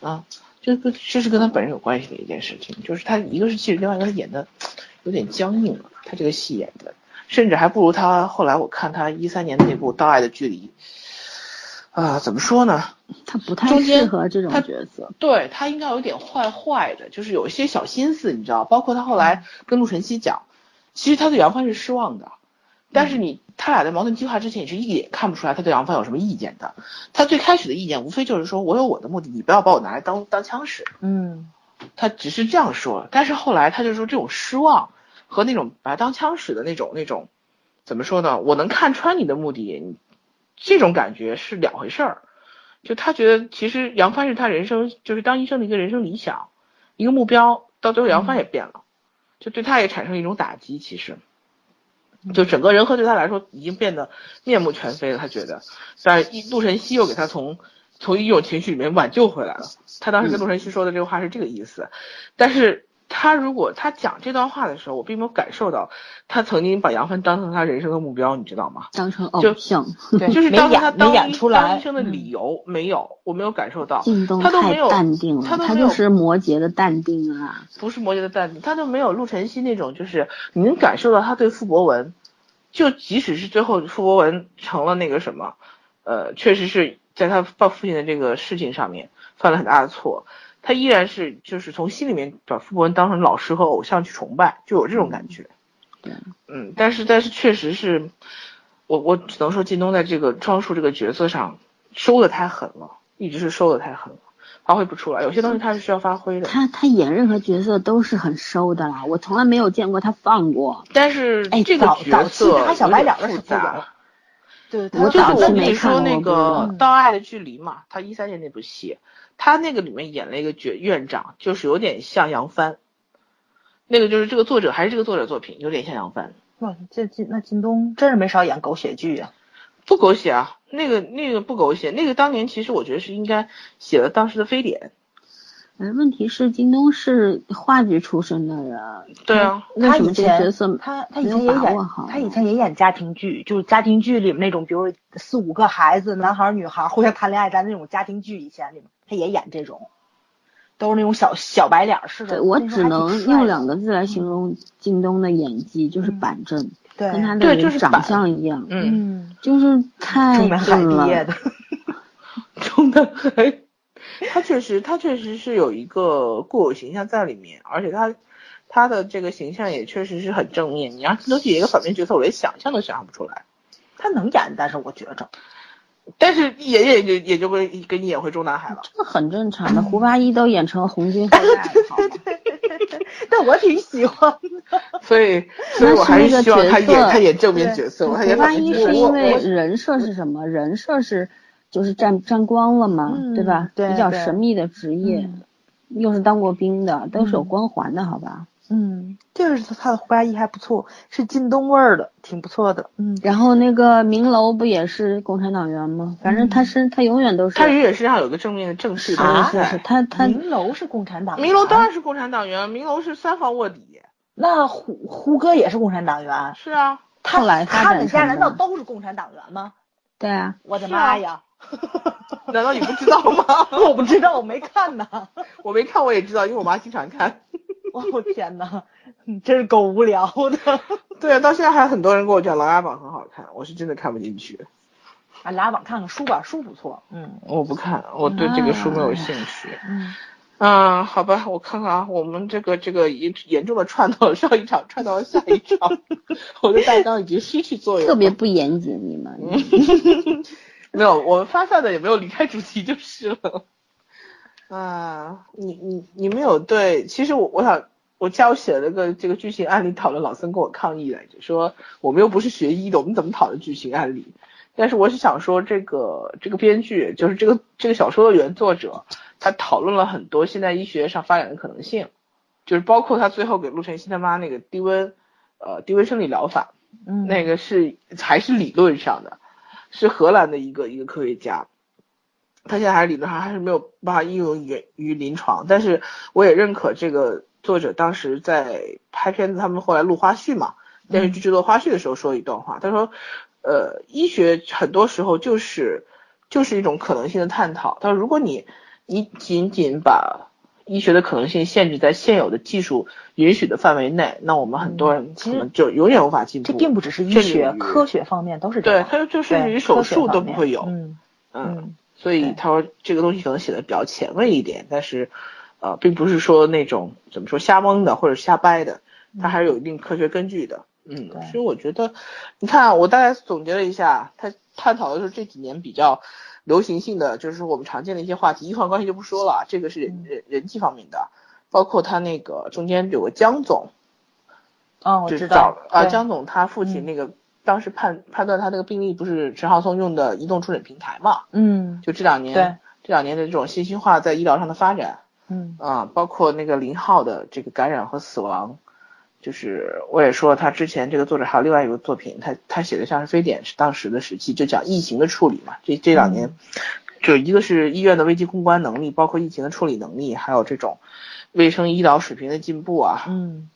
[SPEAKER 1] 啊，这个这是跟他本人有关系的一件事情，就是他一个是气质，另外一个他演的有点僵硬了，他这个戏演的，甚至还不如他后来我看他一三年的那部《当爱的距离》，啊、怎么说呢？
[SPEAKER 2] 他不太
[SPEAKER 1] 中间
[SPEAKER 2] 适合这种
[SPEAKER 1] 他
[SPEAKER 2] 角色。
[SPEAKER 1] 对他应该有点坏坏的，就是有一些小心思，你知道？包括他后来跟陆晨曦讲，其实他对杨帆是失望的，但是你他俩在矛盾激化之前，你是一点看不出来他对杨帆有什么意见的。他最开始的意见无非就是说我有我的目的，你不要把我拿来当当枪使。
[SPEAKER 3] 嗯
[SPEAKER 1] 他只是这样说，但是后来他就说这种失望和那种把他当枪使的那种那种，怎么说呢？我能看穿你的目的，你这种感觉是两回事儿。就他觉得其实杨帆是他人生就是当医生的一个人生理想，一个目标，到最后杨帆也变了，就对他也产生了一种打击。其实，就整个人和对他来说已经变得面目全非了。他觉得，但是一陆晨曦又给他从从一种情绪里面挽救回来了。他当时跟陆晨曦说的这个话是这个意思，但是他如果他讲这段话的时候，我并没有感受到他曾经把杨帆当成他人生的目标，你知道吗？
[SPEAKER 2] 当成
[SPEAKER 1] 就
[SPEAKER 2] 偶像，
[SPEAKER 3] 对，
[SPEAKER 1] 就是
[SPEAKER 3] 没
[SPEAKER 1] 当时
[SPEAKER 3] 演
[SPEAKER 1] 他
[SPEAKER 3] 没
[SPEAKER 1] 当
[SPEAKER 3] 演
[SPEAKER 1] 医
[SPEAKER 3] 出
[SPEAKER 1] 当
[SPEAKER 3] 来嗯
[SPEAKER 1] 医生的理由、没有，我没有感受到，
[SPEAKER 2] 靳东
[SPEAKER 1] 他都
[SPEAKER 2] 太
[SPEAKER 1] 没有
[SPEAKER 2] 淡定了，
[SPEAKER 1] 他都
[SPEAKER 2] 他
[SPEAKER 1] 没
[SPEAKER 2] 就
[SPEAKER 1] 有
[SPEAKER 2] 是摩羯的淡定啊，
[SPEAKER 1] 不是摩羯的淡定，他都没有陆晨曦那种，就是你能感受到他对傅博文，就即使是最后傅博文成了那个什么，呃，确实是在他爸父亲的这个事情上面犯了很大的错，他依然是就是从心里面把傅博文当成老师和偶像去崇拜，就有这种感觉。
[SPEAKER 2] 对
[SPEAKER 1] 嗯，但是但是确实是，我我只能说靳东在这个庄树这个角色上收的太狠了，一直是收的太狠了，发挥不出来，有些东西他是需要发挥的。
[SPEAKER 2] 他他演任何角色都是很收的啦，我从来没有见过他放过。
[SPEAKER 1] 但是
[SPEAKER 3] 哎
[SPEAKER 1] 这个
[SPEAKER 3] 早
[SPEAKER 1] 角
[SPEAKER 3] 早
[SPEAKER 1] 色
[SPEAKER 3] 期他小
[SPEAKER 1] 有
[SPEAKER 3] 白
[SPEAKER 1] 点
[SPEAKER 3] 脸的
[SPEAKER 1] 复
[SPEAKER 3] 时候有
[SPEAKER 1] 杂，
[SPEAKER 3] 对，
[SPEAKER 2] 我
[SPEAKER 1] 就是
[SPEAKER 2] 早
[SPEAKER 1] 我
[SPEAKER 2] 期
[SPEAKER 1] 跟
[SPEAKER 2] 没
[SPEAKER 1] 你说
[SPEAKER 2] 看过
[SPEAKER 1] 那
[SPEAKER 2] 我不知
[SPEAKER 3] 嗯
[SPEAKER 1] 个
[SPEAKER 2] 道
[SPEAKER 1] 《到爱的距离》嘛，他一三年那部戏，他那个里面演了一个角院长，就是有点像杨帆，那个就是这个作者还是这个作者作品，有点像杨帆，
[SPEAKER 3] 哇，这这那靳东真是没少演狗血剧啊。
[SPEAKER 1] 不狗血啊，那个那个不狗血，那个当年其实我觉得是应该写了当时的非典，
[SPEAKER 2] 哎，问题是靳东是话剧出身的人，
[SPEAKER 1] 对啊，
[SPEAKER 2] 为
[SPEAKER 3] 他
[SPEAKER 2] 什
[SPEAKER 3] 以
[SPEAKER 2] 么这个角
[SPEAKER 3] 前
[SPEAKER 2] 色
[SPEAKER 3] 他他以
[SPEAKER 2] 没有
[SPEAKER 3] 前也
[SPEAKER 2] 把握
[SPEAKER 3] 演
[SPEAKER 2] 好？
[SPEAKER 3] 他以前也演家庭剧，就是家庭剧里面那种，比如四五个孩子，男孩儿女孩儿互相谈恋爱，咱那种家庭剧以前里面他也演这种，都是那种小小白脸儿似
[SPEAKER 2] 对
[SPEAKER 3] 的。
[SPEAKER 2] 我
[SPEAKER 3] 那时
[SPEAKER 2] 只
[SPEAKER 3] 候还挺
[SPEAKER 2] 能
[SPEAKER 3] 帅
[SPEAKER 2] 用
[SPEAKER 3] 的
[SPEAKER 2] 两个字来形容靳东的演技，就是
[SPEAKER 3] 嗯
[SPEAKER 2] 板正，
[SPEAKER 3] 对，
[SPEAKER 2] 跟他的
[SPEAKER 1] 对就
[SPEAKER 2] 人
[SPEAKER 1] 是
[SPEAKER 2] 长
[SPEAKER 1] 板
[SPEAKER 2] 相一样，
[SPEAKER 1] 嗯，
[SPEAKER 3] 嗯，
[SPEAKER 2] 就是太
[SPEAKER 3] 中南海
[SPEAKER 2] 正
[SPEAKER 3] 毕业
[SPEAKER 2] 了。
[SPEAKER 3] 的，
[SPEAKER 1] 中南海， 他确实他确实是有一个固有形象在里面，而且他他的这个形象也确实是很正面，你让金多喜演一个反面角色，我连想象都想象不出来。
[SPEAKER 3] 他能演，但是我觉着
[SPEAKER 1] 但是演演也就也就跟给你演回中南海了，
[SPEAKER 2] 这很正常的，胡八一都演成红 军后代了，好吗？
[SPEAKER 3] 但我挺喜欢的。
[SPEAKER 1] 所 以所以我还是希望他
[SPEAKER 2] 那
[SPEAKER 1] 演
[SPEAKER 2] 是那个角色
[SPEAKER 1] 他演正面角色，我他演
[SPEAKER 2] 胡八
[SPEAKER 1] 反面
[SPEAKER 2] 一
[SPEAKER 1] 角色
[SPEAKER 2] 是
[SPEAKER 1] 我
[SPEAKER 2] 因
[SPEAKER 1] 我
[SPEAKER 2] 为人设是什么？人设是就是沾沾光了嘛，
[SPEAKER 3] 嗯
[SPEAKER 2] 对吧？
[SPEAKER 3] 对
[SPEAKER 2] 比较
[SPEAKER 3] 对
[SPEAKER 2] 神秘的职业，
[SPEAKER 3] 嗯
[SPEAKER 2] 又是当过兵的，都是有
[SPEAKER 3] 嗯
[SPEAKER 2] 光环的，好吧？
[SPEAKER 3] 嗯，就是他的胡八一还不错，是靳东味儿的，挺不错的。嗯，
[SPEAKER 2] 然后那个明楼不也是共产党员吗？反正他身他永远都 是
[SPEAKER 1] 他永远身上有个正面的正气东
[SPEAKER 2] 啊
[SPEAKER 1] 西在。
[SPEAKER 2] 他他
[SPEAKER 3] 明楼是共产党员，啊
[SPEAKER 1] 明楼当然是共产党员，明楼是三方卧底，
[SPEAKER 3] 那胡胡歌也是共产党员，
[SPEAKER 1] 是啊，
[SPEAKER 3] 他
[SPEAKER 2] 后来发
[SPEAKER 3] 他
[SPEAKER 2] 展
[SPEAKER 3] 们家
[SPEAKER 2] 成
[SPEAKER 3] 难道
[SPEAKER 2] 的
[SPEAKER 3] 都是共产党员吗？
[SPEAKER 2] 对啊，
[SPEAKER 3] 我的
[SPEAKER 1] 是啊
[SPEAKER 3] 妈呀！
[SPEAKER 1] 难道你不知道吗？
[SPEAKER 3] 我不知道，我没看 呢。
[SPEAKER 1] 我没看我也知道，因为我妈经常看。
[SPEAKER 3] 我我天哪，你真是够无聊 的。
[SPEAKER 1] 对啊，到现在还有很多人跟我讲《琅琊榜》很好看，我是真的看不进去，
[SPEAKER 3] 啊，拉网看看书吧，书不错。嗯
[SPEAKER 1] 我不看，我对这个书没有兴趣。
[SPEAKER 3] 嗯，
[SPEAKER 1] 嗯，好吧，我看看啊，我们这个这个严严重的串到了上一场，串到了下一 场，我的大纲已经失去作用了。
[SPEAKER 2] 特别不严谨你们。
[SPEAKER 1] 没有，我们发散的也没有离开主题就是了。 啊，你你你们有对？其实我我想，我下午写了个这个剧情案例讨论，老森跟我抗议来着，说我们又不是学医的，我们怎么讨论剧情案例？但是我是想说，这个这个编剧就是这个这个小说的原作者，他讨论了很多现代医学上发展的可能性，就是包括他最后给陆晨曦他妈那个低温，呃低温生理疗法，
[SPEAKER 3] 嗯
[SPEAKER 1] 那个是还是理论上的，是荷兰的一个一个科学家，他现在还是理论上还是没有办法应用于于临床，但是我也认可这个作者当时在拍片子，他们后来录花絮嘛，
[SPEAKER 3] 嗯
[SPEAKER 1] 电视剧制作花絮的时候说一段话，他说，呃，医学很多时候就是就是一种可能性的探讨，他说如果你你仅仅把医学的可能性限制在现有的技术允许的范围内，那我们很多人
[SPEAKER 3] 嗯其
[SPEAKER 1] 可
[SPEAKER 3] 实
[SPEAKER 1] 能就永远无法进步。
[SPEAKER 3] 这并不只是医
[SPEAKER 1] 这
[SPEAKER 3] 学，
[SPEAKER 1] 领域
[SPEAKER 3] 科学方面都是这
[SPEAKER 1] 对
[SPEAKER 3] 样，。
[SPEAKER 1] 他就就甚至于
[SPEAKER 3] 对
[SPEAKER 1] 手
[SPEAKER 3] 科学
[SPEAKER 1] 术都
[SPEAKER 3] 方
[SPEAKER 1] 不
[SPEAKER 3] 面
[SPEAKER 1] 会有，
[SPEAKER 3] 嗯
[SPEAKER 1] 嗯，
[SPEAKER 3] 嗯，
[SPEAKER 1] 所以
[SPEAKER 3] 对
[SPEAKER 1] 他说这个东西可能写的比较前卫一点，但是，呃，并不是说那种怎么说瞎蒙的或者瞎掰的，它还是有一定科学根据的，嗯，
[SPEAKER 3] 嗯对
[SPEAKER 1] 所以我觉得，你看啊我大概总结了一下，他探讨的是这几年比较流行性的，就是我们常见的一些话题，医患关系就不说了啊，这个是
[SPEAKER 3] 嗯
[SPEAKER 1] 人人人际方面的，包括他那个中间有个江总，
[SPEAKER 3] 啊，我
[SPEAKER 1] 就
[SPEAKER 3] 知
[SPEAKER 1] 是找
[SPEAKER 3] 道
[SPEAKER 1] 啊
[SPEAKER 3] 对嗯
[SPEAKER 1] 江总他父亲那个。当时判判断他那个病例不是陈浩松用的移动触诊平台嘛？
[SPEAKER 3] 嗯
[SPEAKER 1] 就这两年，
[SPEAKER 3] 对
[SPEAKER 1] 这两年的这种信息化在医疗上的发展
[SPEAKER 3] 嗯
[SPEAKER 1] 啊、包括那个零号的这个感染和死亡，就是我也说他之前这个作者还有另外一个作品，他他写的像是非典是当时的时期，就讲疫情的处理嘛。这这两年，
[SPEAKER 3] 嗯
[SPEAKER 1] 就一个是医院的危机公关能力，包括疫情的处理能力，还有这种卫生医疗水平的进步啊，
[SPEAKER 3] 嗯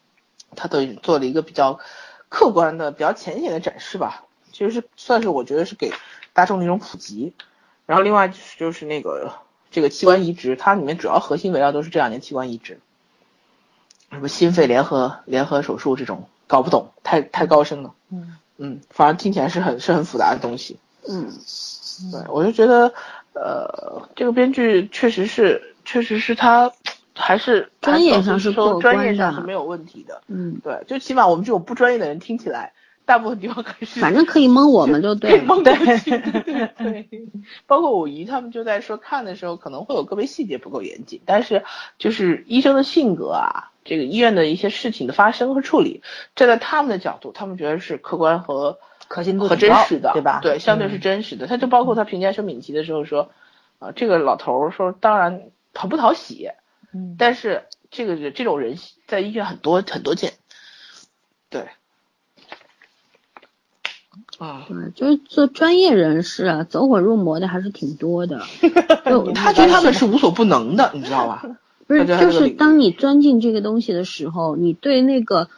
[SPEAKER 1] 他都做了一个比较客观的、比较浅显的展示吧，其实是算是我觉得是给大众的一种普及。然后另外就是就是那个这个器官移植，它里面主要核心围绕都是这两年器官移植，什么心肺联合联合手术这种搞不懂，太太高深了。
[SPEAKER 3] 嗯
[SPEAKER 1] 嗯，反正听起来是很是很复杂的东西。
[SPEAKER 2] 嗯，
[SPEAKER 1] 对，我就觉得，呃，这个编剧确实是，确实是他还是
[SPEAKER 2] 专业上是
[SPEAKER 1] 还说
[SPEAKER 2] 过
[SPEAKER 1] 专业
[SPEAKER 2] 关
[SPEAKER 1] 上
[SPEAKER 2] 的
[SPEAKER 1] 是没有问题的。
[SPEAKER 2] 嗯，
[SPEAKER 1] 对，就起码我们这种不专业的人听起来，大部分地方还是
[SPEAKER 2] 反正可以蒙我们就
[SPEAKER 1] 被
[SPEAKER 2] 对了。
[SPEAKER 1] 蒙过去。对对对，包括我姨他们就在说看的时候，可能会有个别细节不够严谨，但是就是医生的性格啊，这个医院的一些事情的发生和处理，站在他们的角度，他们觉得是客观和
[SPEAKER 3] 可信度
[SPEAKER 1] 和
[SPEAKER 3] 挺
[SPEAKER 1] 真
[SPEAKER 3] 高
[SPEAKER 1] 实的，
[SPEAKER 3] 对吧
[SPEAKER 1] 对，相对
[SPEAKER 3] 嗯
[SPEAKER 1] 是真实的。他就包括他评价说敏琪的时候说，啊，这个老头儿说，当然讨不讨喜，
[SPEAKER 3] 嗯，
[SPEAKER 1] 但是这个人这种人在医院很多很多见，对，啊，
[SPEAKER 2] 对，就是做专业人士啊，走火入魔的还是挺多的。就
[SPEAKER 1] 他觉得他们是无所不能的，你知道吧？
[SPEAKER 2] 不是，
[SPEAKER 1] 大家这
[SPEAKER 2] 就
[SPEAKER 1] 个
[SPEAKER 2] 是
[SPEAKER 1] 领域
[SPEAKER 2] 当你钻进这个东西的时候，你对那个，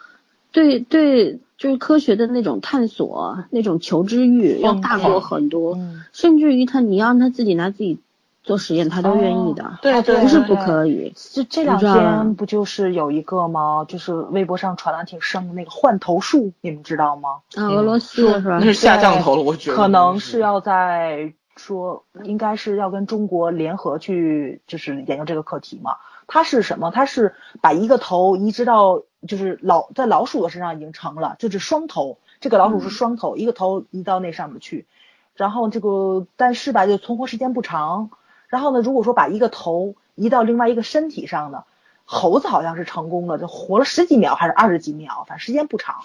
[SPEAKER 2] 对对，就是科学的那种探索、那种求知欲要
[SPEAKER 3] 疯
[SPEAKER 2] 大
[SPEAKER 3] 狂
[SPEAKER 2] 过很多，
[SPEAKER 3] 嗯
[SPEAKER 2] 甚至于他你让他自己拿自己做实验，他都愿意的，
[SPEAKER 1] 对
[SPEAKER 3] 啊
[SPEAKER 1] 哦对
[SPEAKER 2] 不是不
[SPEAKER 3] 对
[SPEAKER 2] 可以。
[SPEAKER 3] 这这
[SPEAKER 2] 你
[SPEAKER 3] 两
[SPEAKER 2] 知道啊吧
[SPEAKER 3] 天不就是有一个吗？就是微博上传的挺盛的那个换头术，你们知道吗？
[SPEAKER 2] 啊，俄罗斯的是吧
[SPEAKER 1] 嗯那？是下降头了，我觉得
[SPEAKER 3] 可能是要在说，应该是要跟中国联合去，就是研究这个课题嘛。它是什么？它是把一个头移植到，就是老在老鼠的身上已经成了，就是双头。这个
[SPEAKER 1] 嗯
[SPEAKER 3] 老鼠是双头，一个头移到那上面去，然后这个但是吧，就存活时间不长。然后呢，如果说把一个头移到另外一个身体上呢，猴子好像是成功了，就活了十几秒还是二十几秒，反正时间不长。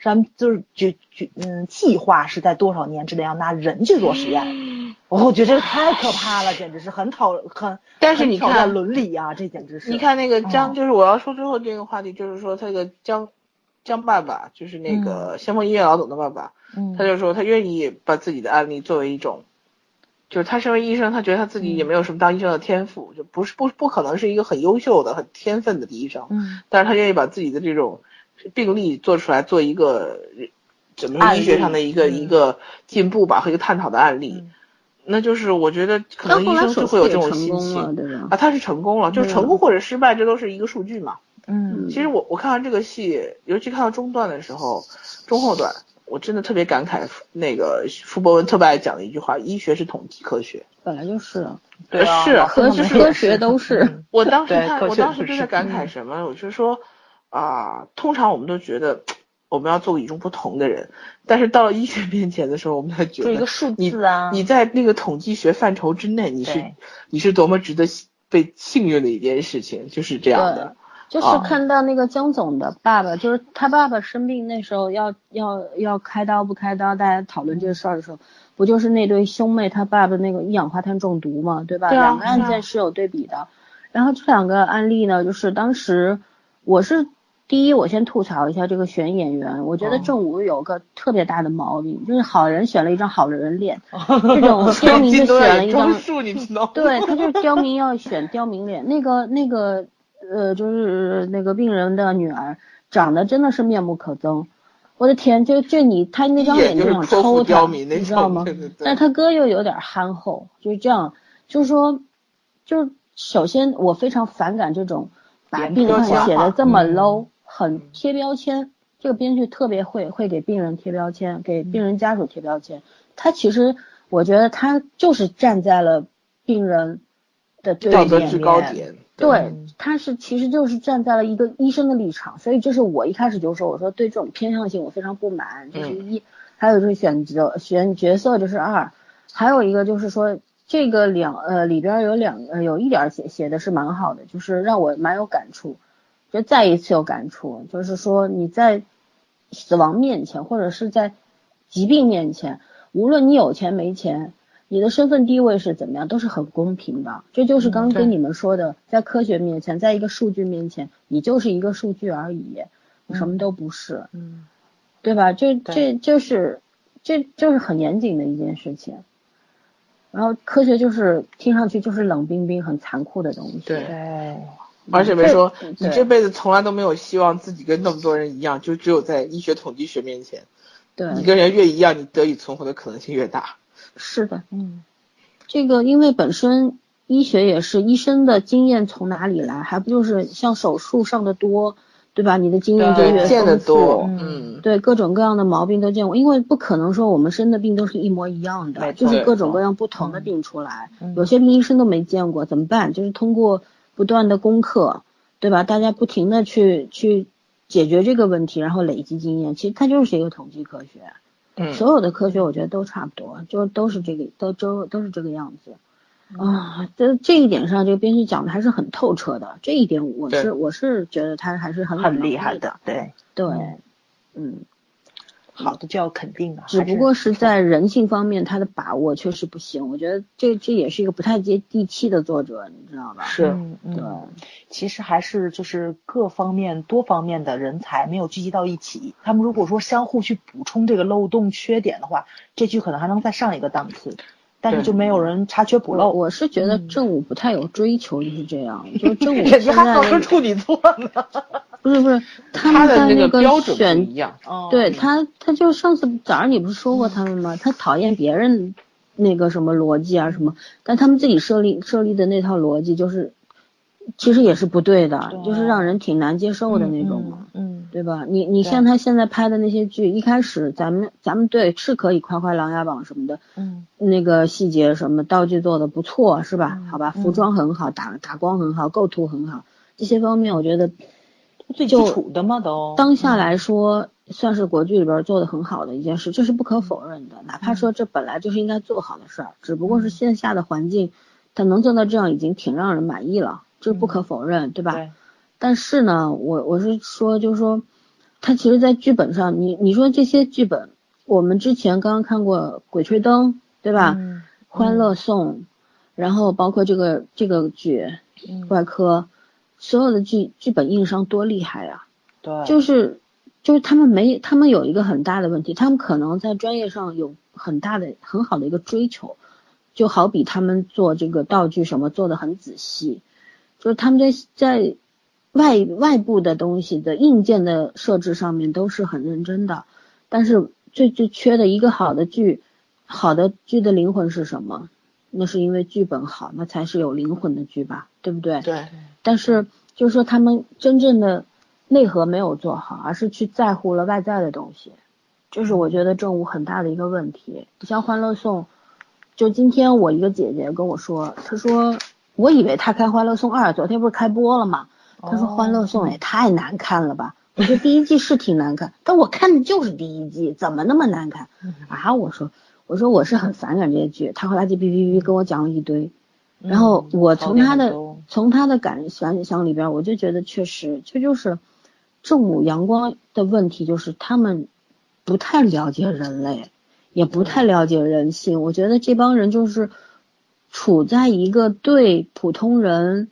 [SPEAKER 3] 咱们就是就就嗯，计划是在多少年之内要拿人去做实验。哦我我觉得这个太可怕了，简直是很讨很，
[SPEAKER 1] 但是
[SPEAKER 3] 很
[SPEAKER 1] 你
[SPEAKER 3] 挑
[SPEAKER 1] 看
[SPEAKER 3] 战伦理啊，这简直是。
[SPEAKER 1] 你，看那个江，
[SPEAKER 3] 嗯
[SPEAKER 1] 就是我要说最后这个话题，就是说他的江江爸爸，就是那个先锋医院老总的爸爸，
[SPEAKER 3] 嗯
[SPEAKER 1] 他就说他愿意把自己的案例作为一种，就是他身为医生，他觉得他自
[SPEAKER 3] 嗯
[SPEAKER 1] 己也没有什么当医生的天赋，就不是不不可能是一个很优秀的、很天分的医生，
[SPEAKER 3] 嗯
[SPEAKER 1] 但是他愿意把自己的这种病例做出来，做一个怎么说
[SPEAKER 3] 案例
[SPEAKER 1] 医学上的一个、
[SPEAKER 3] 嗯
[SPEAKER 1] 一个进步吧和一个探讨的案例，
[SPEAKER 3] 嗯
[SPEAKER 1] 那就是我觉得可
[SPEAKER 2] 到
[SPEAKER 1] 能
[SPEAKER 2] 后
[SPEAKER 1] 医
[SPEAKER 2] 来
[SPEAKER 1] 生就
[SPEAKER 2] 手
[SPEAKER 1] 会
[SPEAKER 2] 术
[SPEAKER 1] 有
[SPEAKER 2] 也
[SPEAKER 1] 这种
[SPEAKER 2] 成
[SPEAKER 1] 心
[SPEAKER 2] 功了，
[SPEAKER 1] 情。
[SPEAKER 2] 对吧
[SPEAKER 1] 啊，？他是成功了，就是成功或者失败，这都是一个数据嘛。
[SPEAKER 3] 嗯
[SPEAKER 1] 其实我我看完这个戏，尤其看到中段的时候，中后段，我真的特别感慨，那个傅博文特别爱讲的一句话：医学是统计科学。
[SPEAKER 2] 本来就是，
[SPEAKER 3] 对啊，
[SPEAKER 1] 是
[SPEAKER 3] 我
[SPEAKER 2] 科
[SPEAKER 3] 根本
[SPEAKER 2] 科
[SPEAKER 3] 也
[SPEAKER 2] 学都是，
[SPEAKER 1] 我当时
[SPEAKER 3] 对
[SPEAKER 1] 看，
[SPEAKER 3] 科
[SPEAKER 1] 我
[SPEAKER 3] 学
[SPEAKER 1] 当时
[SPEAKER 3] 是
[SPEAKER 1] 就在
[SPEAKER 3] 是
[SPEAKER 1] 感慨什么？我就说啊，通常我们都觉得我们要做与众不同的人，但是到了医学面前的时候，我们才觉
[SPEAKER 3] 就一个
[SPEAKER 1] 得
[SPEAKER 3] 数
[SPEAKER 1] 你
[SPEAKER 3] 字啊，
[SPEAKER 1] 你在那个统计学范畴之内，你是
[SPEAKER 3] 对
[SPEAKER 1] 你是多么值得幸被幸运的一件事情，就是这样的。
[SPEAKER 2] 就是
[SPEAKER 1] 啊
[SPEAKER 2] 看到那个江总的爸爸，就是他爸爸生病那时候要要要开刀不开刀，大家讨论这个事儿的时候，不就是那对兄妹他爸爸那个一氧化碳中毒嘛，对吧？
[SPEAKER 1] 对啊
[SPEAKER 2] 两个案
[SPEAKER 1] 对啊
[SPEAKER 2] 件是有对比的。然后这两个案例呢，就是当时我是第一，我先吐槽一下这个选演员，我觉得
[SPEAKER 1] 哦
[SPEAKER 2] 郑武有个特别大的毛病，就是好人选了一张好人脸，这种 刁民
[SPEAKER 1] 金
[SPEAKER 2] 就选
[SPEAKER 1] 多
[SPEAKER 2] 了
[SPEAKER 1] 远
[SPEAKER 2] 一张
[SPEAKER 1] 装束，你知道吗？
[SPEAKER 2] 对，他就是刁民要选刁民脸，那个那个呃，就是那个病人的女儿长得真的是面目可憎，我的天，就就你他那张
[SPEAKER 1] 一眼
[SPEAKER 2] 脸
[SPEAKER 1] 就
[SPEAKER 2] 想
[SPEAKER 1] 是泼妇
[SPEAKER 2] 抽他，
[SPEAKER 1] 刁民那
[SPEAKER 2] 你知
[SPEAKER 1] 种
[SPEAKER 2] 道吗
[SPEAKER 1] 对对？对
[SPEAKER 2] 但他哥又有点憨厚，就是这样，就是说，就是首先我非常反感这种把
[SPEAKER 3] 严
[SPEAKER 2] 病
[SPEAKER 1] 苛
[SPEAKER 2] 患
[SPEAKER 1] 加
[SPEAKER 2] 写
[SPEAKER 1] 法
[SPEAKER 2] 的这么
[SPEAKER 3] 嗯
[SPEAKER 2] low，、很贴标签。这个编剧特别会会给病人贴标签，给病人家属贴标签。他其实，我觉得他就是站在了病人的对
[SPEAKER 1] 道
[SPEAKER 2] 立
[SPEAKER 1] 德
[SPEAKER 2] 面
[SPEAKER 1] 制高点。嗯
[SPEAKER 2] 对，他是其实就是站在了一个医生的立场，所以这是我一开始就说，我说对这种偏向性我非常不满，这是
[SPEAKER 1] 嗯
[SPEAKER 2] 一，还有就是选择选角色这是二，还有一个就是说这个两呃里边有两呃有一点写写的是蛮好的，就是让我蛮有感触，就再一次有感触，就是说你在死亡面前或者是在疾病面前，无论你有钱没钱，你的身份地位是怎么样，都是很公平的。这就是刚刚
[SPEAKER 1] 对
[SPEAKER 2] 跟你们说的，在科学面前，在一个数据面前，你就是一个数据而已。什么都不是，
[SPEAKER 3] 嗯
[SPEAKER 2] 对吧？这
[SPEAKER 3] 对
[SPEAKER 2] 这就是这就是很严谨的一件事情。然后科学就是听上去就是冷冰冰、很残酷的东西。
[SPEAKER 1] 对
[SPEAKER 3] 对，
[SPEAKER 1] 而且没说
[SPEAKER 2] 对
[SPEAKER 1] 你这辈子从来都没有希望自己跟那么多人一样，就只有在医学统计学面前，
[SPEAKER 2] 对，
[SPEAKER 1] 你跟人越一样，你得以存活的可能性越大。
[SPEAKER 2] 是的，
[SPEAKER 3] 嗯
[SPEAKER 2] 这个因为本身医学也是医生的经验从哪里来，还不就是像手术上的多，嗯对吧？你的经验就
[SPEAKER 3] 对
[SPEAKER 2] 越
[SPEAKER 1] 对，见得
[SPEAKER 2] 丰富
[SPEAKER 1] 多，
[SPEAKER 3] 嗯
[SPEAKER 1] 嗯，
[SPEAKER 2] 对各种各样的毛病都见过，因为不可能说我们生的病都是一模一样的，
[SPEAKER 3] 没
[SPEAKER 2] 就
[SPEAKER 3] 错
[SPEAKER 2] 是各种各样不同的病出来，
[SPEAKER 3] 嗯
[SPEAKER 2] 有些病医生都没见过，怎么办？就是通过不断的攻克，对吧？大家不停的去去解决这个问题，然后累积经验，其实它就是一个统计科学，
[SPEAKER 1] 嗯，
[SPEAKER 2] 所有的科学我觉得都差不多，就都是这个都都都是这个样子。
[SPEAKER 3] 嗯
[SPEAKER 2] 啊，这这一点上，这个编剧讲的还是很透彻的，这一点我
[SPEAKER 1] 对
[SPEAKER 2] 是我是觉得他还是很有
[SPEAKER 3] 很
[SPEAKER 2] 能
[SPEAKER 3] 厉
[SPEAKER 2] 力
[SPEAKER 3] 害
[SPEAKER 2] 的
[SPEAKER 3] 的，，对，
[SPEAKER 2] 对
[SPEAKER 3] 嗯，
[SPEAKER 2] 嗯。
[SPEAKER 3] 好的就要肯定啊，
[SPEAKER 2] 只
[SPEAKER 3] 还
[SPEAKER 2] 不过是在人性方面，他的把握确实不行。我觉得这这也是一个不太接地气的作者，你知道吧？
[SPEAKER 1] 是
[SPEAKER 3] 嗯
[SPEAKER 2] 对，
[SPEAKER 3] 嗯，其实还是就是各方面多方面的人才没有聚集到一起，他们如果说相互去补充这个漏洞缺点的话，这剧可能还能再上一个档次，但是
[SPEAKER 1] 对
[SPEAKER 3] 就没有人查缺补
[SPEAKER 2] 我
[SPEAKER 3] 漏。
[SPEAKER 2] 我是觉得
[SPEAKER 3] 嗯
[SPEAKER 2] 正午不太有追求，就是这样。就是正午
[SPEAKER 3] 人
[SPEAKER 2] 现
[SPEAKER 3] 家还老
[SPEAKER 2] 在
[SPEAKER 3] 是处女座 呢。
[SPEAKER 2] 不是不是，他
[SPEAKER 1] 他
[SPEAKER 2] 们
[SPEAKER 1] 的
[SPEAKER 2] 在
[SPEAKER 1] 那
[SPEAKER 2] 那
[SPEAKER 1] 标准不
[SPEAKER 2] 选
[SPEAKER 1] 一，样，
[SPEAKER 3] 哦
[SPEAKER 2] 对他他就上次早上你不是说过他们吗？他讨厌别人那个什么逻辑啊什么，但他们自己设立设立的那套逻辑就是。其实也是不对的，
[SPEAKER 3] 对
[SPEAKER 2] 就是让人挺难接受的那种嘛。
[SPEAKER 3] 嗯，
[SPEAKER 2] 对吧？你你像他现在拍的那些剧，一开始咱们咱们对是可以夸夸《琅琊榜》什么的，
[SPEAKER 3] 嗯
[SPEAKER 2] 那个细节什么道具做的不错，是吧？
[SPEAKER 3] 嗯
[SPEAKER 2] 好吧，
[SPEAKER 3] 嗯
[SPEAKER 2] 服装很好，打打光很好，构图很好，这些方面我觉得
[SPEAKER 3] 嗯，最基
[SPEAKER 2] 就
[SPEAKER 3] 础的嘛都。
[SPEAKER 2] 当下来说算是国剧里边做的很好的一件事，这是不可否认的。哪怕说这本来就是应该做好的事儿，只不过是线下的环境，他能做到这样已经挺让人满意了，这是不可否认，对吧？
[SPEAKER 3] 对，
[SPEAKER 2] 但是呢，我我是说，就是说，它其实，在剧本上，你你说这些剧本，我们之前刚刚看过《鬼吹灯》，对吧？
[SPEAKER 3] 嗯
[SPEAKER 2] 欢乐颂》，然后包括这个这个剧
[SPEAKER 3] 嗯
[SPEAKER 2] 《怪科》，所有的剧剧本硬伤多厉害啊呀、
[SPEAKER 3] 对，
[SPEAKER 2] 就是就是他们没他们有一个很大的问题，他们可能在专业上有很大的很好的一个追求，就好比他们做这个道具什么做的很仔细，就是他们在在外外部的东西的硬件的设置上面都是很认真的，但是最最缺的一个好的剧，好的剧的灵魂是什么？那是因为剧本好，那才是有灵魂的剧吧，对不对？
[SPEAKER 1] 对，
[SPEAKER 2] 但是就是说他们真正的内核没有做好，而是去在乎了外在的东西，这是我觉得正午很大的一个问题。你像《欢乐颂》，就今天我一个姐姐跟我说，她说我以为她看《欢乐颂二》，昨天不是开播了嘛，她说《
[SPEAKER 3] 哦
[SPEAKER 2] 欢乐颂》也太难看了吧。我说第一季是挺难看，但我看的就是第一季，怎么那么难看啊？我说，我说我是很反感这些剧，她后来就哔哔哔跟我讲了一堆，然后
[SPEAKER 3] 嗯
[SPEAKER 2] 我
[SPEAKER 3] 槽
[SPEAKER 2] 从
[SPEAKER 3] 点
[SPEAKER 2] 他
[SPEAKER 3] 很
[SPEAKER 2] 的
[SPEAKER 3] 多
[SPEAKER 2] 从他的感想想里边儿，我就觉得确实这就是正午阳光的问题，就是他们不太了解人类，也不太了解人性。我觉得这帮人就是处在一个对普通人，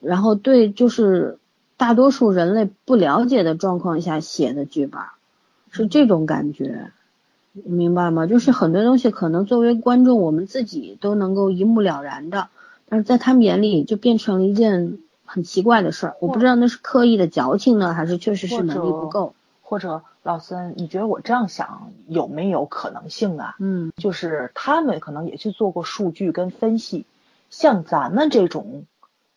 [SPEAKER 2] 然后对就是大多数人类不了解的状况下写的剧本儿，是这种感觉。你明白吗？就是很多东西可能作为观众，我们自己都能够一目了然的，但是在他们眼里就变成了一件很奇怪的事儿。我不知道那是刻意的矫情呢，还是确实是能力不够。
[SPEAKER 3] 或者老孙，你觉得我这样想有没有可能性啊？
[SPEAKER 2] 嗯，
[SPEAKER 3] 就是他们可能也去做过数据跟分析，像咱们这种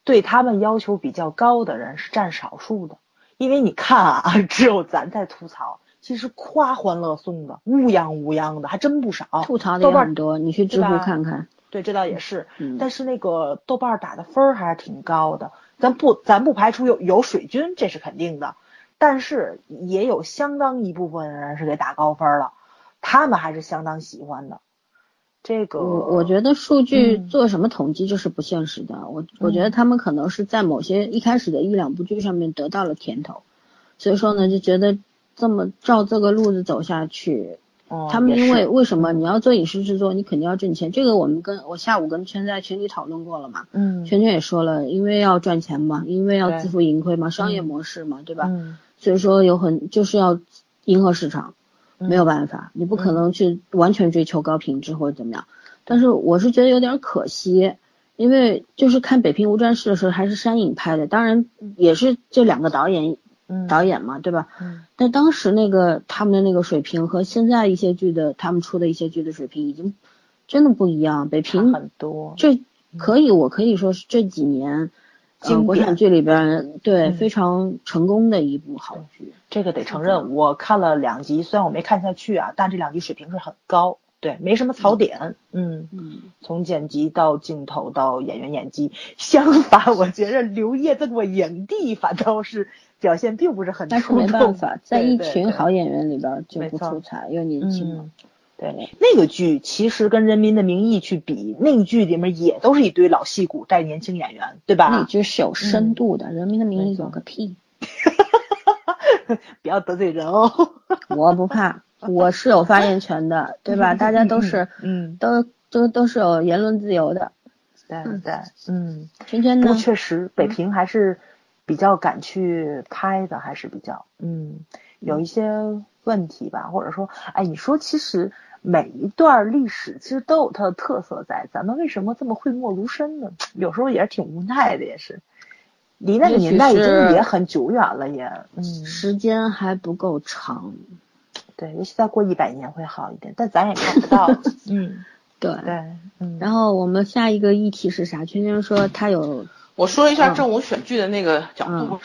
[SPEAKER 3] 对他们要求比较高的人是占少数的，因为你看啊， 只有咱在吐槽，其实夸《欢乐颂》的乌泱乌泱的还真不少，
[SPEAKER 2] 吐槽的
[SPEAKER 3] 豆
[SPEAKER 2] 也
[SPEAKER 3] 瓣
[SPEAKER 2] 很多，你去知乎
[SPEAKER 3] 对吧
[SPEAKER 2] 看看。
[SPEAKER 3] 对，这倒也是，
[SPEAKER 2] 嗯
[SPEAKER 3] 但是那个豆瓣儿打的分儿还是挺高的，咱不咱不排除有有水军，这是肯定的，但是也有相当一部分人是给打高分儿了，他们还是相当喜欢的。这个
[SPEAKER 2] 我我觉得数据
[SPEAKER 3] 呃嗯
[SPEAKER 2] 做什么统计这是不现实的。我我觉得他们可能是在某些一开始的一两部剧上面得到了甜头，所以说呢就觉得这么照这个路子走下去，
[SPEAKER 3] 嗯
[SPEAKER 2] 他们
[SPEAKER 3] 也
[SPEAKER 2] 因为
[SPEAKER 3] 是
[SPEAKER 2] 为什么你要做影视制作，你肯定要挣钱。这个我们跟我下午跟圈在群里讨论过了嘛，
[SPEAKER 3] 嗯
[SPEAKER 2] 圈圈也说了，因为要赚钱嘛，因为要
[SPEAKER 3] 对
[SPEAKER 2] 自负盈亏嘛，商业模式嘛，对吧？
[SPEAKER 3] 嗯
[SPEAKER 2] 所以说有很就是要迎合市场，
[SPEAKER 3] 嗯
[SPEAKER 2] 没有办法，你不可能去完全追求高品质或者怎么样。但是我是觉得有点可惜，因为就是看《北平无战事》的时候还是山影拍的，当然也是这两个导演
[SPEAKER 3] 嗯
[SPEAKER 2] 导演嘛，对吧？
[SPEAKER 3] 嗯
[SPEAKER 2] 但当时那个他们的那个水平和现在一些剧的他们出的一些剧的水平已经真的不一样。北
[SPEAKER 3] 差
[SPEAKER 2] 平
[SPEAKER 3] 很多，
[SPEAKER 2] 这可以，我可以说是这几年。呃，
[SPEAKER 3] 经
[SPEAKER 2] 国产
[SPEAKER 3] 典
[SPEAKER 2] 剧里边对、
[SPEAKER 3] 嗯
[SPEAKER 2] 非常成功的一部好剧，嗯
[SPEAKER 3] 这个得承认，我看了两集，虽然我没看下去啊，但这两集水平是很高，对，没什么槽点，嗯，
[SPEAKER 2] 嗯，
[SPEAKER 3] 从剪辑到镜头到演员演技，相反，我觉着刘烨这个影帝反倒是表现并不是很
[SPEAKER 2] 但是
[SPEAKER 3] 出
[SPEAKER 2] 没办
[SPEAKER 3] 众
[SPEAKER 2] 法，在
[SPEAKER 3] 对
[SPEAKER 2] 一
[SPEAKER 3] 对
[SPEAKER 2] 群
[SPEAKER 3] 对
[SPEAKER 2] 好演员里边就
[SPEAKER 3] 没
[SPEAKER 2] 不
[SPEAKER 3] 错
[SPEAKER 2] 出彩，又年轻嘛
[SPEAKER 3] 嗯，对，那个剧其实跟《人民的名义》去比，那个剧里面也都是一堆老戏骨带年轻演员，对
[SPEAKER 2] 那
[SPEAKER 3] 吧？
[SPEAKER 2] 剧是有深
[SPEAKER 3] 嗯
[SPEAKER 2] 度的，人民的名
[SPEAKER 3] 没
[SPEAKER 2] 义》
[SPEAKER 3] 错
[SPEAKER 2] 有个屁，
[SPEAKER 3] 不要得罪人哦，
[SPEAKER 2] 我不 怕，我是有发言权的，对吧？大家都是
[SPEAKER 3] 嗯，
[SPEAKER 2] 都都都是有言论自由的。
[SPEAKER 3] 对对，嗯。
[SPEAKER 2] 圈圈
[SPEAKER 3] 不
[SPEAKER 2] 呢
[SPEAKER 3] 过？确实，
[SPEAKER 2] 嗯
[SPEAKER 3] 北平还是比较敢去拍的，还是比较嗯，有一些问题吧，或者说，哎，你说其实每一段历史其实都有它的特色在，咱们为什么这么讳莫如深呢？有时候也是挺无奈的，也是。离那个
[SPEAKER 2] 也许
[SPEAKER 3] 年代已经
[SPEAKER 2] 是
[SPEAKER 3] 也很久远了，也，嗯，
[SPEAKER 2] 时间还不够长，
[SPEAKER 3] 对，也许再过一百年会好一点，但咱也看不 到，嗯，
[SPEAKER 2] 对。
[SPEAKER 3] 对，嗯，
[SPEAKER 2] 然后我们下一个议题是啥？圈圈说他有，
[SPEAKER 1] 我说一下
[SPEAKER 2] 嗯
[SPEAKER 1] 正午选剧的那个角度，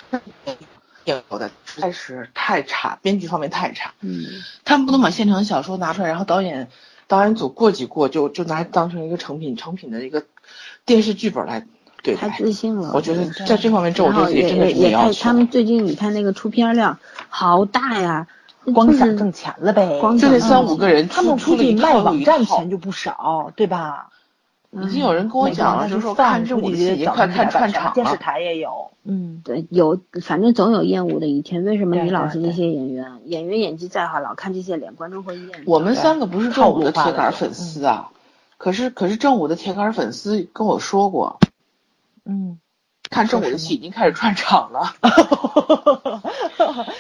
[SPEAKER 1] 有的实在是太差，编剧方面太差，
[SPEAKER 2] 嗯，
[SPEAKER 1] 他们不能把现成的小说拿出来，然后导演导演组过几过就就拿当成一个成品成品的一个电视剧本来对
[SPEAKER 2] 太
[SPEAKER 1] 待。
[SPEAKER 2] 自信了。
[SPEAKER 1] 我觉得
[SPEAKER 2] 对
[SPEAKER 1] 在这方面，这我
[SPEAKER 2] 然
[SPEAKER 1] 对
[SPEAKER 2] 后
[SPEAKER 1] 自己
[SPEAKER 2] 也
[SPEAKER 1] 真的
[SPEAKER 2] 也
[SPEAKER 1] 是没
[SPEAKER 2] 也
[SPEAKER 1] 要
[SPEAKER 2] 看
[SPEAKER 1] 求
[SPEAKER 2] 他。们最近，你看那个出片量好大呀，
[SPEAKER 3] 光
[SPEAKER 2] 就是
[SPEAKER 3] 想挣钱了呗，
[SPEAKER 2] 光
[SPEAKER 1] 就
[SPEAKER 2] 想
[SPEAKER 1] 那
[SPEAKER 2] 嗯
[SPEAKER 1] 三五个人
[SPEAKER 3] 他
[SPEAKER 1] 出
[SPEAKER 3] 们
[SPEAKER 1] 出
[SPEAKER 3] 出
[SPEAKER 1] 了
[SPEAKER 3] 去
[SPEAKER 1] 一
[SPEAKER 3] 卖
[SPEAKER 1] 套又
[SPEAKER 3] 网
[SPEAKER 1] 一
[SPEAKER 3] 站
[SPEAKER 1] 套
[SPEAKER 3] 钱就不少，对吧？
[SPEAKER 1] 已经有人跟我讲了，就是说看这五集已经快看串场
[SPEAKER 3] 电视
[SPEAKER 1] 了。
[SPEAKER 3] 台也有，嗯，
[SPEAKER 2] 对，有反正总有厌恶的一天。为什么
[SPEAKER 3] 对
[SPEAKER 2] 于老
[SPEAKER 3] 对
[SPEAKER 2] 师
[SPEAKER 3] 对
[SPEAKER 2] 这些演员，演员演技再好，老看这些脸，观众会厌
[SPEAKER 1] 我们
[SPEAKER 3] 对
[SPEAKER 1] 三个不是正午的铁杆粉
[SPEAKER 3] 套路
[SPEAKER 1] 丝啊，可是可是正午的铁杆粉丝跟我说过，
[SPEAKER 3] 嗯，
[SPEAKER 1] 看正午
[SPEAKER 3] 说
[SPEAKER 1] 的
[SPEAKER 3] 什么
[SPEAKER 1] 戏已经开始串场 了，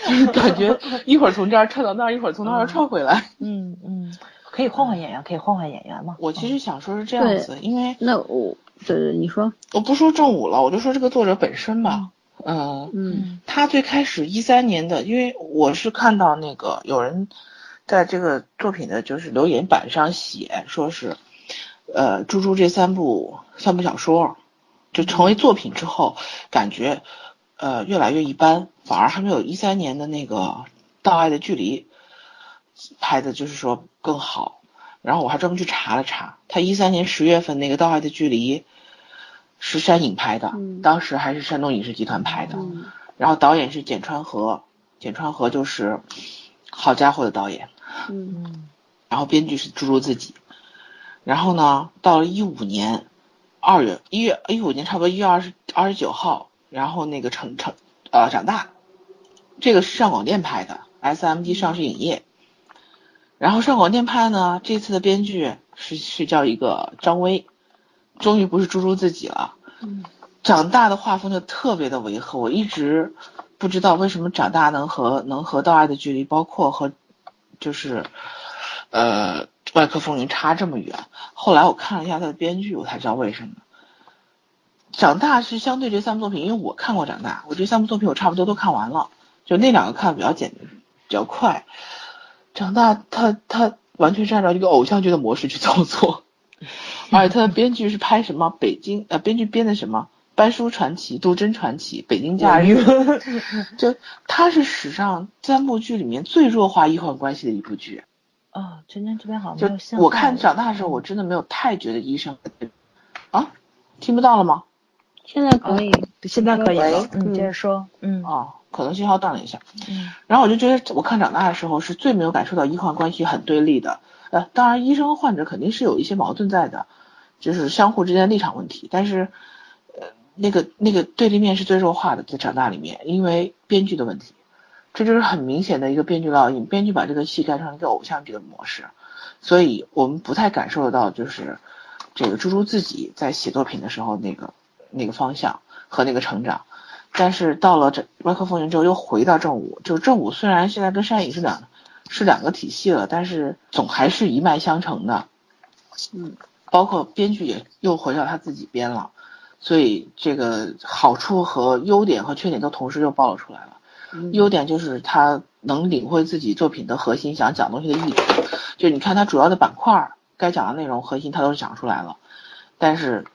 [SPEAKER 1] 就是感觉一会儿从这儿串到那儿，一会儿从那儿又串回来。
[SPEAKER 3] 嗯嗯，可以换换演员，可以换换演员嘛。嗯
[SPEAKER 1] 我其实想说是这
[SPEAKER 2] 对
[SPEAKER 1] 样子，因为
[SPEAKER 2] 那我对对，你说，
[SPEAKER 1] 我不说正午了，我就说这个作者本身吧，嗯，
[SPEAKER 2] 嗯
[SPEAKER 1] 他最开始一三年的，因为我是看到那个有人在这个作品的就是留言板上写，说是，呃，猪猪这三部三部小说就成为作品之后，感觉呃越来越一般，反而还没有一三年的那个《到爱的距离》拍的，就是说更好。然后我还专门去查了查，他一三年十月份那个《到爱的距离》是山影拍的，
[SPEAKER 2] 嗯
[SPEAKER 1] 当时还是山东影视集团拍的。
[SPEAKER 2] 嗯
[SPEAKER 1] 然后导演是简川和，简川和就是《好家伙》的导演，
[SPEAKER 2] 嗯
[SPEAKER 3] 嗯
[SPEAKER 1] 然后编剧是猪猪自己。然后呢，到了一五年二月一月一五年差不多一月二十二十九号，然后那个成成呃长大，这个是上广电拍的，SMD 上市影业。然后上广电拍呢，这次的编剧是是叫一个张薇，终于不是猪猪自己了。
[SPEAKER 2] 嗯
[SPEAKER 1] 长大的画风就特别的违和，我一直不知道为什么长大能和能和《到爱的距离》，包括和就是呃《外科风云》差这么远。后来我看了一下他的编剧，我才知道为什么。长大是相对这三部作品，因为我看过长大，我这三部作品我差不多都看完了，就那两个看比较简比较快。长大他他完全是按照一个偶像剧的模式去操作。而且他的编剧是拍什么？北京呃，编剧编的什么？《班叔传奇》《杜真传奇》《北京假日》 就他是史上三部剧里面最弱化医患关系的一部剧。
[SPEAKER 3] 啊，圈圈这边好
[SPEAKER 1] 就
[SPEAKER 3] 像没有信号
[SPEAKER 1] 我看长大的时候，我真的没有太觉得医生啊，听不到了吗？
[SPEAKER 2] 现在
[SPEAKER 3] 啊
[SPEAKER 2] 可以，
[SPEAKER 3] 现在可以了
[SPEAKER 2] 喂，
[SPEAKER 3] 嗯，接着说，嗯
[SPEAKER 1] 哦，可能信号断了一下。
[SPEAKER 3] 嗯
[SPEAKER 1] 然后我就觉得，我看长大的时候是最没有感受到医患关系很对立的。呃，当然，医生和患者肯定是有一些矛盾在的，就是相互之间的立场问题。但是，呃，那个那个对立面是最弱化的，在长大里面，因为编剧的问题，这就是很明显的一个编剧烙印。编剧把这个戏干成一个偶像剧的模式，所以我们不太感受得到，就是这个猪猪自己在写作品的时候那个那个方向和那个成长。但是到了这《外科风云》之后，又回到正午。就是正午虽然现在跟山影是两是两个体系了，但是总还是一脉相承的。
[SPEAKER 2] 嗯，
[SPEAKER 1] 包括编剧也又回到他自己编了，所以这个好处和优点和缺点都同时又暴露出来了。
[SPEAKER 2] 嗯
[SPEAKER 1] 优点就是他能领会自己作品的核心，想讲东西的意图。就你看他主要的板块儿，该讲的内容核心他都讲出来了，但是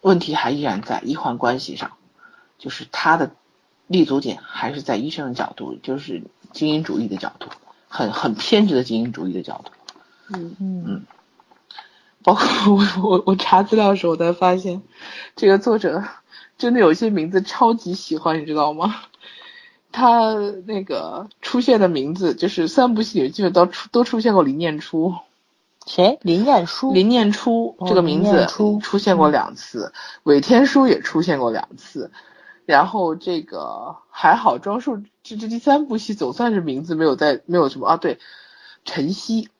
[SPEAKER 1] 问题还依然在医患关系上，就是他的立足点还是在医生的角度，就是精英主义的角度，很很偏执的精英主义的角度。
[SPEAKER 2] 嗯
[SPEAKER 3] 嗯
[SPEAKER 1] 包括我我我查资料的时候，我才发现，这个作者真的有一些名字超级喜欢，你知道吗？他那个出现的名字就是三部戏里基本都出都出现过林念初，
[SPEAKER 3] 谁？林彦姝。
[SPEAKER 1] 林念初嗯
[SPEAKER 3] 哦
[SPEAKER 1] 这个名
[SPEAKER 3] 林
[SPEAKER 1] 字
[SPEAKER 3] 念初
[SPEAKER 1] 出现过两次，韦天书也出现过两次，然后这个还好庄树这这第三部戏总算是名字没有在没有什么啊对，晨曦，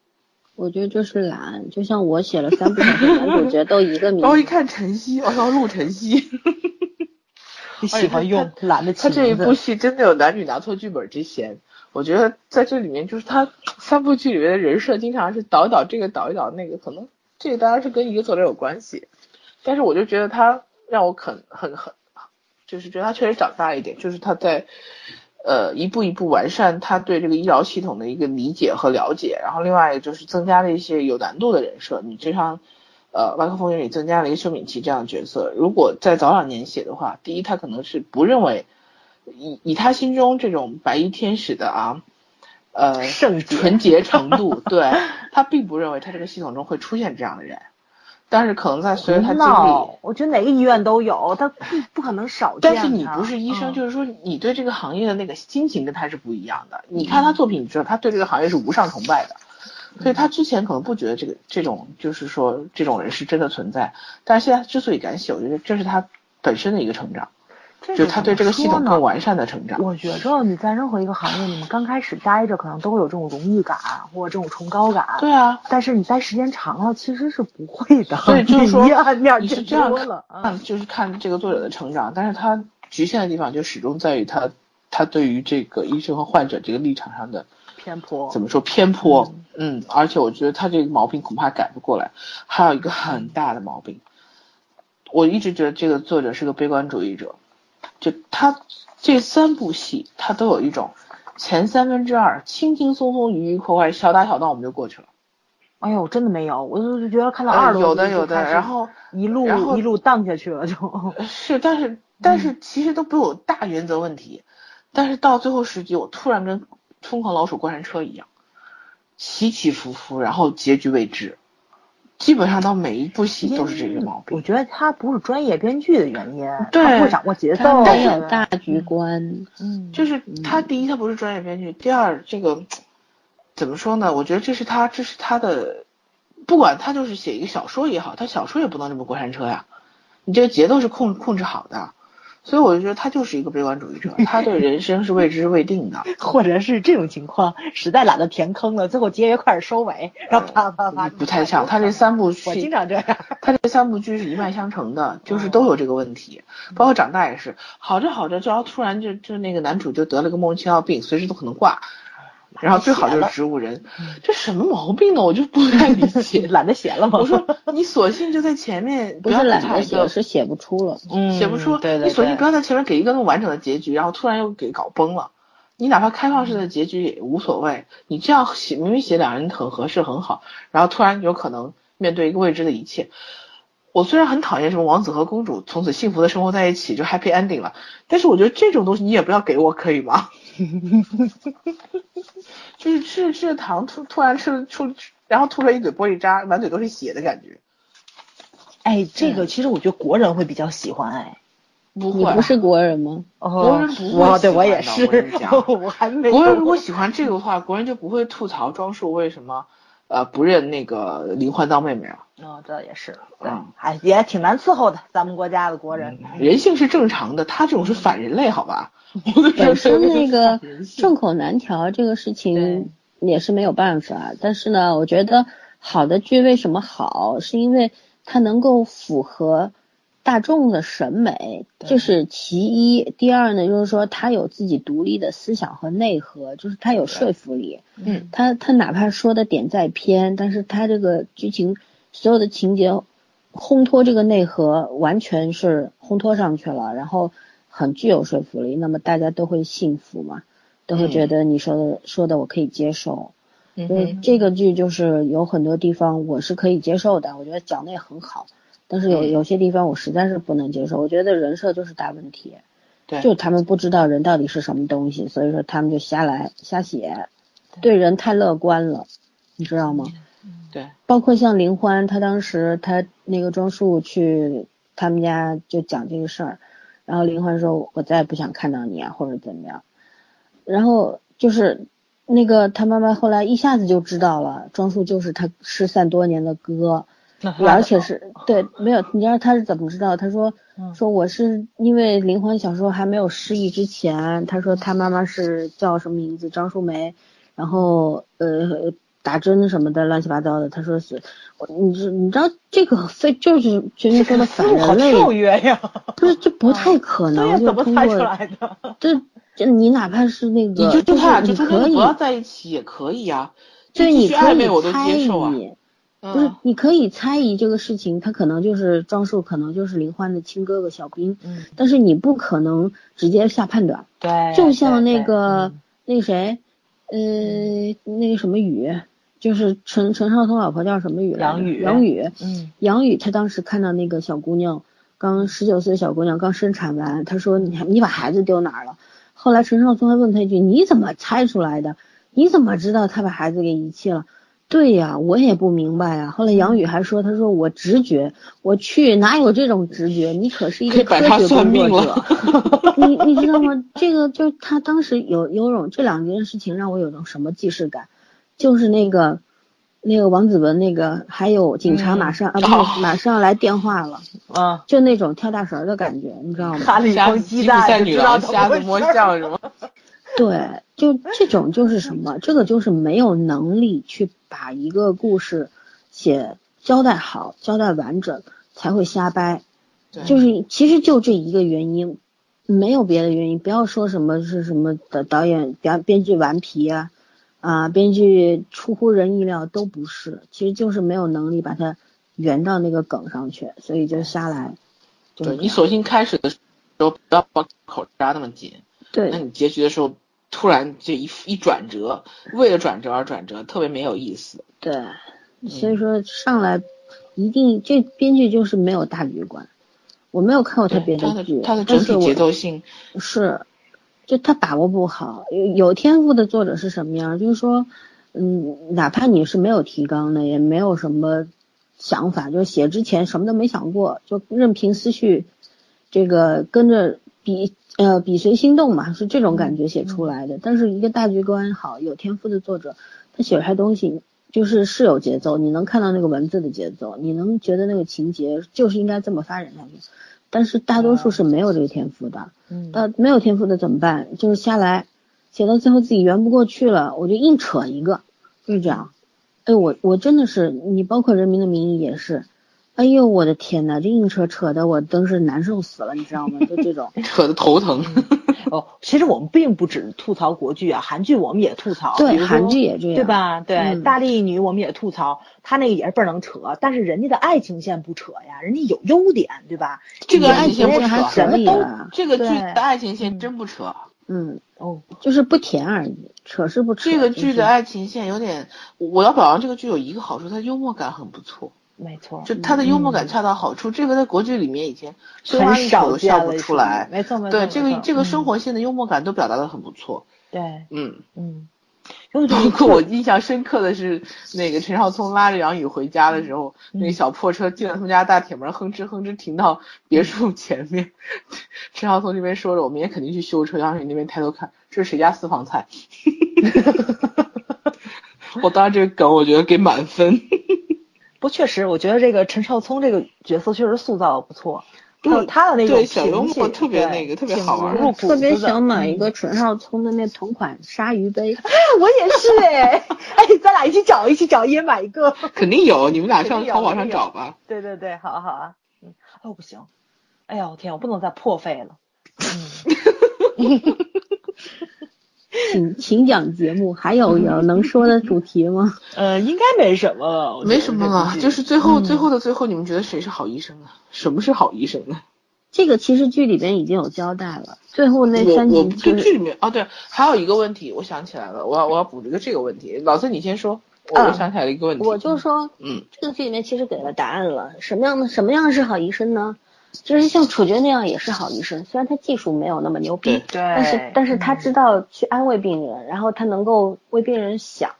[SPEAKER 2] 我觉得这是懒，就像我写了三部小 说，男主角都一个名
[SPEAKER 1] 然后哦一
[SPEAKER 2] 字，
[SPEAKER 1] 看晨曦，我操陆晨曦。
[SPEAKER 3] 你喜欢用懒得起
[SPEAKER 1] 他这一
[SPEAKER 3] 名字
[SPEAKER 1] 部戏真的有男女拿错剧本之嫌，我觉得在这里面就是他三部剧里面的人设经常是倒一倒这个倒一倒那个，可能这个当然是跟一个作者有关系，但是我就觉得他让我很很很，就是觉得他确实长大一点，就是他在呃一步一步完善他对这个医疗系统的一个理解和了解，然后另外就是增加了一些有难度的人设，你就像。呃，《外科风云》里增加了一个休敏琪这样的角色。如果在早两年写的话，第一，他可能是不认为以以他心中这种白衣天使的啊，呃，
[SPEAKER 3] 圣洁
[SPEAKER 1] 纯洁程 度，对他并不认为他这个系统中会出现这样的人，但是可能在随着他经历
[SPEAKER 3] 闹，，我觉得哪个医院都有，他不不可能少见
[SPEAKER 1] 但
[SPEAKER 3] 他。
[SPEAKER 1] 是你不是医生，
[SPEAKER 3] 嗯
[SPEAKER 1] 就是说你对这个行业的那个心情跟他是不一样的。你看他作品，你知道他对这个行业是无上崇拜的，所以他之前可能不觉得这个这种就是说这种人是真的存在，但是现在之所以敢写，我觉得这是他本身的一个成长，
[SPEAKER 3] 这
[SPEAKER 1] 就是
[SPEAKER 3] 怎
[SPEAKER 1] 他对
[SPEAKER 3] 么
[SPEAKER 1] 这个系
[SPEAKER 3] 说
[SPEAKER 1] 统
[SPEAKER 3] 呢
[SPEAKER 1] 更完善的成长。
[SPEAKER 3] 我觉着你在任何一个行业，你们刚开始待着，可能都会有这种荣誉感或者这种崇高感。
[SPEAKER 1] 对啊，
[SPEAKER 3] 但是你待时间长了，其实是不会的。
[SPEAKER 1] 所以就是说
[SPEAKER 3] 你一按面
[SPEAKER 1] 你是
[SPEAKER 3] 见
[SPEAKER 1] 这样
[SPEAKER 3] 多了啊。
[SPEAKER 1] 看，就是看这个作者的成长，但是他局限的地方就始终在于他他对于这个医生和患者这个立场上的
[SPEAKER 3] 偏颇。
[SPEAKER 1] 怎么说偏颇，嗯，而且我觉得他这个毛病恐怕改不过来。还有一个很大的毛病，我一直觉得这个作者是个悲观主义者，就他这三部戏，他都有一种前三分之二轻轻松松、愉愉快快、小打小闹我们就过去了。
[SPEAKER 3] 哎呦，真的没有，我就觉得看到
[SPEAKER 1] 呃
[SPEAKER 3] 二楼、
[SPEAKER 1] 有的有的，然后
[SPEAKER 3] 一路
[SPEAKER 1] 然后
[SPEAKER 3] 一路荡下去了就。
[SPEAKER 1] 是，但是但是其实都不有大原则问题，但是到最后十集，我突然跟《疯狂老鼠过山车》一样，起起伏伏，然后结局未知，基本上到每一部戏都是这个毛
[SPEAKER 3] 我
[SPEAKER 1] 病。
[SPEAKER 3] 觉得他不是专业编剧的原因，
[SPEAKER 1] 对
[SPEAKER 3] 他不会掌握节
[SPEAKER 2] 他
[SPEAKER 1] 哦
[SPEAKER 3] 奏。
[SPEAKER 2] 没有大局观。
[SPEAKER 3] 嗯，
[SPEAKER 1] 就是他第一，他不是专业编剧；第二，这个怎么说呢？我觉得这是他，这是他的，不管他就是写一个小说也好，他小说也不能这么过山车呀，你这个节奏是控控制好的。所以我就觉得他就是一个悲观主义者，他对人生是未知未定的。
[SPEAKER 3] 或者是这种情况，实在懒得填坑了，最后结尾快点收尾，然后啪啪啪。
[SPEAKER 1] 嗯不太像，他这三部
[SPEAKER 3] 我经
[SPEAKER 1] 剧，
[SPEAKER 3] 常这样。
[SPEAKER 1] 他这三部剧是一脉相承的，
[SPEAKER 2] 嗯
[SPEAKER 1] 就是都有这个问题，包括长大也是，好着好着，然后突然就就那个男主就得了个莫名其妙的病，随时都可能挂，
[SPEAKER 2] 哎
[SPEAKER 1] 然后最好就是植物人，
[SPEAKER 2] 嗯
[SPEAKER 1] 这什么毛病呢？我就不太理 解。
[SPEAKER 3] 懒得写了吗？
[SPEAKER 1] 我说你索性就在前面
[SPEAKER 2] 不
[SPEAKER 1] 要
[SPEAKER 2] 是
[SPEAKER 1] 给
[SPEAKER 2] 懒
[SPEAKER 1] 他
[SPEAKER 2] 得
[SPEAKER 1] 一
[SPEAKER 2] 写，
[SPEAKER 1] 个
[SPEAKER 2] 是写不出了。
[SPEAKER 3] 嗯
[SPEAKER 1] 写不出，
[SPEAKER 3] 对对
[SPEAKER 1] 你索性
[SPEAKER 3] 对
[SPEAKER 1] 不要在前面给一个那么完整的结局，然后突然又给搞崩了。你哪怕开放
[SPEAKER 3] 嗯
[SPEAKER 1] 式的结局也无所谓，你这样写明明写两人很合适很好，然后突然有可能面对一个未知的一切。我虽然很讨厌什么王子和公主从此幸福的生活在一起就 happy ending 了，但是我觉得这种东西你也不要给我可以吗？ 就是吃着吃着糖突突然吃了出，然后吐出来一嘴玻璃渣，满嘴都是血的感觉。
[SPEAKER 3] 哎，这
[SPEAKER 1] 嗯
[SPEAKER 3] 个其实我觉得国人会比较喜欢哎。
[SPEAKER 1] 不
[SPEAKER 2] 你
[SPEAKER 1] 会，啊
[SPEAKER 2] 不是国人 吗？
[SPEAKER 1] 国人不会
[SPEAKER 3] 我
[SPEAKER 1] 喜
[SPEAKER 3] 对我
[SPEAKER 1] 欢
[SPEAKER 3] 也
[SPEAKER 1] 的
[SPEAKER 3] 是
[SPEAKER 1] 我跟你讲，
[SPEAKER 3] 我还没有。
[SPEAKER 1] 哦国人如果喜欢这个的话，国人就不会吐槽庄树为什么呃不认那个林欢当妹妹啊了。
[SPEAKER 3] 哦，这也是，对
[SPEAKER 1] 嗯，
[SPEAKER 3] 哎，也挺难伺候的，咱们国家的国人。
[SPEAKER 2] 嗯
[SPEAKER 1] 人性是正常的，他这种是反人类，好 吧？我都觉得
[SPEAKER 2] 本身那个
[SPEAKER 1] 这人性
[SPEAKER 2] 众口难调这个事
[SPEAKER 3] 对
[SPEAKER 2] 情也是没有办法，但是呢，我觉得好的剧为什么好，是因为它能够符合大众的审美，这是其一。第二呢，就是说他有自己独立的思想和内核，就是他有说服力。
[SPEAKER 1] 嗯，
[SPEAKER 2] 他他哪怕说的点再偏，但是他这个剧情所有的情节烘托这个内核，完全是烘托上去了，然后很具有说服力，那么大家都会信服嘛，都会觉得你说的、说的我可以接受。
[SPEAKER 1] 嗯
[SPEAKER 2] 所以
[SPEAKER 1] 哼
[SPEAKER 2] 这个剧就是有很多地方我是可以接受的，我觉得讲的也很好，但是有
[SPEAKER 1] 嗯
[SPEAKER 2] 有些地方我实在是不能接受，我觉得人设就是大问题。
[SPEAKER 1] 对
[SPEAKER 2] 就他们不知道人到底是什么东西，所以说他们就瞎来瞎写，对人太乐观了，你知道吗？
[SPEAKER 1] 对，
[SPEAKER 2] 包括像林欢，他当时他那个庄树去他们家就讲这个事儿，然后林欢说：“我再也不想看到你啊，或者怎么样。”然后就是那个他妈妈后来一下子就知道了，庄树就是他失散多年的哥，而且是对没有，你知道他是怎么知道？他说
[SPEAKER 3] 嗯
[SPEAKER 2] 说我是因为林欢小时候还没有失忆之前，他说他妈妈是叫什么名字张淑梅，然后呃打针什么的乱七八糟的，他说是，我你知你知道这个 非就是绝对说的
[SPEAKER 3] 思
[SPEAKER 2] 反
[SPEAKER 3] 路好
[SPEAKER 2] 人类，
[SPEAKER 3] 跳跃呀！
[SPEAKER 2] 不是这不太可
[SPEAKER 3] 对呀，
[SPEAKER 2] 能，
[SPEAKER 3] 怎
[SPEAKER 2] 就
[SPEAKER 3] 么
[SPEAKER 2] 通
[SPEAKER 3] 猜出
[SPEAKER 2] 过
[SPEAKER 3] 来的？
[SPEAKER 2] 这这你哪怕是那个
[SPEAKER 1] 你呃就
[SPEAKER 2] 就
[SPEAKER 1] 他俩这
[SPEAKER 2] 是你
[SPEAKER 1] 中间
[SPEAKER 2] 可以
[SPEAKER 1] 不要在一起也可以啊，就
[SPEAKER 2] 对
[SPEAKER 1] 继
[SPEAKER 2] 你
[SPEAKER 1] 续
[SPEAKER 2] 可
[SPEAKER 1] 暧
[SPEAKER 2] 以
[SPEAKER 1] 昧我都
[SPEAKER 2] 猜
[SPEAKER 1] 接受啊。
[SPEAKER 2] 疑。不是
[SPEAKER 1] 嗯，，
[SPEAKER 2] 你可以猜疑这个事情，他可能就是庄树，可能就是林欢的亲哥哥小兵，
[SPEAKER 3] 嗯，
[SPEAKER 2] 但是你不可能直接下判断。
[SPEAKER 3] 对，
[SPEAKER 2] 就像
[SPEAKER 3] 哎对
[SPEAKER 2] 那个那
[SPEAKER 3] 对
[SPEAKER 2] 个谁，呃，那个什么宇，就是陈陈少聪老婆叫什么宇来着？
[SPEAKER 3] 杨宇
[SPEAKER 2] 杨宇，
[SPEAKER 3] 嗯
[SPEAKER 2] 杨宇，他当时看到那个小姑娘，刚十九岁的小姑娘刚生产完，他说你还你把孩子丢哪儿了？后来陈少聪还问他一句，你怎么猜出来的？你怎么知道他把孩子给遗弃了？对呀、我也不明白呀、后来杨宇还说：“他说我直觉，我去哪有这种直觉？你可是一个
[SPEAKER 1] 这
[SPEAKER 2] 科
[SPEAKER 1] 把他
[SPEAKER 2] 学
[SPEAKER 1] 算
[SPEAKER 2] 工作
[SPEAKER 1] 命
[SPEAKER 2] 者
[SPEAKER 1] 了。
[SPEAKER 2] 你你知道吗？这个就是他当时有有种这两件事情让我有种什么既视感，就是那个那个王子文那个，还有警察
[SPEAKER 3] 嗯
[SPEAKER 2] 马上、啊
[SPEAKER 1] 哦
[SPEAKER 2] 不是马上来电话了，
[SPEAKER 3] 啊，
[SPEAKER 2] 就那种跳大神儿的感觉，你知 道吗？
[SPEAKER 3] 哈
[SPEAKER 1] 嗯
[SPEAKER 3] 利
[SPEAKER 1] 瞎
[SPEAKER 3] 摸
[SPEAKER 1] 子
[SPEAKER 3] 鸡
[SPEAKER 1] 吉普赛
[SPEAKER 3] 蛋，
[SPEAKER 1] 女
[SPEAKER 3] 就知道
[SPEAKER 1] 郎，
[SPEAKER 3] 怎么
[SPEAKER 1] 瞎子
[SPEAKER 3] 回
[SPEAKER 1] 摸
[SPEAKER 3] 事 儿
[SPEAKER 1] 象什么？
[SPEAKER 2] 对，就这种就是什么？这个就是没有能力去把一个故事写交代好、交代完整，才会瞎掰。
[SPEAKER 1] 对
[SPEAKER 2] 就是其实就这一个原因，没有别的原因。不要说什么是什么的导演、表编剧顽皮啊，啊，编剧出乎人意料都不是，其实就是没有能力把它圆到那个梗上去，所以就瞎来。就是
[SPEAKER 1] 对
[SPEAKER 2] 这
[SPEAKER 1] 你
[SPEAKER 2] 样
[SPEAKER 1] 索性开始的时候不要把口扎那么紧，那
[SPEAKER 2] 对
[SPEAKER 1] 你结局的时候突然这一一转折，为了转折而转折，特别没有意思。嗯
[SPEAKER 2] 对，所以说上来一定这编剧就是没有大局观。我没有看过他哦别
[SPEAKER 1] 它
[SPEAKER 2] 剧，
[SPEAKER 1] 的它的
[SPEAKER 2] 但
[SPEAKER 1] 整
[SPEAKER 2] 是
[SPEAKER 1] 体
[SPEAKER 2] 我
[SPEAKER 1] 节奏性，
[SPEAKER 2] 是，就他把握不好。有有天赋的作者是什么样？就是说，嗯，哪怕你是没有提纲的，也没有什么想法，就是写之前什么都没想过，就任凭思绪，这个跟着笔呃笔随心动嘛，是这种感觉写出来的。但是一个大局观好、有天赋的作者，他写出来东西。就是是有节奏，你能看到那个文字的节奏，你能觉得那个情节就是应该这么发展下去，但是大多数是没有这个天赋的。
[SPEAKER 3] 嗯
[SPEAKER 2] 到呃没有天赋的怎么办？就是瞎来，写到最后自己圆不过去了，我就硬扯一个，就是这样。哎，我我真的是，你包括《人民的名义》也是，哎呦我的天呐，这硬扯扯的我真是难受死了，你知道吗？就这 种，
[SPEAKER 1] 扯得头疼。
[SPEAKER 2] 嗯
[SPEAKER 3] 哦，其实我们并不只吐槽国剧啊，韩剧我们也吐槽，比
[SPEAKER 2] 对，
[SPEAKER 3] 如说
[SPEAKER 2] 韩剧
[SPEAKER 1] 啊
[SPEAKER 2] 也这样，
[SPEAKER 3] 对？吧？对，
[SPEAKER 2] 嗯
[SPEAKER 3] 大力女我们也吐槽，她那个也是倍儿能扯，但是人家的爱情线不扯呀，人家有优点，对吧？
[SPEAKER 1] 这个
[SPEAKER 3] 你
[SPEAKER 1] 爱情线
[SPEAKER 2] 这
[SPEAKER 1] 不
[SPEAKER 2] 个还
[SPEAKER 1] 扯，
[SPEAKER 2] 可以
[SPEAKER 3] 什么
[SPEAKER 2] 啊，
[SPEAKER 1] 这个剧
[SPEAKER 3] 对
[SPEAKER 1] 的爱情线真不扯。
[SPEAKER 2] 嗯，
[SPEAKER 3] 哦，
[SPEAKER 2] 就是不甜而已，扯是不扯。嗯
[SPEAKER 1] 这个
[SPEAKER 2] 就
[SPEAKER 1] 剧
[SPEAKER 2] 是
[SPEAKER 1] 的爱情线有点，我我要表扬这个剧有一个好处，它幽默感很不错，
[SPEAKER 3] 没错，
[SPEAKER 1] 就它的幽默感
[SPEAKER 2] 嗯
[SPEAKER 1] 恰到好处。这个在国剧里面以前深挖
[SPEAKER 3] 很
[SPEAKER 1] 一口
[SPEAKER 3] 少
[SPEAKER 1] 都
[SPEAKER 3] 见
[SPEAKER 1] 笑
[SPEAKER 3] 了
[SPEAKER 1] 不
[SPEAKER 3] 已
[SPEAKER 1] 出
[SPEAKER 3] 经
[SPEAKER 1] 来。
[SPEAKER 3] 没错没
[SPEAKER 1] 对
[SPEAKER 3] 错，没
[SPEAKER 1] 这个
[SPEAKER 3] 错
[SPEAKER 1] 这个
[SPEAKER 3] 嗯
[SPEAKER 1] 生活线的幽默感都表达的很不错，
[SPEAKER 3] 对，
[SPEAKER 1] 嗯，
[SPEAKER 3] 嗯，尤其
[SPEAKER 1] 包
[SPEAKER 3] 是
[SPEAKER 1] 括我印象深刻的是，那个陈少聪拉着杨宇回家的时候，
[SPEAKER 3] 嗯
[SPEAKER 1] 那个小破车进了他们家大铁门，哼哧哼哧停到别墅前面。 陈少聪这边说着：“我明天肯定去修车。”杨宇那边抬头看，这是谁家私房菜？ 我当时这个梗，我觉得给满分。
[SPEAKER 3] 不过确实，我觉得这个陈少聪这个角色确实塑造的不错，他他的那种
[SPEAKER 1] 对小幽
[SPEAKER 3] 情
[SPEAKER 1] 默
[SPEAKER 3] 绪
[SPEAKER 1] 特别
[SPEAKER 3] 对
[SPEAKER 1] 那个特别
[SPEAKER 3] 挺
[SPEAKER 1] 好玩
[SPEAKER 3] 入骨
[SPEAKER 2] 特别
[SPEAKER 3] 子的
[SPEAKER 2] 想买一个陈少聪的那同款鲨鱼杯，
[SPEAKER 3] 我也是哎， 哎，咱俩一起找，一起找，一 人买一个。
[SPEAKER 1] 肯定有，你们俩
[SPEAKER 3] 肯
[SPEAKER 1] 上
[SPEAKER 3] 定有
[SPEAKER 1] 淘宝
[SPEAKER 3] 肯
[SPEAKER 1] 上
[SPEAKER 3] 定有
[SPEAKER 1] 找吧。
[SPEAKER 3] 对对对，好啊好啊，嗯，哦不行，哎呦天，我不能再破费了。
[SPEAKER 2] 请请讲节目，还有有能说的主题吗？
[SPEAKER 3] 呃，应该没什么了，我觉得
[SPEAKER 1] 没什么
[SPEAKER 3] 这
[SPEAKER 1] 了，
[SPEAKER 3] 部剧
[SPEAKER 1] 就是最后、
[SPEAKER 3] 嗯
[SPEAKER 1] 最后的最后，你们觉得谁是好医生啊？什么是好医生啊呢？
[SPEAKER 2] 这个其实剧里边已经有交代了，最后那
[SPEAKER 1] 我
[SPEAKER 2] 三
[SPEAKER 1] 我
[SPEAKER 2] 集
[SPEAKER 1] 这
[SPEAKER 2] 就
[SPEAKER 1] 剧
[SPEAKER 2] 是
[SPEAKER 1] 里面哦对，还有一个问题，我想起来了，我要我要补一个这个问题，老孙你先说，我、
[SPEAKER 2] 嗯
[SPEAKER 1] 我想起来了一个问题，
[SPEAKER 2] 我就说
[SPEAKER 1] 嗯
[SPEAKER 2] 这个剧里面其实给了答案了，什么样的什么样是好医生呢？就是像楚军那样也是好医生，虽然他技术没有那么牛逼
[SPEAKER 1] 对，
[SPEAKER 3] 对，
[SPEAKER 2] 但是但是他
[SPEAKER 3] 嗯
[SPEAKER 2] 知道去安慰病人，然后他能够为病人想，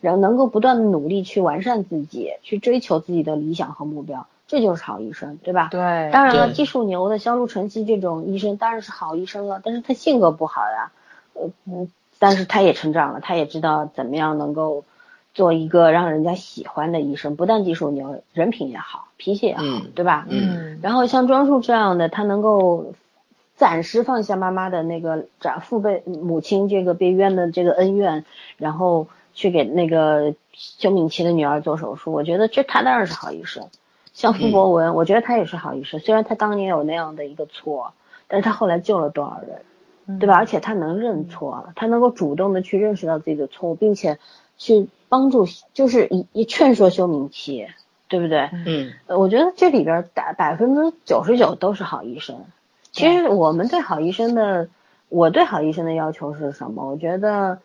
[SPEAKER 2] 然后能够不断的努力去完善自己，去追求自己的理想和目标，这就是好医生，对吧？
[SPEAKER 3] 对，
[SPEAKER 2] 当然了，
[SPEAKER 1] 对
[SPEAKER 2] 技术牛的肖路晨曦这种医生当然是好医生了，但是他性格不好呀，呃嗯，但是他也成长了，他也知道怎么样能够做一个让人家喜欢的医生，不但技术牛，人品也好，脾气也好，
[SPEAKER 1] 嗯
[SPEAKER 2] 对吧？
[SPEAKER 3] 嗯，
[SPEAKER 2] 然后像庄树这样的，他能够暂时放下妈妈的那个长父辈母亲这个被冤的这个恩怨，然后去给那个邱敏琪的女儿做手术，我觉得这他当然是好医生。像傅博文，我觉得他也是好医生，虽然他当年有那样的一个错，但是他后来救了多少人，
[SPEAKER 3] 嗯
[SPEAKER 2] 对吧？而且他能认错，他能够主动的去认识到自己的错误，并且去帮助，就是一一劝说邱敏琪，对不对？
[SPEAKER 1] 嗯
[SPEAKER 2] 呃我觉得这里边儿百百分之九十九都是好医生。其实我们对好医生的，我对好医生的要求是什么？我觉得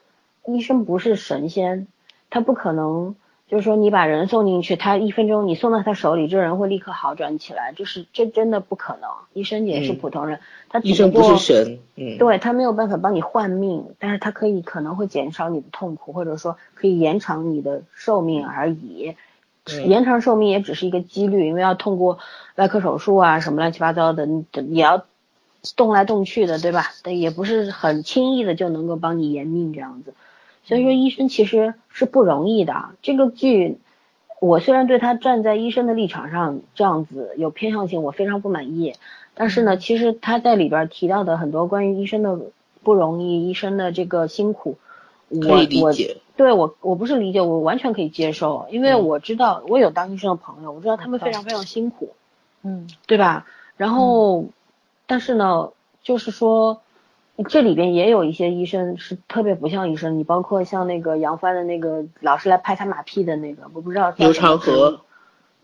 [SPEAKER 2] 医生不是神仙，他不可能就是说你把人送进去，他一分钟你送到他手里，这人会立刻好转起来，这是这真的不可能。医生也是
[SPEAKER 1] 嗯
[SPEAKER 2] 普通人，他
[SPEAKER 1] 医
[SPEAKER 2] 只
[SPEAKER 1] 生
[SPEAKER 2] 不
[SPEAKER 1] 不
[SPEAKER 2] 过
[SPEAKER 1] 是神，嗯
[SPEAKER 2] 对他没有办法帮你换命，但是他可以可能会减少你的痛苦，或者说可以延长你的寿命而已。
[SPEAKER 1] 嗯
[SPEAKER 2] 延长寿命也只是一个几率，因为要通过外科手术啊什么乱七八糟的，你也要动来动去的，对吧？但也不是很轻易的就能够帮你延命这样子。所以说，医生其实是不容易的。这个剧，我虽然对他站在医生的立场上这样子有偏向性，我非常不满意。但是呢，其实他在里边提到的很多关于医生的不容易、医生的这个辛苦，
[SPEAKER 1] 可
[SPEAKER 2] 我
[SPEAKER 1] 以理
[SPEAKER 2] 我
[SPEAKER 1] 解，
[SPEAKER 2] 对我我不是理解，我完全可以接受，因为
[SPEAKER 1] 嗯
[SPEAKER 2] 我知道我有当医生的朋友，我知道他们
[SPEAKER 3] 明白
[SPEAKER 2] 非常非常辛苦，
[SPEAKER 3] 嗯，
[SPEAKER 2] 对吧？然后，但是呢，就是说，这里边也有一些医生是特别不像医生，你包括像那个杨帆的那个老是来拍他马屁的那个，我不知道叫
[SPEAKER 1] 刘
[SPEAKER 2] 什么
[SPEAKER 1] 长河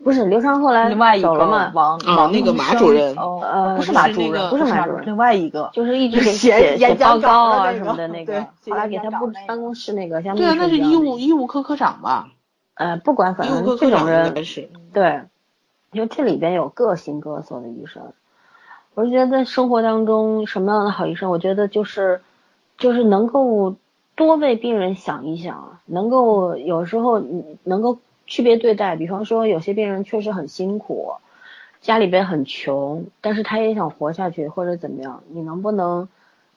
[SPEAKER 2] 不是刘长后来
[SPEAKER 3] 另外一个
[SPEAKER 2] 走了嘛，
[SPEAKER 3] 王
[SPEAKER 1] 啊
[SPEAKER 3] 王
[SPEAKER 1] 那个
[SPEAKER 3] 医
[SPEAKER 1] 马
[SPEAKER 3] 生
[SPEAKER 1] 主任
[SPEAKER 3] 哦
[SPEAKER 2] 呃
[SPEAKER 3] 不
[SPEAKER 2] 不
[SPEAKER 3] 是
[SPEAKER 2] 是
[SPEAKER 3] 马
[SPEAKER 2] 那
[SPEAKER 3] 主
[SPEAKER 1] 个
[SPEAKER 3] 任，
[SPEAKER 2] 不是马主任
[SPEAKER 3] 任，另外一个
[SPEAKER 2] 就是一直给
[SPEAKER 3] 写
[SPEAKER 2] 写
[SPEAKER 3] 演
[SPEAKER 2] 写
[SPEAKER 3] 讲
[SPEAKER 2] 报告啊
[SPEAKER 3] 稿的那
[SPEAKER 2] 什
[SPEAKER 3] 个
[SPEAKER 2] 么的 那
[SPEAKER 3] 对
[SPEAKER 2] 个，后来给他
[SPEAKER 3] 写演讲稿
[SPEAKER 2] 布
[SPEAKER 3] 那个
[SPEAKER 2] 办公室那个，像
[SPEAKER 1] 对啊，那是
[SPEAKER 2] 秘书一
[SPEAKER 1] 医
[SPEAKER 2] 样的
[SPEAKER 1] 务医务科科长吧？
[SPEAKER 2] 呃，不管反
[SPEAKER 1] 医务科科
[SPEAKER 2] 正这种
[SPEAKER 1] 长应
[SPEAKER 2] 人
[SPEAKER 1] 该是，
[SPEAKER 2] 对，因为这里边有各形各色的医生，我是觉得在生活当中什么样的好医生，我觉得就是就是能够多为病人想一想，能够有时候你能够区别对待，比方说有些病人确实很辛苦，家里边很穷，但是他也想活下去或者怎么样，你能不能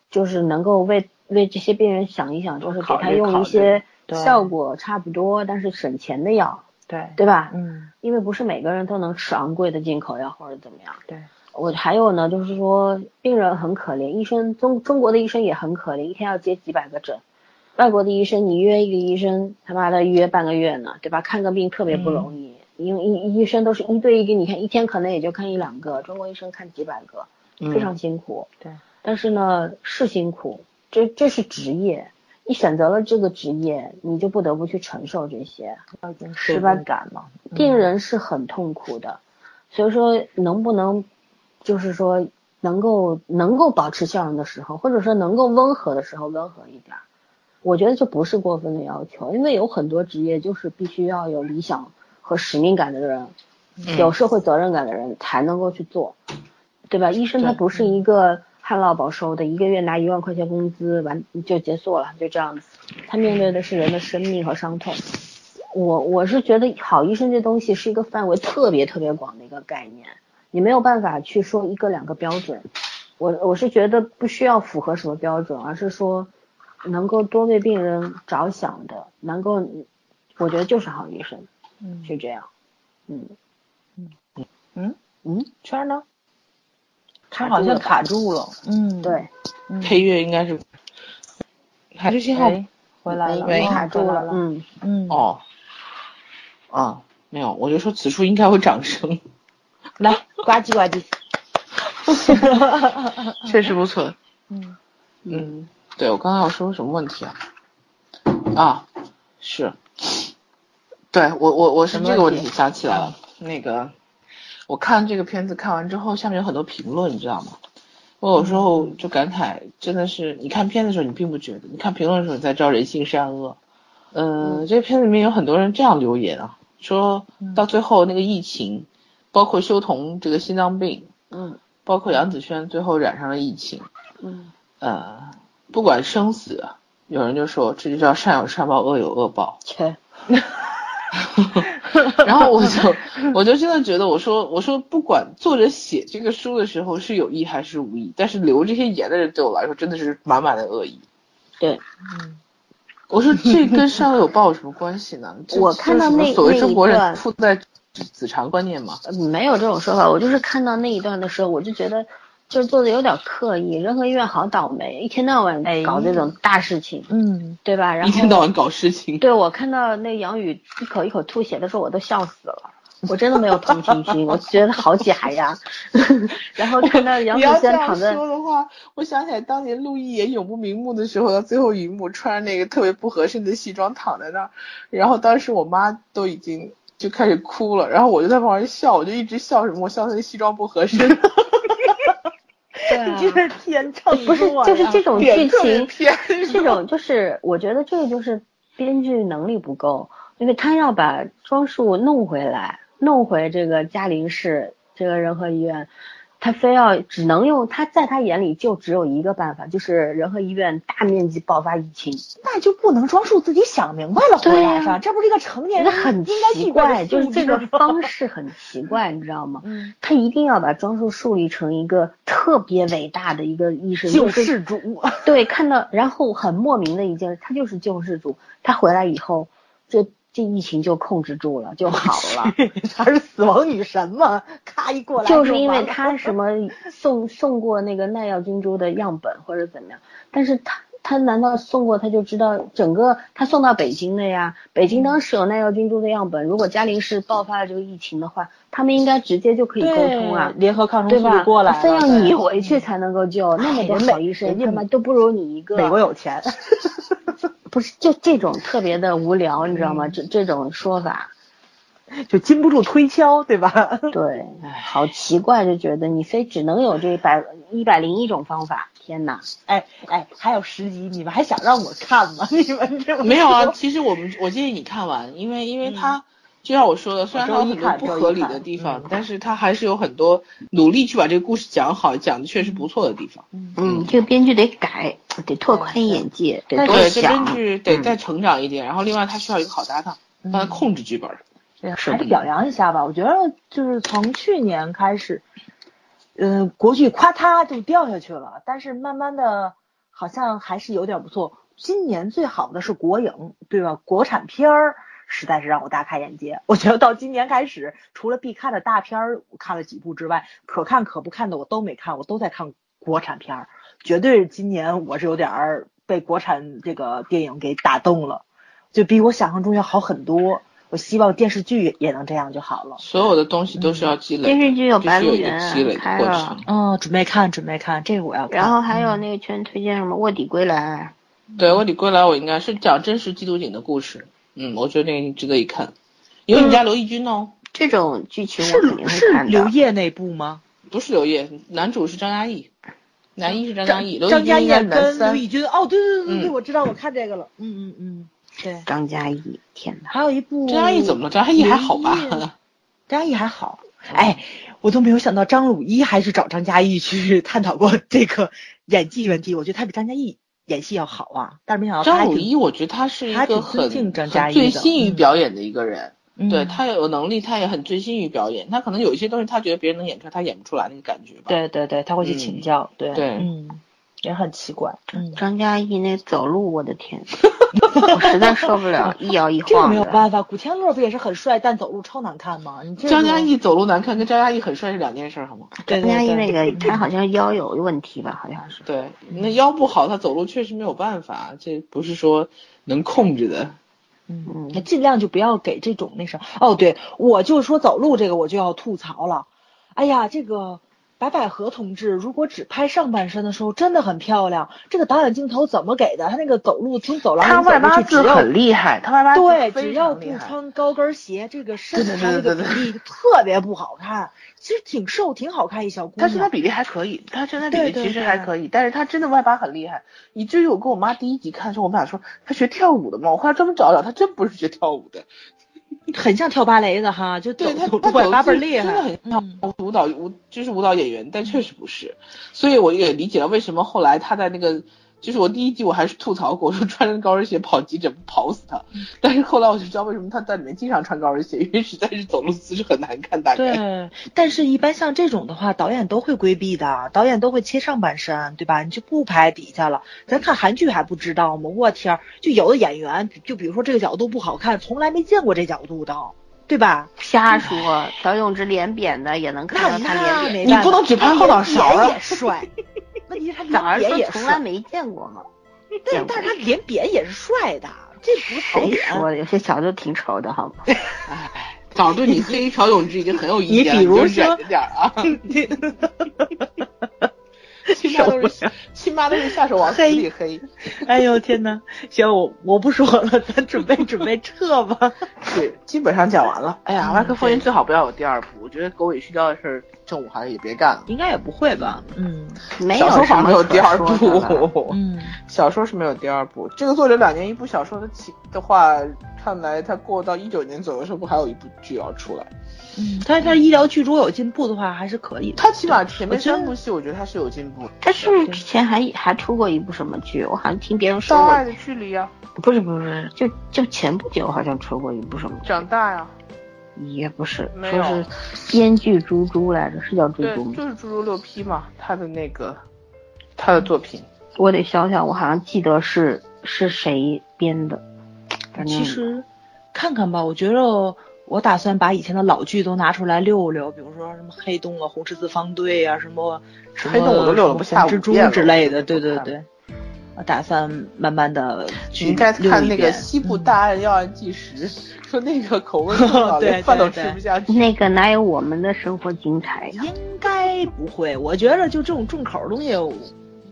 [SPEAKER 2] 就是能够为为这些病人想一想，就是给
[SPEAKER 1] 考
[SPEAKER 2] 他
[SPEAKER 1] 虑考
[SPEAKER 2] 用
[SPEAKER 1] 虑
[SPEAKER 2] 一些
[SPEAKER 3] 对
[SPEAKER 2] 效果差不多但是省钱的药，
[SPEAKER 3] 对
[SPEAKER 2] 对吧？
[SPEAKER 3] 嗯
[SPEAKER 2] 因为不是每个人都能吃昂贵的进口药或者怎么样。
[SPEAKER 3] 对，
[SPEAKER 2] 我还有呢，就是说病人很可怜，医生中中国的医生也很可怜，一天要接几百个诊。外国的医生，你约一个医生，他妈的约半个月呢，对吧？看个病特别不容易，因为医医生都是一对一给你看，一天可能也就看一两个，中国医生看几百个，
[SPEAKER 1] 嗯
[SPEAKER 2] 非常辛苦。
[SPEAKER 3] 对，
[SPEAKER 2] 但是呢，是辛苦，这这是职业，你选择了这个职业，你就不得不去承受这些。
[SPEAKER 3] 要一种使
[SPEAKER 2] 吧
[SPEAKER 3] 命感嘛，嗯
[SPEAKER 2] 病人是很痛苦的，所以说能不能，就是说能够能够保持笑容的时候，或者说能够温和的时候温和一点儿，我觉得这不是过分的要求，因为有很多职业就是必须要有理想和使命感的人，
[SPEAKER 1] 嗯
[SPEAKER 2] 有社会责任感的人才能够去做，对吧？医生他
[SPEAKER 1] 对
[SPEAKER 2] 不是一个旱涝保收的，一个月拿一万块钱工资完就结束了，就这样子，他面对的是人的生命和伤痛。我我是觉得好医生这东西是一个范围特别特别广的一个概念，你没有办法去说一个两个标准。我我是觉得不需要符合什么标准，而是说能够多为病人着想的，能够，我觉得就是好医生，
[SPEAKER 3] 嗯
[SPEAKER 2] 是这样。嗯
[SPEAKER 3] 嗯，
[SPEAKER 2] 嗯，
[SPEAKER 3] 圈儿呢？圈儿
[SPEAKER 2] 卡
[SPEAKER 3] 好
[SPEAKER 2] 住
[SPEAKER 3] 像
[SPEAKER 2] 了吧
[SPEAKER 3] 卡住了，嗯，
[SPEAKER 2] 对，
[SPEAKER 3] 嗯，
[SPEAKER 1] 配乐应该是，还是信号
[SPEAKER 3] 哎，回来了，
[SPEAKER 1] 喂
[SPEAKER 3] 哦
[SPEAKER 2] 卡住了。，
[SPEAKER 3] 回来
[SPEAKER 2] 嗯，
[SPEAKER 3] 嗯，
[SPEAKER 1] 哦， 啊，没有，我就说此处应该有掌声。
[SPEAKER 3] 来呱唧呱唧，
[SPEAKER 1] 确实不错。
[SPEAKER 3] 嗯
[SPEAKER 1] 嗯，对我刚刚要说什么问题啊？啊，是，对我我我是
[SPEAKER 3] 什么
[SPEAKER 1] 这个问
[SPEAKER 3] 问
[SPEAKER 1] 题
[SPEAKER 3] 题嗯
[SPEAKER 1] 想起来了，那个我看这个片子看完之后，下面有很多评论，你知道吗？我有时候
[SPEAKER 3] 嗯
[SPEAKER 1] 就感慨，真的是你看片子的时候你并不觉得，你看评论的时候你才知道人性善恶。
[SPEAKER 3] 嗯
[SPEAKER 1] 呃，这个片子里面有很多人这样留言啊，说到最后那个疫情，包括修童这个心脏病，
[SPEAKER 2] 嗯
[SPEAKER 1] 包括杨子轩最后染上了疫情，
[SPEAKER 2] 嗯
[SPEAKER 1] 呃，不管生死，有人就说这就叫善有善报，恶有恶报。
[SPEAKER 2] 切，
[SPEAKER 1] 然后我就我就真的觉得，我说我说不管作者写这个书的时候是有意还是无意，但是留这些言的人对我来说真的是满满的恶意。嗯
[SPEAKER 2] 对
[SPEAKER 1] 我说这跟善恶有报有什么关系呢？这
[SPEAKER 2] 我
[SPEAKER 1] 这
[SPEAKER 2] 看到
[SPEAKER 1] 是什么
[SPEAKER 2] 那
[SPEAKER 1] 所
[SPEAKER 2] 那
[SPEAKER 1] 谓
[SPEAKER 2] 一
[SPEAKER 1] 中国人
[SPEAKER 2] 段
[SPEAKER 1] 附带子偿观念嘛，
[SPEAKER 2] 呃没有这种说法。我就是看到那一段的时候，我就觉得就是做的有点刻意。仁和医院好倒霉，一天到晚
[SPEAKER 3] 哎
[SPEAKER 2] 搞这种大事情，
[SPEAKER 3] 嗯，
[SPEAKER 2] 对吧？然
[SPEAKER 1] 一天到
[SPEAKER 2] 后
[SPEAKER 1] 晚搞事情。
[SPEAKER 2] 对我看到那杨宇一口一口吐血的时候，我都笑死了。我真的没有同情心，我觉得好假呀。 然后看到杨
[SPEAKER 1] 你
[SPEAKER 2] 子
[SPEAKER 1] 要这
[SPEAKER 2] 轩
[SPEAKER 1] 样
[SPEAKER 2] 躺在，
[SPEAKER 1] 说的话，我想起来当年陆毅演《永不瞑目》的时候，他最后一幕穿着那个特别不合身的西装躺在那儿，然后当时我妈都已经就开始哭了，然后我就在旁边笑，我就一直笑什么，我笑他那西装不合身，
[SPEAKER 2] 对啊
[SPEAKER 3] 你这是天秤
[SPEAKER 2] 不是
[SPEAKER 3] 座
[SPEAKER 2] 就是
[SPEAKER 3] 呀
[SPEAKER 2] 这种
[SPEAKER 1] 脸
[SPEAKER 2] 剧
[SPEAKER 1] 特别
[SPEAKER 2] 情，
[SPEAKER 1] 偏。
[SPEAKER 2] 这种就是我觉得这个就是编剧能力不够，因为他要把庄树弄回来，弄回这个嘉陵市这个仁和医院，他非要只能用他在他眼里就只有一个办法，就是仁和医院大面积爆发疫情，
[SPEAKER 3] 那就不能装束自己想明白了回
[SPEAKER 2] 对
[SPEAKER 3] 来
[SPEAKER 2] 呀
[SPEAKER 3] 是吧？这不是一个成年
[SPEAKER 2] 那
[SPEAKER 3] 人
[SPEAKER 2] 很
[SPEAKER 3] 应该
[SPEAKER 2] 奇
[SPEAKER 3] 具备
[SPEAKER 2] 怪，
[SPEAKER 3] 的
[SPEAKER 2] 就是
[SPEAKER 3] 素
[SPEAKER 2] 这
[SPEAKER 3] 质
[SPEAKER 2] 个
[SPEAKER 3] 吗
[SPEAKER 2] 方式很奇怪，你知道吗？
[SPEAKER 3] 嗯
[SPEAKER 2] 他一定要把庄树树立成一个特别伟大的一个医生，
[SPEAKER 3] 救
[SPEAKER 2] 是
[SPEAKER 3] 世主，。
[SPEAKER 2] 对，看到，然后很莫名的一件事，他就是救世主，他回来以后，这这疫情就控制住了，就好了
[SPEAKER 3] 她是死亡女神嘛？咔一过来
[SPEAKER 2] 就是因为
[SPEAKER 3] 完了
[SPEAKER 2] 他什 么送送过那个耐药菌株的样本或者怎么样，但是他他难道送过他就知道整个他送到北京的呀？北京当时有耐药菌株的样本，如果嘉陵市爆发了这个疫情的话，他们应该直接就可以沟通啊
[SPEAKER 3] 对。联合抗
[SPEAKER 2] 对
[SPEAKER 3] 争
[SPEAKER 2] 吧
[SPEAKER 3] 就？过来了，
[SPEAKER 2] 非要
[SPEAKER 3] 对
[SPEAKER 2] 你回去才能够救，那么
[SPEAKER 3] 哎
[SPEAKER 2] 多
[SPEAKER 3] 人
[SPEAKER 2] 好
[SPEAKER 3] 美
[SPEAKER 2] 医生，
[SPEAKER 3] 人家
[SPEAKER 2] 他妈都不如你一个。
[SPEAKER 3] 美国有钱，
[SPEAKER 2] 不是，就这种特别的无聊，你知道吗？
[SPEAKER 3] 嗯
[SPEAKER 2] 这这种说法，
[SPEAKER 3] 就禁不住推敲，对吧？
[SPEAKER 2] 对，
[SPEAKER 3] 哎
[SPEAKER 2] 好奇怪，就觉得你非只能有这百一百零一种方法，天哪！
[SPEAKER 3] 哎哎，还有十集，你们还想让我看吗？ 你们这 么
[SPEAKER 1] 没有 啊，其实我们我建议你看完，因为因为他、就嗯像我说的，虽然
[SPEAKER 3] 周
[SPEAKER 1] 它有
[SPEAKER 3] 一
[SPEAKER 1] 很多
[SPEAKER 3] 看
[SPEAKER 1] 不
[SPEAKER 3] 周一
[SPEAKER 1] 合理
[SPEAKER 3] 看
[SPEAKER 1] 的地方
[SPEAKER 3] 嗯，
[SPEAKER 1] 但是他还是有很多努力去把这个故事讲好，讲的确实不错的地方。
[SPEAKER 2] 嗯，这个编剧得改，得拓宽眼界，得多
[SPEAKER 1] 对，这编
[SPEAKER 2] 想。
[SPEAKER 1] 剧得再成长一点，然后另外他需要一个好搭档，帮他控制剧本。
[SPEAKER 3] 对
[SPEAKER 1] 说
[SPEAKER 3] 还
[SPEAKER 1] 不定
[SPEAKER 3] 是表扬一下吧。我觉得就是从去年开始，嗯、国剧夸嚓就掉下去了，但是慢慢的，好像还是有点不错。今年最好的是国影，对吧？国产片儿实在是让我大开眼界。我觉得到今年开始，除了必看的大片儿我看了几部之外，可看可不看的我都没看，我都在看国产片儿。绝对今年我是有点儿被国产这个电影给打动了，就比我想象中要好很多。我希望电视剧也能这样就好了。
[SPEAKER 1] 所有的东西都是要积累的，
[SPEAKER 2] 电视剧有白
[SPEAKER 1] 必须有一
[SPEAKER 2] 鹿
[SPEAKER 1] 个
[SPEAKER 2] 原啊
[SPEAKER 1] 积累的
[SPEAKER 2] 开
[SPEAKER 1] 过
[SPEAKER 2] 了
[SPEAKER 1] 程。
[SPEAKER 3] 嗯，准备看，准备看，这个我要看。
[SPEAKER 2] 然后还有那个圈推荐什么《卧底归来
[SPEAKER 1] 对，卧底归来我应该是讲真实缉毒警的故事，嗯，我觉得那个值得一看。有
[SPEAKER 3] 嗯
[SPEAKER 1] 你家刘奕君哦，》
[SPEAKER 2] 这种剧情，我肯定
[SPEAKER 3] 是
[SPEAKER 2] 会
[SPEAKER 3] 是
[SPEAKER 2] 看
[SPEAKER 3] 刘
[SPEAKER 2] 的。
[SPEAKER 3] 烨那部吗？
[SPEAKER 1] 不是刘烨，男主是张嘉译，男一是张嘉译，刘
[SPEAKER 3] 张
[SPEAKER 1] 奕
[SPEAKER 3] 嘉
[SPEAKER 1] 君应该
[SPEAKER 3] 译
[SPEAKER 1] 是男
[SPEAKER 3] 跟刘
[SPEAKER 1] 三。
[SPEAKER 3] 奕君。哦，对对对对对，
[SPEAKER 1] 嗯
[SPEAKER 3] 我知道，我看这个了。嗯嗯嗯，对。
[SPEAKER 2] 张嘉译，天哪！
[SPEAKER 3] 还有一部
[SPEAKER 1] 张嘉译怎么了？张嘉译还好吧？
[SPEAKER 3] 刘烨张嘉译还好，哎，我都没有想到张鲁一还是找张嘉译去探讨过这个演技问题。我觉得他比张嘉译演戏要好啊，但是没想到他
[SPEAKER 1] 张
[SPEAKER 3] 还
[SPEAKER 1] 鲁
[SPEAKER 3] 挺
[SPEAKER 1] 一，我觉得他是一
[SPEAKER 3] 他
[SPEAKER 1] 个
[SPEAKER 3] 挺尊
[SPEAKER 1] 很
[SPEAKER 3] 敬张
[SPEAKER 1] 很
[SPEAKER 3] 嘉译
[SPEAKER 1] 醉
[SPEAKER 3] 的
[SPEAKER 1] 心于
[SPEAKER 3] 嗯
[SPEAKER 1] 表演的一个人。
[SPEAKER 3] 嗯
[SPEAKER 1] 对他有能力，他也很醉心于表演。他可能有一些东西，他觉得别人能演出来，他演不出来那个感觉吧。，
[SPEAKER 3] 对对对，他会去请教，对
[SPEAKER 1] 对
[SPEAKER 3] 嗯，也很奇怪，嗯，
[SPEAKER 2] 张嘉译那走路，我的天， 我实在受不 了，一摇一
[SPEAKER 3] 这个
[SPEAKER 2] 晃
[SPEAKER 3] 没有
[SPEAKER 2] 的。
[SPEAKER 3] 办法，古天乐不也是很帅，但走路超难看吗？你这
[SPEAKER 1] 张嘉
[SPEAKER 3] 个，
[SPEAKER 1] 译走路难看跟张嘉译很帅是两件事，好吗？
[SPEAKER 3] 对
[SPEAKER 2] 张嘉译那
[SPEAKER 3] 对
[SPEAKER 2] 个，他好像腰有问题吧？好 像是。
[SPEAKER 1] 对，那腰不好，他走路确实没有办法，这不是说能控制的。
[SPEAKER 3] 嗯，那尽量就不要给这种那啥。哦，对，我就说走路这个我就要吐槽了，哎呀，这个白百合同志如果只拍上半身的时候，真的很漂亮。这个导演镜头怎么给的？他那个走路从走廊
[SPEAKER 1] 他
[SPEAKER 3] 里
[SPEAKER 1] 外
[SPEAKER 3] 走
[SPEAKER 1] 八
[SPEAKER 3] 过去，
[SPEAKER 1] 字
[SPEAKER 3] 只要
[SPEAKER 1] 很厉害，他外八字
[SPEAKER 3] 对，
[SPEAKER 1] 非
[SPEAKER 3] 只要
[SPEAKER 1] 常
[SPEAKER 3] 不
[SPEAKER 1] 厉害
[SPEAKER 3] 穿高跟鞋，这个身
[SPEAKER 1] 对
[SPEAKER 3] 材
[SPEAKER 1] 对
[SPEAKER 3] 这
[SPEAKER 1] 对对
[SPEAKER 3] 个比
[SPEAKER 1] 对
[SPEAKER 3] 例特别不好看。其实挺瘦，挺好看一小姑
[SPEAKER 1] 他身材
[SPEAKER 3] 娘。
[SPEAKER 1] 比例还可以，他身材比例
[SPEAKER 3] 对对
[SPEAKER 1] 其实
[SPEAKER 3] 对
[SPEAKER 1] 还可以，但是他真的外八很厉害，以至于我跟我妈第一集看的时候，我们俩说他学跳舞的吗？我后来专门找找，他真不是学跳舞的，
[SPEAKER 3] 很像跳芭蕾的哈，就
[SPEAKER 1] 对他
[SPEAKER 3] 走
[SPEAKER 1] 他
[SPEAKER 3] 走外八倍
[SPEAKER 1] 走
[SPEAKER 3] 儿
[SPEAKER 1] 姿
[SPEAKER 3] 厉
[SPEAKER 1] 真的
[SPEAKER 3] 害
[SPEAKER 1] 很。
[SPEAKER 3] 嗯
[SPEAKER 1] 像舞蹈舞就是舞蹈演员，但确实不是，所以我也理解了为什么后来他在那个。就是我第一季我还是吐槽过，我说穿着高跟鞋跑急诊跑死他，但是后来我就知道为什么他在里面经常穿高跟鞋，因为实在是走路姿势很难看，大概。
[SPEAKER 3] 对，但是一般像这种的话，导演都会规避的，导演都会切上半身，对吧？你就不拍底下了。咱看韩剧还不知道吗？我天儿，就有的演员，就比如说这个角度不好看，从来没见过这角度的，对吧？
[SPEAKER 2] 瞎说，朴永植脸扁的也能看到
[SPEAKER 3] 那
[SPEAKER 2] 啊他脸扁，
[SPEAKER 3] 那没
[SPEAKER 1] 你
[SPEAKER 3] 办
[SPEAKER 1] 不
[SPEAKER 3] 法
[SPEAKER 1] 能只拍后脑勺
[SPEAKER 3] 他脸
[SPEAKER 1] 啊
[SPEAKER 3] 也！帅，问题是他
[SPEAKER 2] 早上
[SPEAKER 3] 脸
[SPEAKER 2] 说
[SPEAKER 3] 也
[SPEAKER 2] 从来
[SPEAKER 3] 帅，
[SPEAKER 2] 没见过嘛。
[SPEAKER 3] 但
[SPEAKER 2] 见
[SPEAKER 3] 是但是
[SPEAKER 2] 过
[SPEAKER 3] 他脸扁也是帅的，这不是
[SPEAKER 2] 谁
[SPEAKER 3] 脸。
[SPEAKER 2] 说的？有些小就挺丑的，好吗？
[SPEAKER 1] 哎，早对你黑朴永志已经很有意见了，
[SPEAKER 3] 你比如
[SPEAKER 1] 你就
[SPEAKER 3] 说
[SPEAKER 1] 忍着点儿啊。 亲妈都是亲妈都是下手往死里黑，
[SPEAKER 3] 哎呦天哪！行，我我不说了，咱准备准备撤吧。
[SPEAKER 1] 是基本上讲完了。哎呀，
[SPEAKER 3] 嗯
[SPEAKER 1] 麦克风云最好不要有第二部，我觉得狗尾续貂的事儿，正午好像也别干了。
[SPEAKER 3] 应该也不会吧？嗯
[SPEAKER 2] 没
[SPEAKER 1] 小
[SPEAKER 2] 有
[SPEAKER 1] 说
[SPEAKER 2] 什
[SPEAKER 1] 反而
[SPEAKER 2] 么
[SPEAKER 1] 没有第二
[SPEAKER 2] 可说 的了
[SPEAKER 1] 部，
[SPEAKER 3] 嗯，
[SPEAKER 1] 小说是没有第二部。这个作者两年一部小说的起的话，看来他过到一九年左右的时候，不还有一部剧要出来？
[SPEAKER 3] 嗯，但是他医疗剧如果有进步的话，还是可以的。
[SPEAKER 1] 他起码前面
[SPEAKER 3] 我觉得
[SPEAKER 1] 三部戏，我觉得他是有进步的。
[SPEAKER 2] 他是不是之前还还出过一部什么剧？我好像听别人说
[SPEAKER 1] 到爱
[SPEAKER 2] 过，
[SPEAKER 1] 的距离啊，
[SPEAKER 2] 不是不是不是，就就前不久好像出过一部什么剧，
[SPEAKER 1] 长大呀、
[SPEAKER 2] 也不是，
[SPEAKER 1] 没有
[SPEAKER 2] 说是编剧猪猪来着，是叫猪
[SPEAKER 1] 对，
[SPEAKER 2] 猪吗？
[SPEAKER 1] 就是《猪猪六批》嘛，他的那个他的作品，
[SPEAKER 2] 我得想想，我好像记得是是谁编的，反
[SPEAKER 1] 嗯
[SPEAKER 2] 正
[SPEAKER 3] 其实看看吧，我觉着我打算把以前的老剧都拿出来溜溜，比如说什么黑洞啊、红十字方队啊，什么什么
[SPEAKER 1] 黑洞我都溜了不
[SPEAKER 3] 什么
[SPEAKER 1] 下
[SPEAKER 3] 红蜘
[SPEAKER 1] 五遍了
[SPEAKER 3] 蛛之类的。对
[SPEAKER 1] 我都
[SPEAKER 3] 对
[SPEAKER 1] 看
[SPEAKER 3] 对，我打算慢慢的去
[SPEAKER 1] 你应该看那个《西
[SPEAKER 3] 西
[SPEAKER 1] 部大案要案纪实》说那个口味重 到
[SPEAKER 3] 对
[SPEAKER 1] 连饭都
[SPEAKER 3] 对
[SPEAKER 1] 吃不下去。
[SPEAKER 2] 那个哪有我们的生活精彩呀？
[SPEAKER 3] 应该不会，我觉着就这种重口的东西，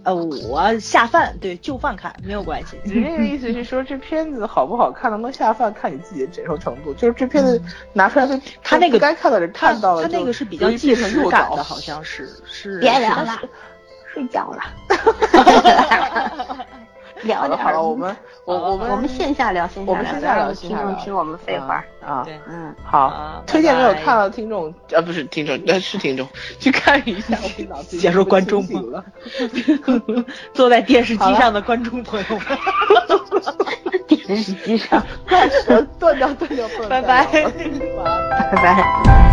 [SPEAKER 3] 呃，我下饭对就饭看没有关系。
[SPEAKER 1] 人家的意思是说，这片子好不好看，能不能下饭，看你自己的接受程度。就是这片子拿出来被
[SPEAKER 3] 他那个
[SPEAKER 1] 不该看的人看到了，
[SPEAKER 3] 他那个
[SPEAKER 1] 就是
[SPEAKER 3] 比较
[SPEAKER 1] 容易
[SPEAKER 3] 纪
[SPEAKER 1] 变成
[SPEAKER 3] 实
[SPEAKER 1] 诱
[SPEAKER 3] 感
[SPEAKER 1] 导
[SPEAKER 3] 的，好像是 是。
[SPEAKER 2] 别
[SPEAKER 3] 是
[SPEAKER 2] 聊了， 睡觉 了。聊
[SPEAKER 1] 好了
[SPEAKER 2] 点
[SPEAKER 1] 好
[SPEAKER 2] 儿
[SPEAKER 1] 了，我们我
[SPEAKER 3] 好了
[SPEAKER 1] 我们
[SPEAKER 2] 我们线下聊，线
[SPEAKER 1] 我
[SPEAKER 2] 下
[SPEAKER 1] 们线
[SPEAKER 2] 聊，不
[SPEAKER 1] 下
[SPEAKER 2] 要
[SPEAKER 1] 聊
[SPEAKER 2] 让
[SPEAKER 1] 线
[SPEAKER 2] 听
[SPEAKER 1] 下
[SPEAKER 2] 众
[SPEAKER 1] 聊
[SPEAKER 2] 听我们废话。
[SPEAKER 1] 啊。
[SPEAKER 3] 对，
[SPEAKER 2] 嗯，
[SPEAKER 1] 好，
[SPEAKER 3] 啊
[SPEAKER 1] 推荐没有
[SPEAKER 3] 拜拜
[SPEAKER 1] 看到的听众，啊，不是听众，呃，是听众，去看一下。我脑子已经
[SPEAKER 3] 假如观众
[SPEAKER 1] 不清醒了，
[SPEAKER 3] 坐在电视机上的观众朋友们，
[SPEAKER 2] 电视机上，
[SPEAKER 1] 断掉断掉，不能
[SPEAKER 3] 拜
[SPEAKER 1] 再聊
[SPEAKER 3] 拜
[SPEAKER 1] 了晚安。
[SPEAKER 2] 拜拜。